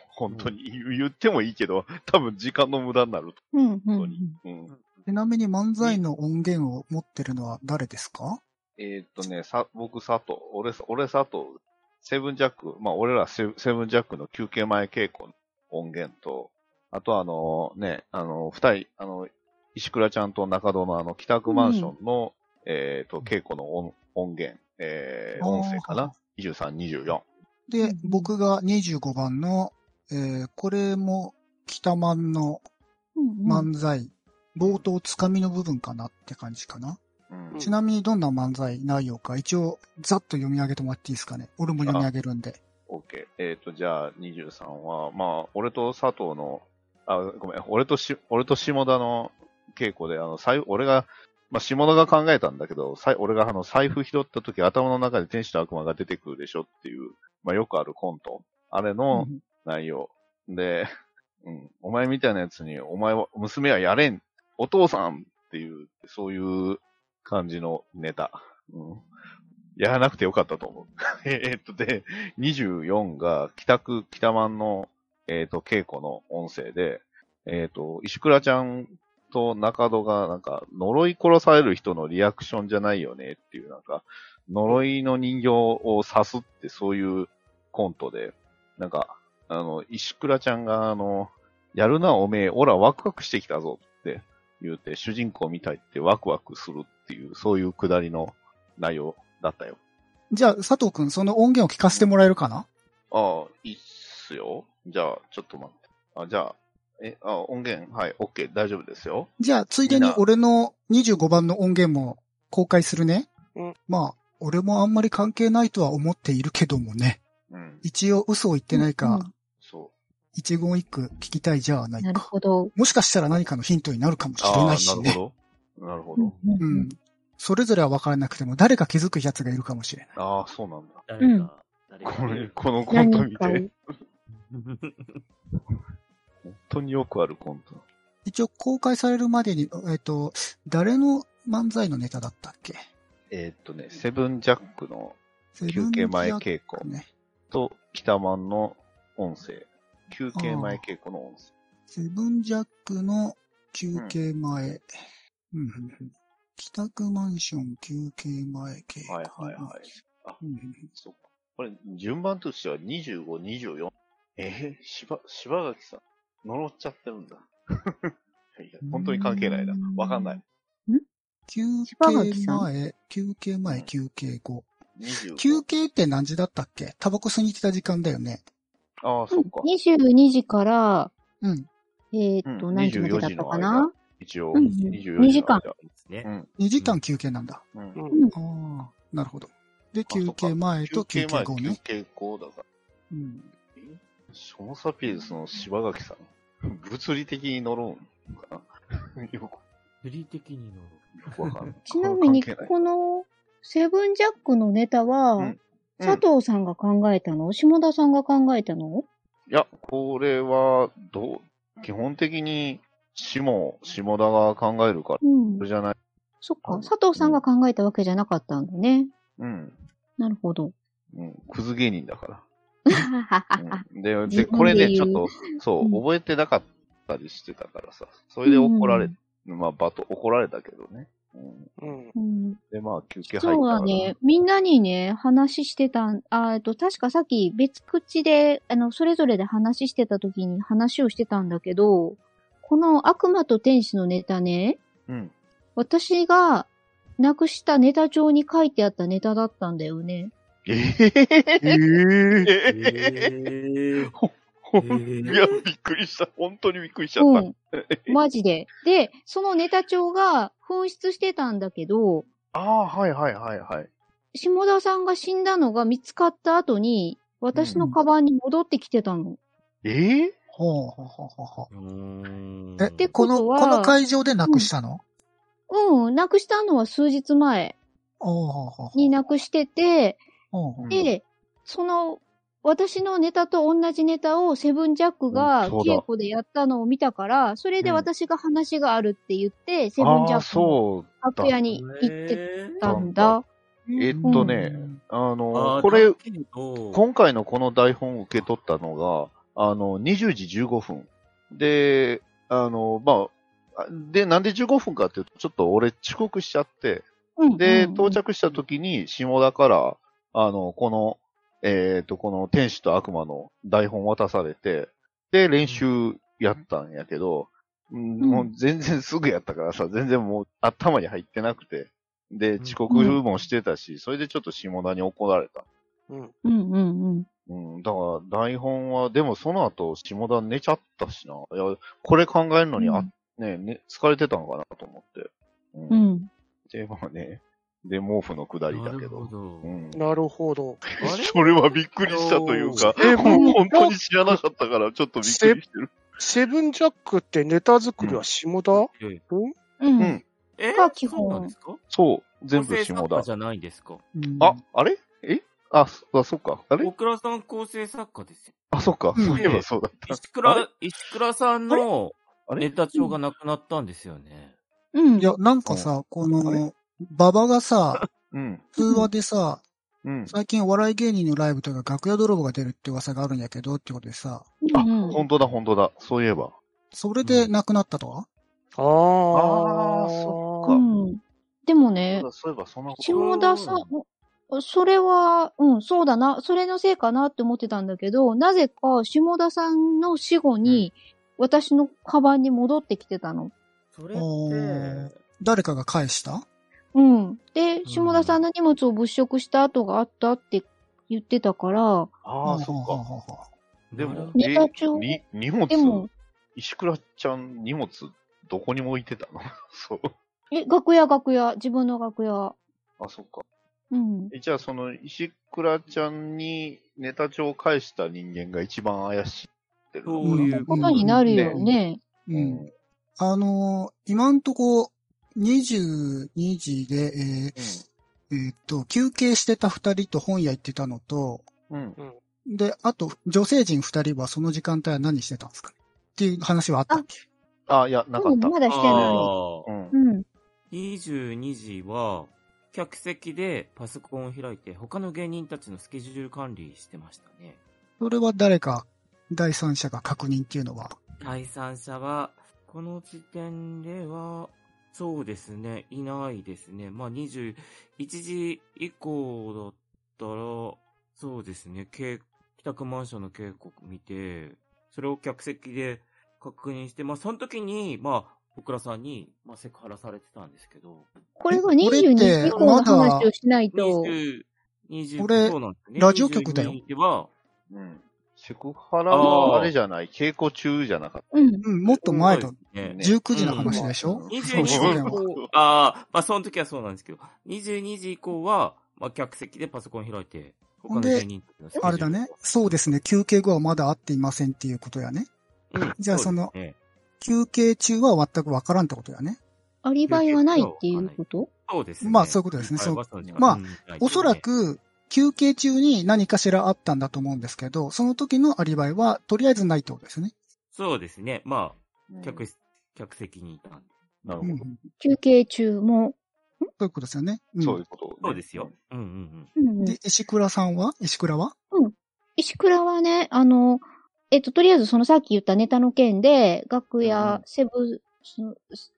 Speaker 6: 本当に言う言ってもいいけど、多分時間の無駄になる。
Speaker 4: うん、うんう
Speaker 6: 本当
Speaker 4: ん
Speaker 6: に。うん。
Speaker 1: ちなみに漫才の音源を持ってるのは誰ですか
Speaker 6: えーっとね、さ、僕佐藤、俺、俺佐藤、セブンジャック、まあ俺らセセブンジャックの休憩前稽古の音源と、あとあのね、あの、二人、あの、石倉ちゃんと中戸のあの、北区マンションの、えーっと、稽古の音音源、えー、
Speaker 1: あー
Speaker 6: 音声かな ?23、24。
Speaker 4: う
Speaker 1: で
Speaker 4: ん、
Speaker 1: 僕が25番の、えー、これも、北マンの
Speaker 4: うんうん
Speaker 1: 漫才、冒頭つかみの部分かなって感じかな。
Speaker 6: うん
Speaker 2: ん。
Speaker 1: ちなみにどんな漫才内容か、一応、ざっと読み上げてもらっていいですかね。俺も読み上げるんで。
Speaker 6: OK。えっ、と、じゃあ23は、まあ、俺と佐藤の、あ、ごめん、俺とし、俺と下田の稽古で、あの、財布俺が、まあ、下田が考えたんだけど、さい俺があの、財布拾った時頭の中で天使と悪魔が出てくるでしょっていう、まあ、よくあるコント。あれの
Speaker 1: うん
Speaker 6: 内容。で、 うん、お前みたいなやつに、お前は、娘はやれん、お父さんっていう、そういう感じのネタ。うん。やらなくてよかったと思う。 えーっと、で、24が北区、北満の、えーっと、稽古の音声で、えーっと、石倉ちゃんと中戸が、なんか、呪い殺される人のリアクションじゃないよねっていう、なんか、呪いの人形を刺すってそういうコントで、なんか、あの、石倉ちゃんが、あの、やるなおめえ、オラワクワクしてきたぞって言うて、主人公みたいってワクワクするっていう、そういうくだりの内容だったよ。
Speaker 1: じゃあ、佐藤くん、その音源を聞かせてもらえるかな
Speaker 6: ああ、いいっすよ。じゃあ、ちょっと待って。あ、じゃあ、え、あ、音源、はい、OK、大丈夫ですよ。
Speaker 1: じゃあ、ついでに俺の25番の音源も公開するね。
Speaker 2: うん
Speaker 1: まあ、俺もあんまり関係ないとは思っているけどもね。
Speaker 6: うん、
Speaker 1: 一応嘘を言ってないか、
Speaker 6: そ
Speaker 1: 一言一句聞きたいじゃあない
Speaker 4: うんなる
Speaker 1: か。
Speaker 4: ほど。
Speaker 1: もしかしたら何かのヒントになるかも
Speaker 6: う。
Speaker 1: しれない
Speaker 6: あ
Speaker 1: し
Speaker 6: あ、なる
Speaker 1: ね。
Speaker 6: ほど。なるほ
Speaker 4: う
Speaker 6: ど。
Speaker 4: んうん
Speaker 1: う
Speaker 4: うん
Speaker 1: ん。それぞれは分からなくても、誰か気づくやつがいるかもしれない。
Speaker 6: ああ、そうなんだ。
Speaker 5: 誰
Speaker 4: うん
Speaker 5: か、誰
Speaker 6: こ
Speaker 5: か
Speaker 6: れ、このコント
Speaker 4: 何
Speaker 6: 見
Speaker 4: かを
Speaker 6: て、本当によくあるコント。
Speaker 1: 一応公開されるまでに、えっ、と、誰の漫才のネタだったっけ
Speaker 6: えーっとね、セブンジャックの休憩前稽古
Speaker 1: ね。
Speaker 6: と、北マンの音声。休憩前稽古の音声。
Speaker 1: セブンジャックの休憩前。うん。うんうん帰宅マンション休憩前稽古。
Speaker 6: はいはいはい。
Speaker 1: うんうん
Speaker 6: そっか。これ、順番としては25、24。えー、しば、しばがきさん、呪っちゃってるんだ。 いや本当に関係ないな。わかんない。
Speaker 1: 休
Speaker 4: 柴垣
Speaker 1: 憩
Speaker 4: さん
Speaker 1: 前、休憩
Speaker 6: う
Speaker 1: 前、
Speaker 6: ん
Speaker 1: 休憩後。
Speaker 6: 25。
Speaker 1: 休憩って何時だったっけタバコ吸いに来た時間だよね。
Speaker 6: ああ、そっか。
Speaker 4: 22時から、
Speaker 1: うん。
Speaker 4: えーっ
Speaker 6: う
Speaker 4: と、
Speaker 6: ん
Speaker 4: 何時までだったかな
Speaker 6: 一応、
Speaker 4: うん
Speaker 6: 24
Speaker 4: 2時間
Speaker 6: の
Speaker 5: ですね
Speaker 6: 間。うん。
Speaker 1: 2時間休憩なんだ。
Speaker 6: うん
Speaker 2: うん
Speaker 1: ああ、なるほど。で、
Speaker 6: そっ
Speaker 1: 休
Speaker 6: か
Speaker 1: 憩前と休
Speaker 6: 休憩
Speaker 1: 憩
Speaker 6: 前、
Speaker 1: 後
Speaker 6: 休
Speaker 1: ね。
Speaker 6: 憩後だから。
Speaker 1: うん。
Speaker 6: ショモサピエルスの柴垣さん、物理的に呪うんかな よ
Speaker 5: フリー的にの。
Speaker 6: く、よくわかんない。
Speaker 4: ちなみに、
Speaker 6: これは関係ない
Speaker 4: この、セブンジャックのネタは、
Speaker 6: うん
Speaker 4: 佐藤さんが考えたの下田さんが考えたの
Speaker 6: いや、これは、どう、基本的に、下、下田が考えるから、
Speaker 4: うん
Speaker 6: それ。じゃない。
Speaker 4: そっか。佐藤さんが考えたわけじゃなかったんだね。
Speaker 6: うん。
Speaker 4: なるほど。
Speaker 6: うん。クズ芸人だから。うん
Speaker 4: 自
Speaker 6: で、で、
Speaker 4: 分で
Speaker 6: これね、ち
Speaker 4: 言
Speaker 6: ょ
Speaker 4: う
Speaker 6: っと、そうう、
Speaker 4: ん
Speaker 6: 覚えてなかったりしてたからさ、それで怒られ、
Speaker 4: うん
Speaker 6: まあ、バト、怒られたけどね。うん。
Speaker 2: うん。
Speaker 4: うん
Speaker 6: で、まあ、休憩入ったから。
Speaker 4: そうだね。。みんなにね、話してたん、あえっと、確かさっき別口で、あの、それぞれで話してた時に話をしてたんだけど、この悪魔と天使のネタね、
Speaker 6: うん。
Speaker 4: 私がなくしたネタ帳に書いてあったネタだったんだよね。
Speaker 6: ええ
Speaker 2: えー、
Speaker 5: え
Speaker 6: え
Speaker 5: ーえ
Speaker 6: い
Speaker 5: ー
Speaker 6: や、びっくりした。本当にびっくりしちゃ
Speaker 4: う
Speaker 6: った。
Speaker 4: ん。マジで。で、そのネタ帳が紛失してたんだけど、
Speaker 6: ああ、はいはいはいはい。
Speaker 4: 下田さんが死んだのが見つかった後に、私のカバンに戻ってきてたの。
Speaker 6: ええ
Speaker 1: ほうほうほうほうほ
Speaker 5: うーん
Speaker 1: う。え、
Speaker 4: で
Speaker 1: この、
Speaker 4: ことは
Speaker 1: この会場でなくしたの、
Speaker 4: うん、なくしたのは数日前
Speaker 1: おーほうほうほう
Speaker 4: になくしてて、
Speaker 1: ほうほう
Speaker 4: で、その、私のネタと同じネタをセブンジャックが
Speaker 6: うんそうだ
Speaker 4: 稽古でやったのを見たから、それで私が話があるって言って、セブンジ
Speaker 6: あ
Speaker 4: ャック
Speaker 6: あ、
Speaker 4: の
Speaker 6: そう。
Speaker 4: 楽屋に行って
Speaker 5: えー
Speaker 4: たんだ。
Speaker 6: えっとね
Speaker 1: うん
Speaker 6: あ
Speaker 5: あ
Speaker 6: の、
Speaker 5: ー
Speaker 6: これ
Speaker 5: だ、けど
Speaker 6: 今回のこの台本を受け取ったのが、あの、20時15分。で、あの、まあ、あで、なんで15分かっていうと、ちょっと俺遅刻しちゃって、
Speaker 4: うん
Speaker 6: で、到着した時に下田から、あの、この、えっ、と、この天使と悪魔の台本渡されて、で、練習やったんやけど、うんもう全然すぐやったからさ、全然もう頭に入ってなくて、で、遅刻もしてたし、それでちょっと下田に怒られた。
Speaker 2: うん。
Speaker 4: うんうんうん。
Speaker 6: うん、だから台本は、でもその後、下田寝ちゃったしな。いや、これ考えるのに、あ、ね、ね、疲れてたのかなと思って。う。
Speaker 4: うんん。
Speaker 6: で、まあね、で、毛布の下りだ
Speaker 5: な
Speaker 6: け
Speaker 5: る
Speaker 6: ど。
Speaker 5: ほど
Speaker 6: う。ん。
Speaker 2: なるほど。
Speaker 5: あれ
Speaker 6: それはびっくりしたというか、
Speaker 2: え
Speaker 6: もう
Speaker 2: もう
Speaker 6: 本当に知らなかったから、ちょっとびっくりしてる。
Speaker 2: セブンジャックってネタ作りは下田、
Speaker 4: う。
Speaker 6: うんん。
Speaker 5: え
Speaker 4: が基
Speaker 5: そう
Speaker 4: 本
Speaker 5: なんですか
Speaker 6: そう、全部
Speaker 5: 構成
Speaker 6: 下
Speaker 5: 作家
Speaker 6: 田
Speaker 5: じ。ゃないんですか
Speaker 1: うん
Speaker 6: あ、あれえあ、そあそっか。あれ
Speaker 5: 大倉さん構成作家ですよ。
Speaker 6: あ、そっか。
Speaker 1: うん
Speaker 6: そういえばそうだった。
Speaker 5: 石倉、石倉さんの
Speaker 6: あれ
Speaker 5: ネタ帳がなくなったんですよね。
Speaker 4: うん。
Speaker 1: いや、なんかさ、この、馬場が さ、
Speaker 6: うん。
Speaker 1: 通話でさ、
Speaker 6: うん。
Speaker 1: 最近お笑い芸人のライブというか楽屋泥棒が出るって噂があるんやけどってことでさ、
Speaker 4: うん
Speaker 6: あ、
Speaker 4: うん
Speaker 6: 本当だ、本当だ。そういえば。
Speaker 1: それで亡くなったとは、
Speaker 2: ああ。
Speaker 6: あーそっ
Speaker 4: う
Speaker 6: か
Speaker 4: ん。でもね
Speaker 6: そう、だそういえばそんなこと。
Speaker 4: 下田さん、それは、うん、そうだな、それのせいかなって思ってたんだけど、なぜか下田さんの死後に、私のカバンに戻ってきてたの。
Speaker 5: それっ
Speaker 1: おー
Speaker 5: て、
Speaker 1: 誰かが返した
Speaker 4: うん。で、下田さんの荷物を物色した跡があったって言ってたから、
Speaker 6: ああ、そっ
Speaker 1: は
Speaker 6: か。
Speaker 1: ははは
Speaker 6: でも、
Speaker 4: ネタ
Speaker 6: え
Speaker 4: 帳
Speaker 6: に荷物
Speaker 4: でも、
Speaker 6: 石倉ちゃん荷物、どこにも置いてたの そう。
Speaker 4: え、楽屋楽屋、自分の楽屋。
Speaker 6: あ、そっか。
Speaker 4: うん。
Speaker 6: えじゃあ、その、石倉ちゃんにネタ帳を返した人間が一番怪しいってるのかな
Speaker 5: そういう
Speaker 4: ことになるよね。
Speaker 1: う
Speaker 6: うん
Speaker 1: ん。あのー今んとこ、22時で、えーえーっと、休憩してた二人と本屋行ってたのと、
Speaker 6: うん。
Speaker 1: で、あと、女性陣二人はその時間帯は何してたんですかねっていう話はあったっけ
Speaker 6: あ、いや、なかっ
Speaker 4: うん
Speaker 6: た。
Speaker 4: まだしてな
Speaker 5: あ
Speaker 6: う
Speaker 5: ー
Speaker 6: ん
Speaker 4: い。。うん。
Speaker 5: 22時は、客席でパソコンを開いて、他の芸人たちのスケジュール管理してましたね。
Speaker 1: それは誰か、第三者が確認っていうのは。
Speaker 5: 第三者は、この時点では、そうですね、いないですね。まあ、21時以降だったら、そうですね、警帰宅マンションの警告見て、それを客席で確認して、まあ、その時に、まあ、僕らさんに、まあ、セクハラされてたんですけど、
Speaker 4: これが
Speaker 1: これ
Speaker 4: 22
Speaker 1: って
Speaker 4: 以降の話をしないと。
Speaker 5: 20、20
Speaker 1: これ
Speaker 5: そうなんですね。
Speaker 1: ラジオ局だよ
Speaker 5: 22では、
Speaker 6: うん。セクハラはあれじゃない、稽古中じゃなかっ
Speaker 4: うん。
Speaker 1: うん、もっと前だ。
Speaker 5: そうですね
Speaker 1: 19時の話でしょ、
Speaker 6: うん
Speaker 5: 22
Speaker 1: そう
Speaker 5: 時
Speaker 1: そう
Speaker 5: 以
Speaker 1: やわ
Speaker 5: 降、ああ、まあその時はそうなんですけど、22時以降は、まあ客席でパソコン開いて、他の芸人たちのスケジュール
Speaker 1: あれだね。そうですね。休憩後はまだ会っていませんっていうことやね。
Speaker 5: うん
Speaker 1: じゃあその
Speaker 5: うですね
Speaker 1: 休憩中は全くわからんってことやね。
Speaker 4: アリバイはないっていうこと
Speaker 5: そうですね。
Speaker 1: まあそういうことですね
Speaker 5: はい
Speaker 1: そう
Speaker 5: その時間
Speaker 1: まあ
Speaker 5: うんはい
Speaker 1: おそらく、休憩中に何かしらあったんだと思うんですけど、その時のアリバイはとりあえずないってことですね。
Speaker 5: そうですね。ま
Speaker 6: た。
Speaker 5: あ、客室、客席にいたんで。
Speaker 6: なる
Speaker 1: う
Speaker 6: ほ
Speaker 1: ん、
Speaker 6: ど。
Speaker 1: そう
Speaker 4: 休憩中も。
Speaker 1: いうことですよね。うん、
Speaker 6: そういうことね。
Speaker 5: そうですよ。うんうんうん。
Speaker 4: うんうん
Speaker 1: で、石倉さんは石倉は
Speaker 4: 石倉はね、あの、えっと、とりあえずそのさっき言ったネタの件で、楽
Speaker 6: うんう
Speaker 4: 屋
Speaker 6: ん、
Speaker 4: セブン、す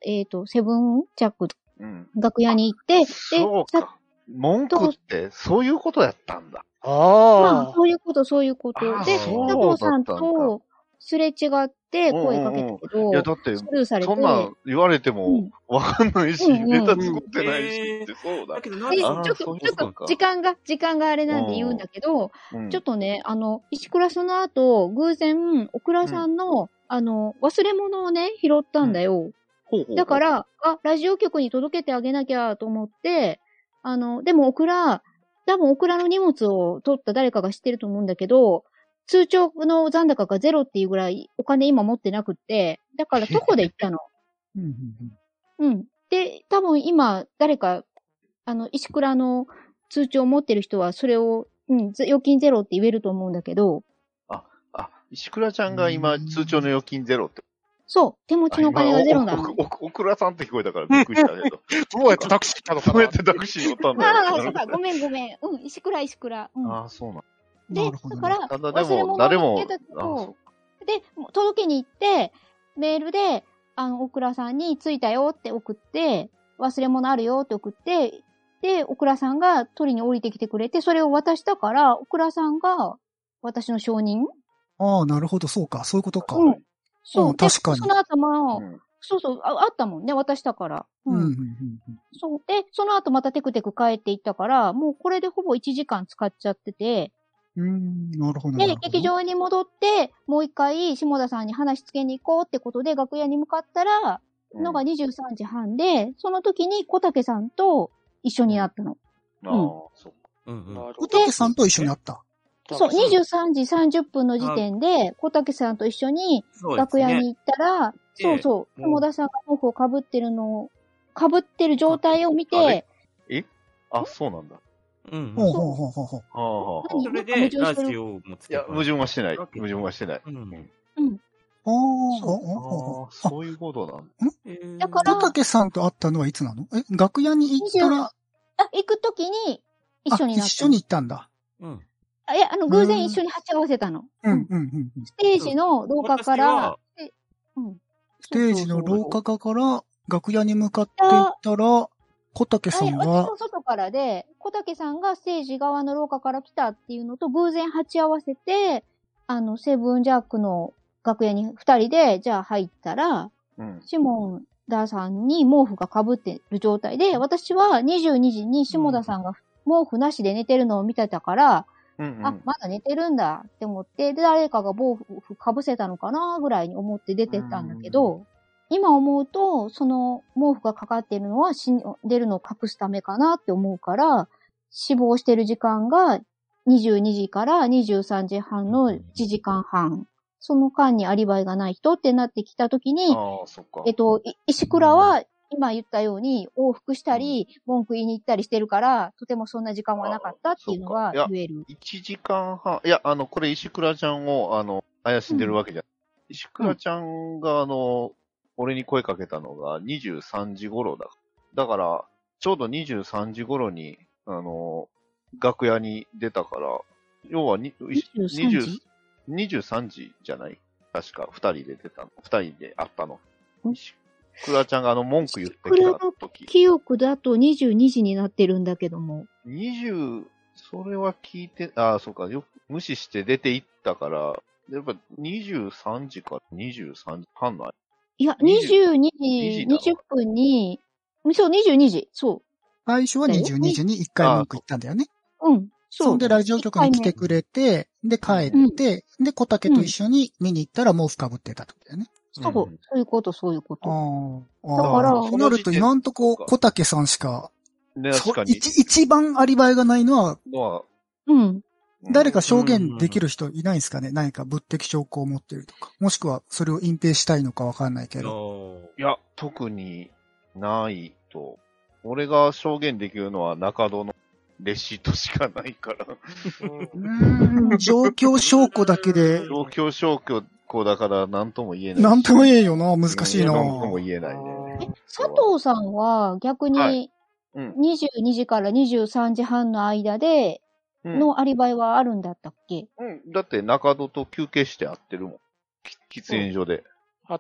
Speaker 4: えっと、セブンジャック、
Speaker 6: うん。
Speaker 4: 楽屋に行って、で、
Speaker 6: そう
Speaker 4: さ
Speaker 6: か。文句って、そういうことやったんだ。
Speaker 4: まあ
Speaker 2: あ、あ
Speaker 4: そ。ういうこと、そういうこと
Speaker 6: あ。
Speaker 4: で、
Speaker 5: そう
Speaker 4: 佐藤さん
Speaker 6: だったん
Speaker 4: とすれ違って声かけたけ
Speaker 6: いや、
Speaker 4: ど、
Speaker 6: だって
Speaker 4: ス、ルーされて、
Speaker 6: そんなん言われて
Speaker 4: う
Speaker 6: も
Speaker 4: ん、
Speaker 6: わかんないし、
Speaker 4: うんうん
Speaker 6: ネタ作ってないし
Speaker 5: うん
Speaker 6: って、そうだ
Speaker 5: だ。けどなん
Speaker 4: で
Speaker 5: で
Speaker 4: ち
Speaker 5: そ
Speaker 4: ょっ
Speaker 5: の
Speaker 6: あ
Speaker 4: と、
Speaker 6: ー
Speaker 4: ち
Speaker 6: そう
Speaker 4: ょ
Speaker 6: いうこと
Speaker 4: っ
Speaker 6: か
Speaker 4: と時間が、時間があれなんで言うんだけど、
Speaker 6: うん
Speaker 4: ちょっとね、あの、石倉さんの後、偶然、オクラさんの、あの、忘れ物をね、拾ったんだよ。
Speaker 6: ほうほう
Speaker 4: だか、ら、あ、ラジオ局に届けてあげなきゃと思って、あの、でもオクラ、多分オクラの荷物を取った誰かが知ってると思うんだけど、通帳の残高がゼロっていうぐらいお金今持ってなくって、だから徒歩で行った の。
Speaker 1: うんうん
Speaker 4: うん。で、多分今、誰か、あの、石倉の通帳を持ってる人は、それを、うん、ず預金ゼロって言えると思うんだけど、
Speaker 6: あ、石倉ちゃんが今、通帳の預金ゼロって。
Speaker 4: そう、手持ちのお金がゼロな
Speaker 6: あ
Speaker 4: の。
Speaker 6: 今おおおお倉さんって聞こえたからびっくりしたけど。
Speaker 2: どうやってタクシー来たのか
Speaker 6: そうや
Speaker 2: な
Speaker 6: ってタクシー乗ったんだ
Speaker 4: ああ、
Speaker 6: よ
Speaker 4: そうか、ごめんごめん。うん、石倉石倉。うん。
Speaker 6: ああ、そうなん
Speaker 1: うん
Speaker 4: で、
Speaker 1: な
Speaker 4: だ
Speaker 1: るほど、ね。
Speaker 4: から、
Speaker 6: ただ
Speaker 4: 忘
Speaker 6: で
Speaker 4: れ
Speaker 6: も、
Speaker 4: 物
Speaker 6: 誰
Speaker 4: を
Speaker 6: も
Speaker 4: 見つけたけ、
Speaker 6: あそ
Speaker 4: ど、で、もう届けに行って、メールで、あの、オクラさんに着いたよって送って、忘れ物あるよって送って、で、オクラさんが取りに降りてきてくれて、それを渡したから、オクラさんが私の承認
Speaker 1: ああ、なるほど、そうか、そういうことか。
Speaker 4: うん。そう、
Speaker 1: うん確かに
Speaker 4: でその後も、
Speaker 6: うん
Speaker 4: そうそうあ、あったもんね、渡したから。
Speaker 1: うんうんうんうん
Speaker 4: そう。で、その後またテクテク帰っていったから、もうこれでほぼ1時間使っちゃってて、
Speaker 1: うーん、なるほど。なる
Speaker 4: で
Speaker 1: ほ、ど
Speaker 4: 劇。場に戻って、もう一回、下田さんに話つけに行こうってことで、楽屋に向かったら、
Speaker 6: うん
Speaker 4: のが23時半で、その時に小竹さんと一緒になったの。
Speaker 6: ああ、そうか。
Speaker 5: うんうん。
Speaker 1: 小竹さんと一緒に会った。
Speaker 4: そう、23時30分の時点で、小竹さんと一緒に
Speaker 5: そうです
Speaker 4: 楽
Speaker 5: ね。
Speaker 4: 屋に行ったら、
Speaker 5: え
Speaker 4: そ
Speaker 5: え
Speaker 4: うそう、
Speaker 5: うん
Speaker 4: 下田さんが毛布を被ってるのを、被ってる状態を見
Speaker 6: あれ
Speaker 4: て、
Speaker 6: あ、そうなんだ。
Speaker 5: うんう
Speaker 1: ほ
Speaker 5: ん。
Speaker 1: うほうほうほうほう。
Speaker 6: ああ。
Speaker 4: 何
Speaker 5: それ
Speaker 4: なんか
Speaker 5: で、
Speaker 4: 矛
Speaker 5: ラ
Speaker 4: 盾してる
Speaker 5: ジオもつ
Speaker 6: い
Speaker 5: け
Speaker 6: や、
Speaker 5: た
Speaker 6: 矛盾はしてない。矛盾はしてない。
Speaker 5: うん。
Speaker 1: ああ、
Speaker 4: そう
Speaker 6: ああ
Speaker 1: ああああ、あ
Speaker 6: そういうことなんだ。
Speaker 4: だから
Speaker 1: 小竹さんと会ったのはいつなのえ、楽屋に行ったら、
Speaker 4: あ、行く時に一緒にな
Speaker 1: あ
Speaker 4: った。
Speaker 1: 一緒に。行ったんだ。
Speaker 5: うん。
Speaker 4: あいや、あの、偶然一緒に鉢合わせたの。
Speaker 1: うん、うん、うんうん。
Speaker 4: ステージの廊下から、えうん
Speaker 1: ステージの廊下から楽屋に向かって行ったら、小竹
Speaker 4: あ
Speaker 1: さ
Speaker 4: い
Speaker 1: ん
Speaker 4: や
Speaker 1: が
Speaker 4: 私の、外からで、小竹さんがステージ側の廊下から来たっていうのと偶然鉢合わせて、あの、セブンジャックの楽屋に二人で、じゃあ入ったら、
Speaker 6: うん。
Speaker 4: シモンダさんに毛布が被ってる状態で、私は22時に下田さんが毛布なしで寝てるのを見てたから、
Speaker 6: うん、う
Speaker 4: あ
Speaker 6: ん、。
Speaker 4: まだ寝てるんだって思って、で、誰かが毛布被せたのかなぐらいに思って出てったんだけど、今思うと、その毛布がかかってるのは死んでるのを隠すためかなって思うから、死亡してる時間が22時から23時半の1時間半。その間にアリバイがない人ってなってきた時に、
Speaker 6: ああ、そっか。
Speaker 4: えっと、い石倉は、今言ったように、往復したり、文句言いに行ったりしてるから、とてもそんな時間はなかったっていうのは
Speaker 6: あそうかいや
Speaker 4: 言える。
Speaker 6: 1時間半、いや、あの、これ石倉ちゃんを、あの、怪しんでるわけじゃない。石倉ちゃんが、あの、俺に声かけたのが23時頃だ。だから、ちょうど23時頃に、あの、楽屋に出たから、要はに、
Speaker 4: 23時
Speaker 6: 20 23時じゃない確か、2人で出たの。2人で会ったの。
Speaker 4: ん
Speaker 6: 石倉ちゃんがあの、文句言ってきた時。
Speaker 4: 記憶だと22時になってるんだけども。
Speaker 6: 20、それは聞いて、ああ、そうか、よく無視して出て行ったから、やっぱ23時から23時半の間。
Speaker 4: いや、
Speaker 6: 20
Speaker 4: 22時
Speaker 6: 時
Speaker 4: 20分に、そう、22時。そ
Speaker 1: 最初は
Speaker 4: だよ
Speaker 1: 22時に1回文句言ったんだよね。
Speaker 4: う。うん。
Speaker 1: そ
Speaker 4: そ
Speaker 1: ん
Speaker 4: う。
Speaker 1: で、ラジオ局に来てくれて、で、帰って、で、小竹と一緒に見に行ったら毛布かぶってたってことだよね。
Speaker 4: そう、そういうこと、そういうこと。
Speaker 1: あ
Speaker 4: だから
Speaker 1: あーそうなると、今んとこ小竹さんしか、
Speaker 6: ね、
Speaker 1: そう
Speaker 6: 確かに。
Speaker 1: 一一番アリバイがないのは、
Speaker 6: のは
Speaker 4: うん。
Speaker 1: 誰か証言できる人いないんですかね何か物的証拠を持ってるとか。もしくは、それを隠蔽したいのかわかんないけど。
Speaker 6: いや、特にないと。俺が証言できるのは中戸のレシートしかないから。
Speaker 1: うーん、状況証拠だけで、
Speaker 6: 状況証拠だから何とも言えない。
Speaker 1: なんとも言えんよな、難しいな。
Speaker 6: 何とも言えないね。
Speaker 4: え、佐藤さんは逆
Speaker 6: は
Speaker 4: に
Speaker 6: うん。
Speaker 4: 22時から23時半の間で
Speaker 6: うん
Speaker 4: のアリバイはあるんだったっけ
Speaker 6: うん、だって中戸と休憩して会ってるもん。き喫煙所で。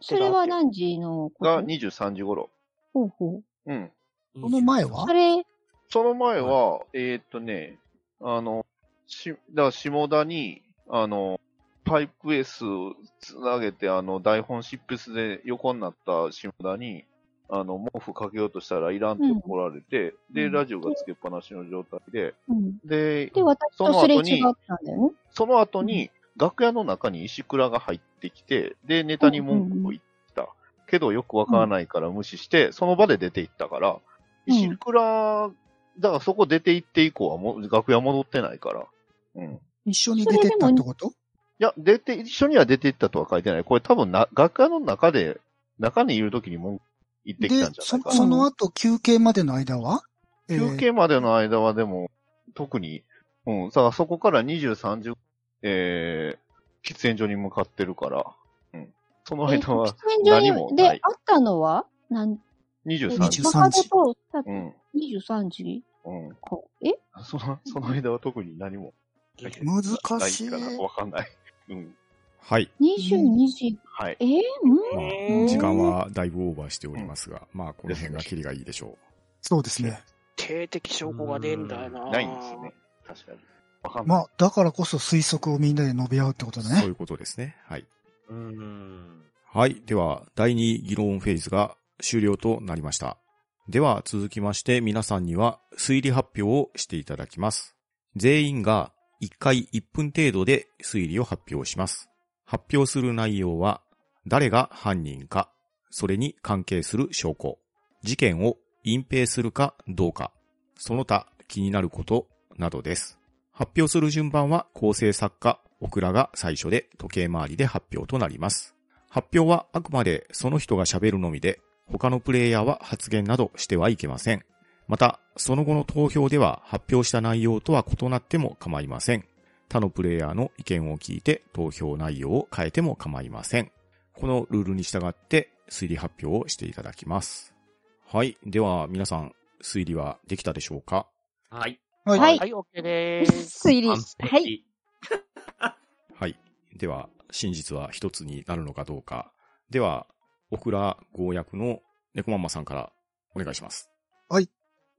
Speaker 4: それは何時のこ
Speaker 6: が
Speaker 4: と
Speaker 6: 23時頃。
Speaker 4: ほうほう。
Speaker 6: うん。
Speaker 1: その前は
Speaker 4: それ、
Speaker 6: その前は、えーっとね、あの、し、だから下田に、あの、パイプエスつなげて、あの、台本執筆で横になった下田に、あの、毛布かけようとしたらいらんって怒られて、で、
Speaker 4: うん
Speaker 6: ラジオがつけっぱなしの状態で、
Speaker 4: うん。
Speaker 6: で、
Speaker 4: で、私とすれ違ったんだよね。
Speaker 6: その後に、楽屋の中に石倉が入ってきて、で、ネタに文句を言った。けどよくわからないから無視して、その場で出て行ったから、
Speaker 4: うん
Speaker 6: 石倉、だからそこ出て行って以降はもう楽屋戻ってないから。うん。い
Speaker 1: 一緒に出てったってこと
Speaker 6: や、出て、一緒には出て行ったとは書いてない。これ多分な、楽屋の中で、中にいる時に文句言って
Speaker 1: で
Speaker 6: きたんじゃ
Speaker 1: そ
Speaker 6: ない、か
Speaker 1: そ
Speaker 6: な。
Speaker 1: の後休憩までの間はえー
Speaker 6: 休憩までの間はでも、特に、うん、さあそこから23時、えー、喫煙所に向かってるから、うん。その
Speaker 4: えっ
Speaker 6: 間
Speaker 4: と
Speaker 6: は
Speaker 4: 喫煙
Speaker 6: 何
Speaker 4: 所
Speaker 6: も
Speaker 4: に、で、
Speaker 6: な
Speaker 4: 会っ
Speaker 6: い。
Speaker 4: たのはなん
Speaker 6: 23時。
Speaker 1: 23
Speaker 4: 中戸と、さ
Speaker 6: うん、
Speaker 4: 23時
Speaker 6: うん。
Speaker 4: か。え
Speaker 6: その、その間は特に何も。
Speaker 1: 難しい
Speaker 6: ないからわかんない。うん。
Speaker 3: はい。
Speaker 4: 22時。
Speaker 6: はい。
Speaker 4: えー、
Speaker 3: まあ
Speaker 2: えー、
Speaker 3: 時間はだいぶオーバーしておりますが、まあ、この辺がキリがいいでしょ
Speaker 1: そうですね。
Speaker 2: 定的証拠がねえんだよな。
Speaker 6: ないんですね。確かに。わかんない。
Speaker 1: まあ、だからこそ推測をみんなで述べ合うってこと
Speaker 3: う。
Speaker 1: だ
Speaker 3: そうい
Speaker 1: ね。
Speaker 3: うことですね。はい。
Speaker 5: うーん。
Speaker 3: はい。では、第2議論フェーズが終了となりました。では、続きまして皆さんには推理発表をしていただきます。全員が1回1分程度で推理を発表します。発表する内容は、誰が犯人か、それに関係する証拠、事件を隠蔽するかどうか、その他気になることなどです。発表する順番は構成作家、オクラが最初で時計回りで発表となります。発表はあくまでその人が喋るのみで、他のプレイヤーは発言などしてはいけません。また、その後の投票では発表した内容とは異なっても構いません。他のプレイヤーの意見を聞いて投票内容を変えても構いません。このルールに従って推理発表をしていただきます。はい。では皆さん、推理はできたでしょうか
Speaker 5: はい。
Speaker 1: は
Speaker 4: はい
Speaker 2: はい、OK です。
Speaker 4: 推理。
Speaker 5: 完
Speaker 4: は
Speaker 5: 璧
Speaker 4: い。。
Speaker 3: はい。では、真実は一つになるのかどうか。では、オクラ公役の猫ママさんからお願いします。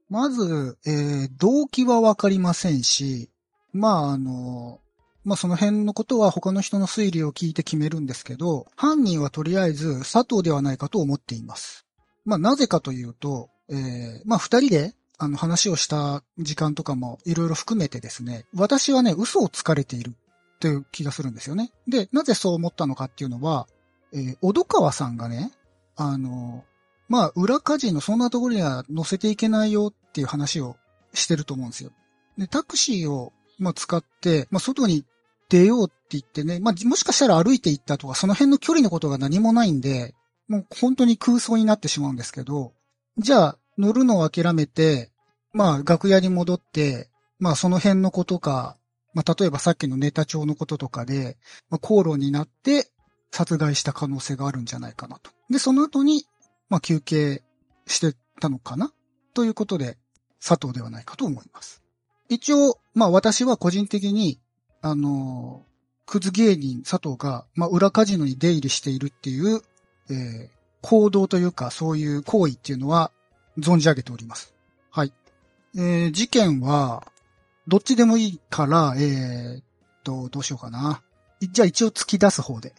Speaker 1: まず、えー動機はわかりませんし、まあ、あの、まあ、その辺のことは他の人の推理を聞いて決めるんですけど、犯人はとりあえず佐藤ではないかと思っています。まあ、なぜかというと、えーまあ、二人で、あの、話をした時間とかもいろいろ含めてですね、私はね、嘘をつかれているという気がするんですよね。で、なぜそう思ったのかっていうのは、えー小戸川さんがね、あの、まあ、裏カジノ、そんなところには乗せていけないよっていう話をしてると思うんですよ。で、タクシーを、まあ、使って、まあ、外に出ようって言ってね、まあ、もしかしたら歩いて行ったとか、その辺の距離のことが何もないんで、もう本当に空想になってしまうんですけど、じゃあ、乗るのを諦めて、まあ、楽屋に戻って、まあ、その辺のことか、まあ、例えばさっきのネタ帳のこととかで、まあ、口論になって殺害した可能性があるんじゃないかなと。で、その後に、まあ、休憩してたのかなということで、佐藤ではないかと思います。一応、まあ私は個人的に、あのークズ芸人佐藤が、まあ裏カジノに出入りしているっていう、えー行動というかそういう行為っていうのは存じ上げております。はい。えー事件は、どっちでもいいから、えーっと、どうしようかな。じゃあ一応突き出す方で。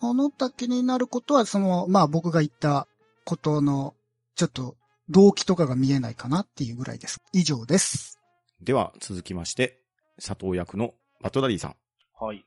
Speaker 1: この他気になることは、その、まあ僕が言ったことの、ちょっと動機とかが見えないかなっていうぐらいです。以上です。
Speaker 3: では、続きまして、佐藤役のバトダディさん。
Speaker 6: はい。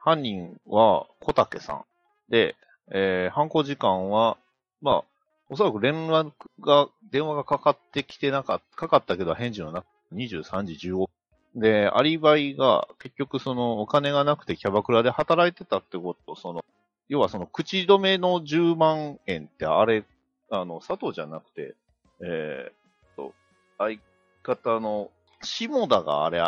Speaker 6: 犯人は小竹さん。で、えー犯行時間は、まあ、おそらく連絡が、電話がかかってきてなかった、かかったけど返事のなく、23時15分。で、アリバイが結局そのお金がなくてキャバクラで働いてたってこと、その、要はその口止めの10万円ってあれ、あの、佐藤じゃなくて、えー、と、相方の下田があれ、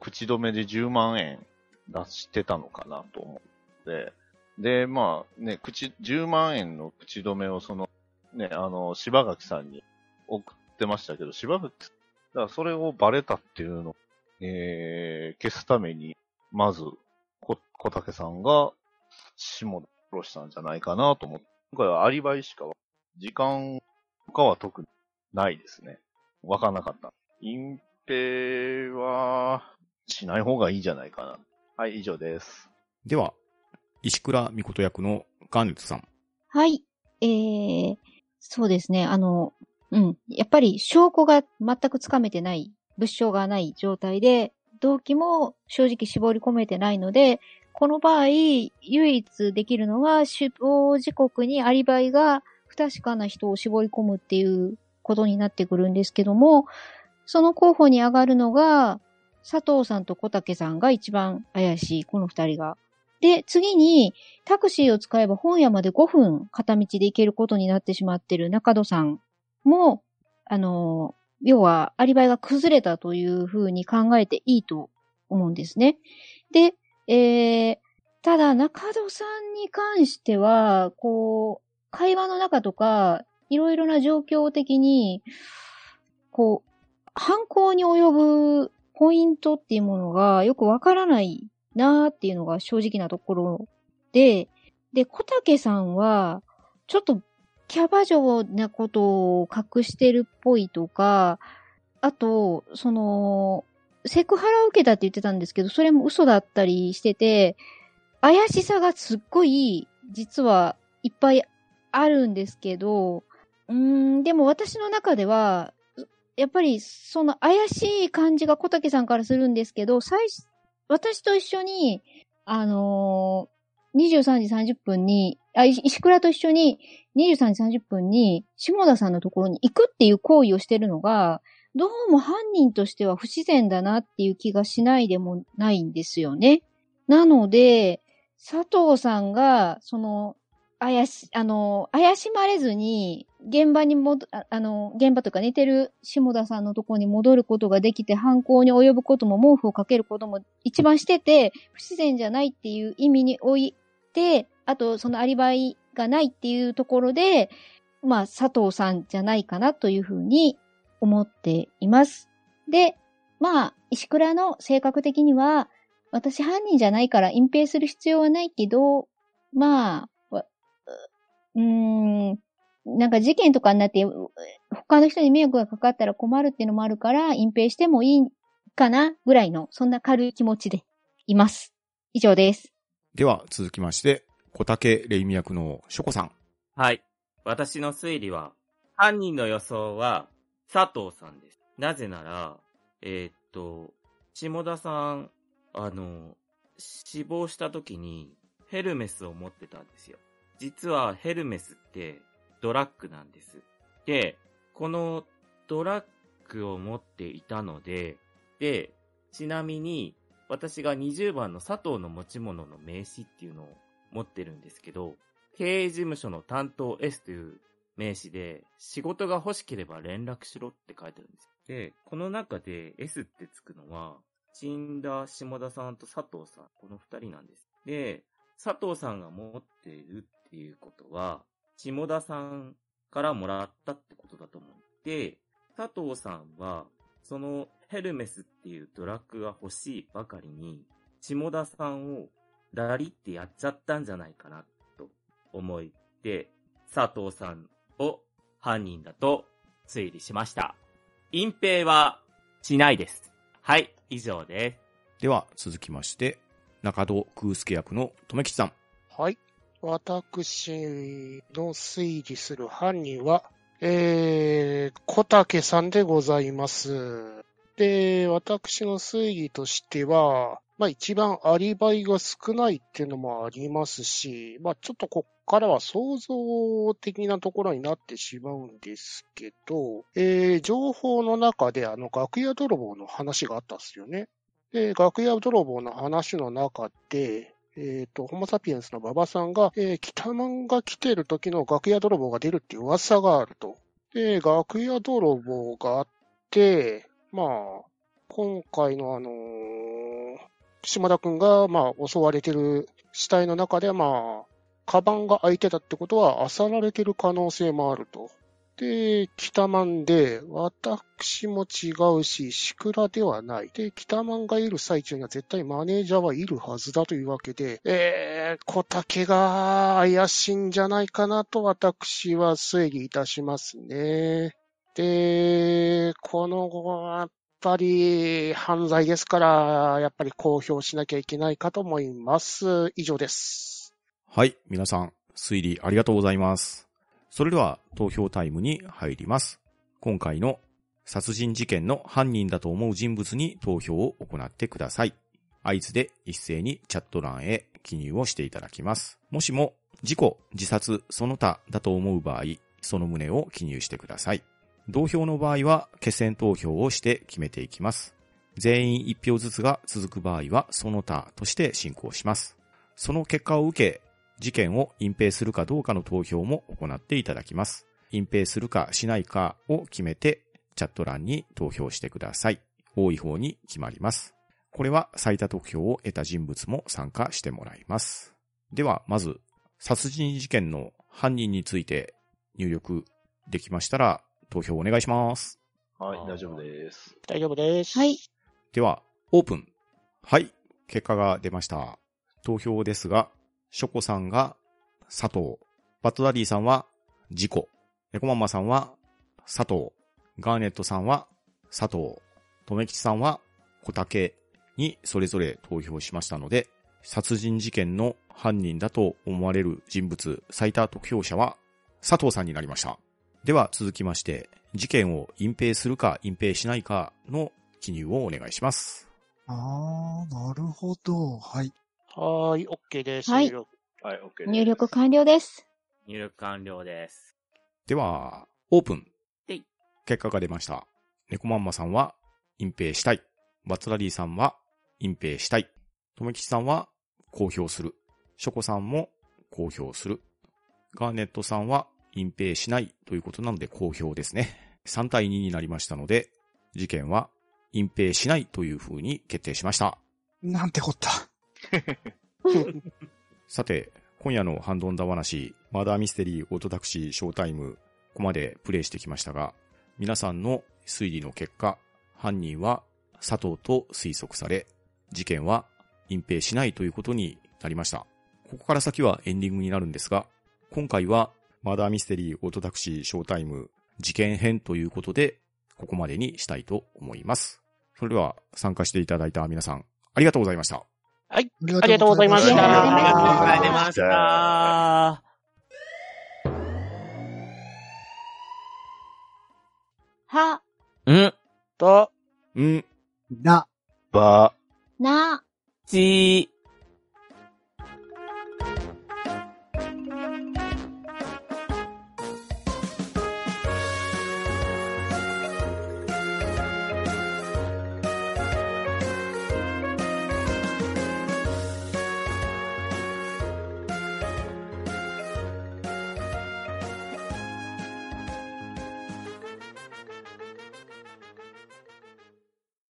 Speaker 6: 口止めで10万円出してたのかなと思って、で、まあね、口、10万円の口止めをその、ね、あの、柴垣さんに送ってましたけど、柴垣さん、だからそれをバレたっていうのを、えー、消すために、まず、こ小竹さんが、下田を殺したんじゃないかなと思って、今回はアリバイしか、時間とかは特にないですね。わかんなかった。隠蔽は、しない方がいいんじゃないかな。はい、以上です。
Speaker 3: では、石倉美琴役のガンレツさん。
Speaker 4: はい。えー、そうですね。あの、うん。やっぱり証拠が全くつかめてない、物証がない状態で、動機も正直絞り込めてないので、この場合、唯一できるのは死亡時刻にアリバイが不確かな人を絞り込むっていうことになってくるんですけども、その候補に上がるのが、佐藤さんと小竹さんが一番怪しい、この二人が。で、次に、タクシーを使えば本屋まで5分片道で行けることになってしまってる中戸さんも、あの、要はアリバイが崩れたというふうに考えていいと思うんですね。で、えー、ただ中戸さんに関しては、こう、会話の中とか、いろいろな状況的に、こう、犯行に及ぶポイントっていうものがよくわからないなーっていうのが正直なところで、で、小竹さんは、ちょっとキャバ嬢なことを隠してるっぽいとか、あと、その、セクハラを受けたって言ってたんですけど、それも嘘だったりしてて、怪しさがすっごい、実はいっぱいあるんですけど、うーん、でも私の中では、やっぱりその怪しい感じが小竹さんからするんですけど、最初、私と一緒に、あのー、23時30分に、あ、い石倉と一緒に23時30分に下田さんのところに行くっていう行為をしてるのが、どうも犯人としては不自然だなっていう気がしないでもないんですよね。なので、佐藤さんが、その、怪し、あの、怪しまれずに、現場にもど、ああの、現場とか寝てる下田さんのところに戻ることができて、犯行に及ぶことも毛布をかけることも一番してて、不自然じゃないっていう意味において、あと、そのアリバイがないっていうところで、まあ、佐藤さんじゃないかなというふうに思っています。で、まあ、石倉の性格的には、私犯人じゃないから隠蔽する必要はないけど、まあ、わうーん、なんか事件とかになって、う他の人に迷惑がかかったら困るっていうのもあるから、隠蔽してもいいかなぐらいの、そんな軽い気持ちでいます。以上です。
Speaker 3: では、続きまして、小竹レイミ役のショコさん。
Speaker 5: はい。私の推理は、犯人の予想は、佐藤さんです。なぜなら、えーっと、下田さん、あの、死亡した時に、ヘルメスを持ってたんですよ。実はヘルメスって、ドラッグなんです。で、このドラッグを持っていたので、で、ちなみに、私が20番の佐藤の持ち物の名刺っていうのを持ってるんですけど、経営事務所の担当 S という名詞で、仕事が欲しければ連絡しろって書いてあるんですよ。で、この中で S ってつくのは、チンダ、下田さんと佐藤さん、この二人なんです。で、佐藤さんが持っているっていうことは、下田さんからもらったってことだと思う。で、佐藤さんは、そのヘルメスっていうドラッグが欲しいばかりに、下田さんをダリってやっちゃったんじゃないかなと思いで、佐藤さんを犯人だと推理しました。隠蔽はしないです。はい、以上です。
Speaker 3: では、続きまして、中戸空介役の留吉さん。
Speaker 2: はい。私の推理する犯人は、えー、小竹さんでございます。で、私の推理としては、まあ一番アリバイが少ないっていうのもありますし、まあちょっとこっからは想像的なところになってしまうんですけど、えー、情報の中であの楽屋泥棒の話があったんですよね。で、楽屋泥棒の話の中で、えっ、と、ホモサピエンスの馬場さんが、えー、北マンが来てる時の楽屋泥棒が出るっていう噂があると。で、楽屋泥棒があって、まあ、今回のあのー島田くんが、まあ、襲われてる死体の中で、まあ、カバンが開いてたってことは、漁られてる可能性もあると。で、北マンで、私も違うし、シクラではない。で、北マンがいる最中には絶対マネージャーはいるはずだというわけで、えー、小竹が怪しいんじゃないかなと私は推理いたしますね。で、この後、やっぱり犯罪ですから、やっぱり公表しなきゃいけないかと思います。以上です。
Speaker 3: はい、皆さん、推理ありがとうございます。それでは、投票タイムに入ります。今回の殺人事件の犯人だと思う人物に投票を行ってください。合図で一斉にチャット欄へ記入をしていただきます。もしも、事故、自殺、その他だと思う場合、その旨を記入してください。同票の場合は、決選投票をして決めていきます。全員一票ずつが続く場合は、その他として進行します。その結果を受け、事件を隠蔽するかどうかの投票も行っていただきます。隠蔽するかしないかを決めて、チャット欄に投票してください。多い方に決まります。これは最多得票を得た人物も参加してもらいます。では、まず、殺人事件の犯人について入力できましたら、投票お願いします。
Speaker 6: はい
Speaker 5: あ、ー
Speaker 6: 大丈夫です。
Speaker 2: 大丈夫です。
Speaker 4: はい。
Speaker 3: では、オープン。はい、結果が出ました。投票ですが、ショコさんが佐藤。バットダディさんはジコ。エコママさんは佐藤。ガーネットさんは佐藤。とめきちさんは小竹にそれぞれ投票しましたので、殺人事件の犯人だと思われる人物最多得票者は佐藤さんになりました。では続きまして、事件を隠蔽するか隠蔽しないかの記入をお願いします。
Speaker 1: あー、なるほど。はい。
Speaker 2: はーい、OK です。
Speaker 4: はい
Speaker 2: 入力
Speaker 6: はい、OK です
Speaker 4: 入力完了です。
Speaker 5: 入力完了です。
Speaker 3: では、オープン
Speaker 5: はい。
Speaker 3: 結果が出ました。猫まんまさんは隠蔽したい。バツラリーさんは隠蔽したい。とめきちさんは公表する。ショコさんも公表する。ガーネットさんは隠蔽しないということなので公表ですね。3対2になりましたので、事件は隠蔽しないという風に決定しました。
Speaker 1: なんてこった。
Speaker 3: さて、今夜のハンドンダ話、マーダーミステリーオートタクシーショータイム、ここまでプレイしてきましたが、皆さんの推理の結果、犯人は佐藤と推測され、事件は隠蔽しないということになりました。ここから先はエンディングになるんですが、今回はマーダーミステリーオートタクシーショータイム事件編ということで、ここまでにしたいと思います。それでは参加していただいた皆さん、ありがとうございました。
Speaker 1: あ
Speaker 2: ありがとうございました
Speaker 5: ありがとうござい
Speaker 1: す
Speaker 5: ました。
Speaker 4: は、
Speaker 5: うん。
Speaker 2: と、
Speaker 3: うん。
Speaker 1: な、
Speaker 6: ば、
Speaker 4: な、
Speaker 5: ち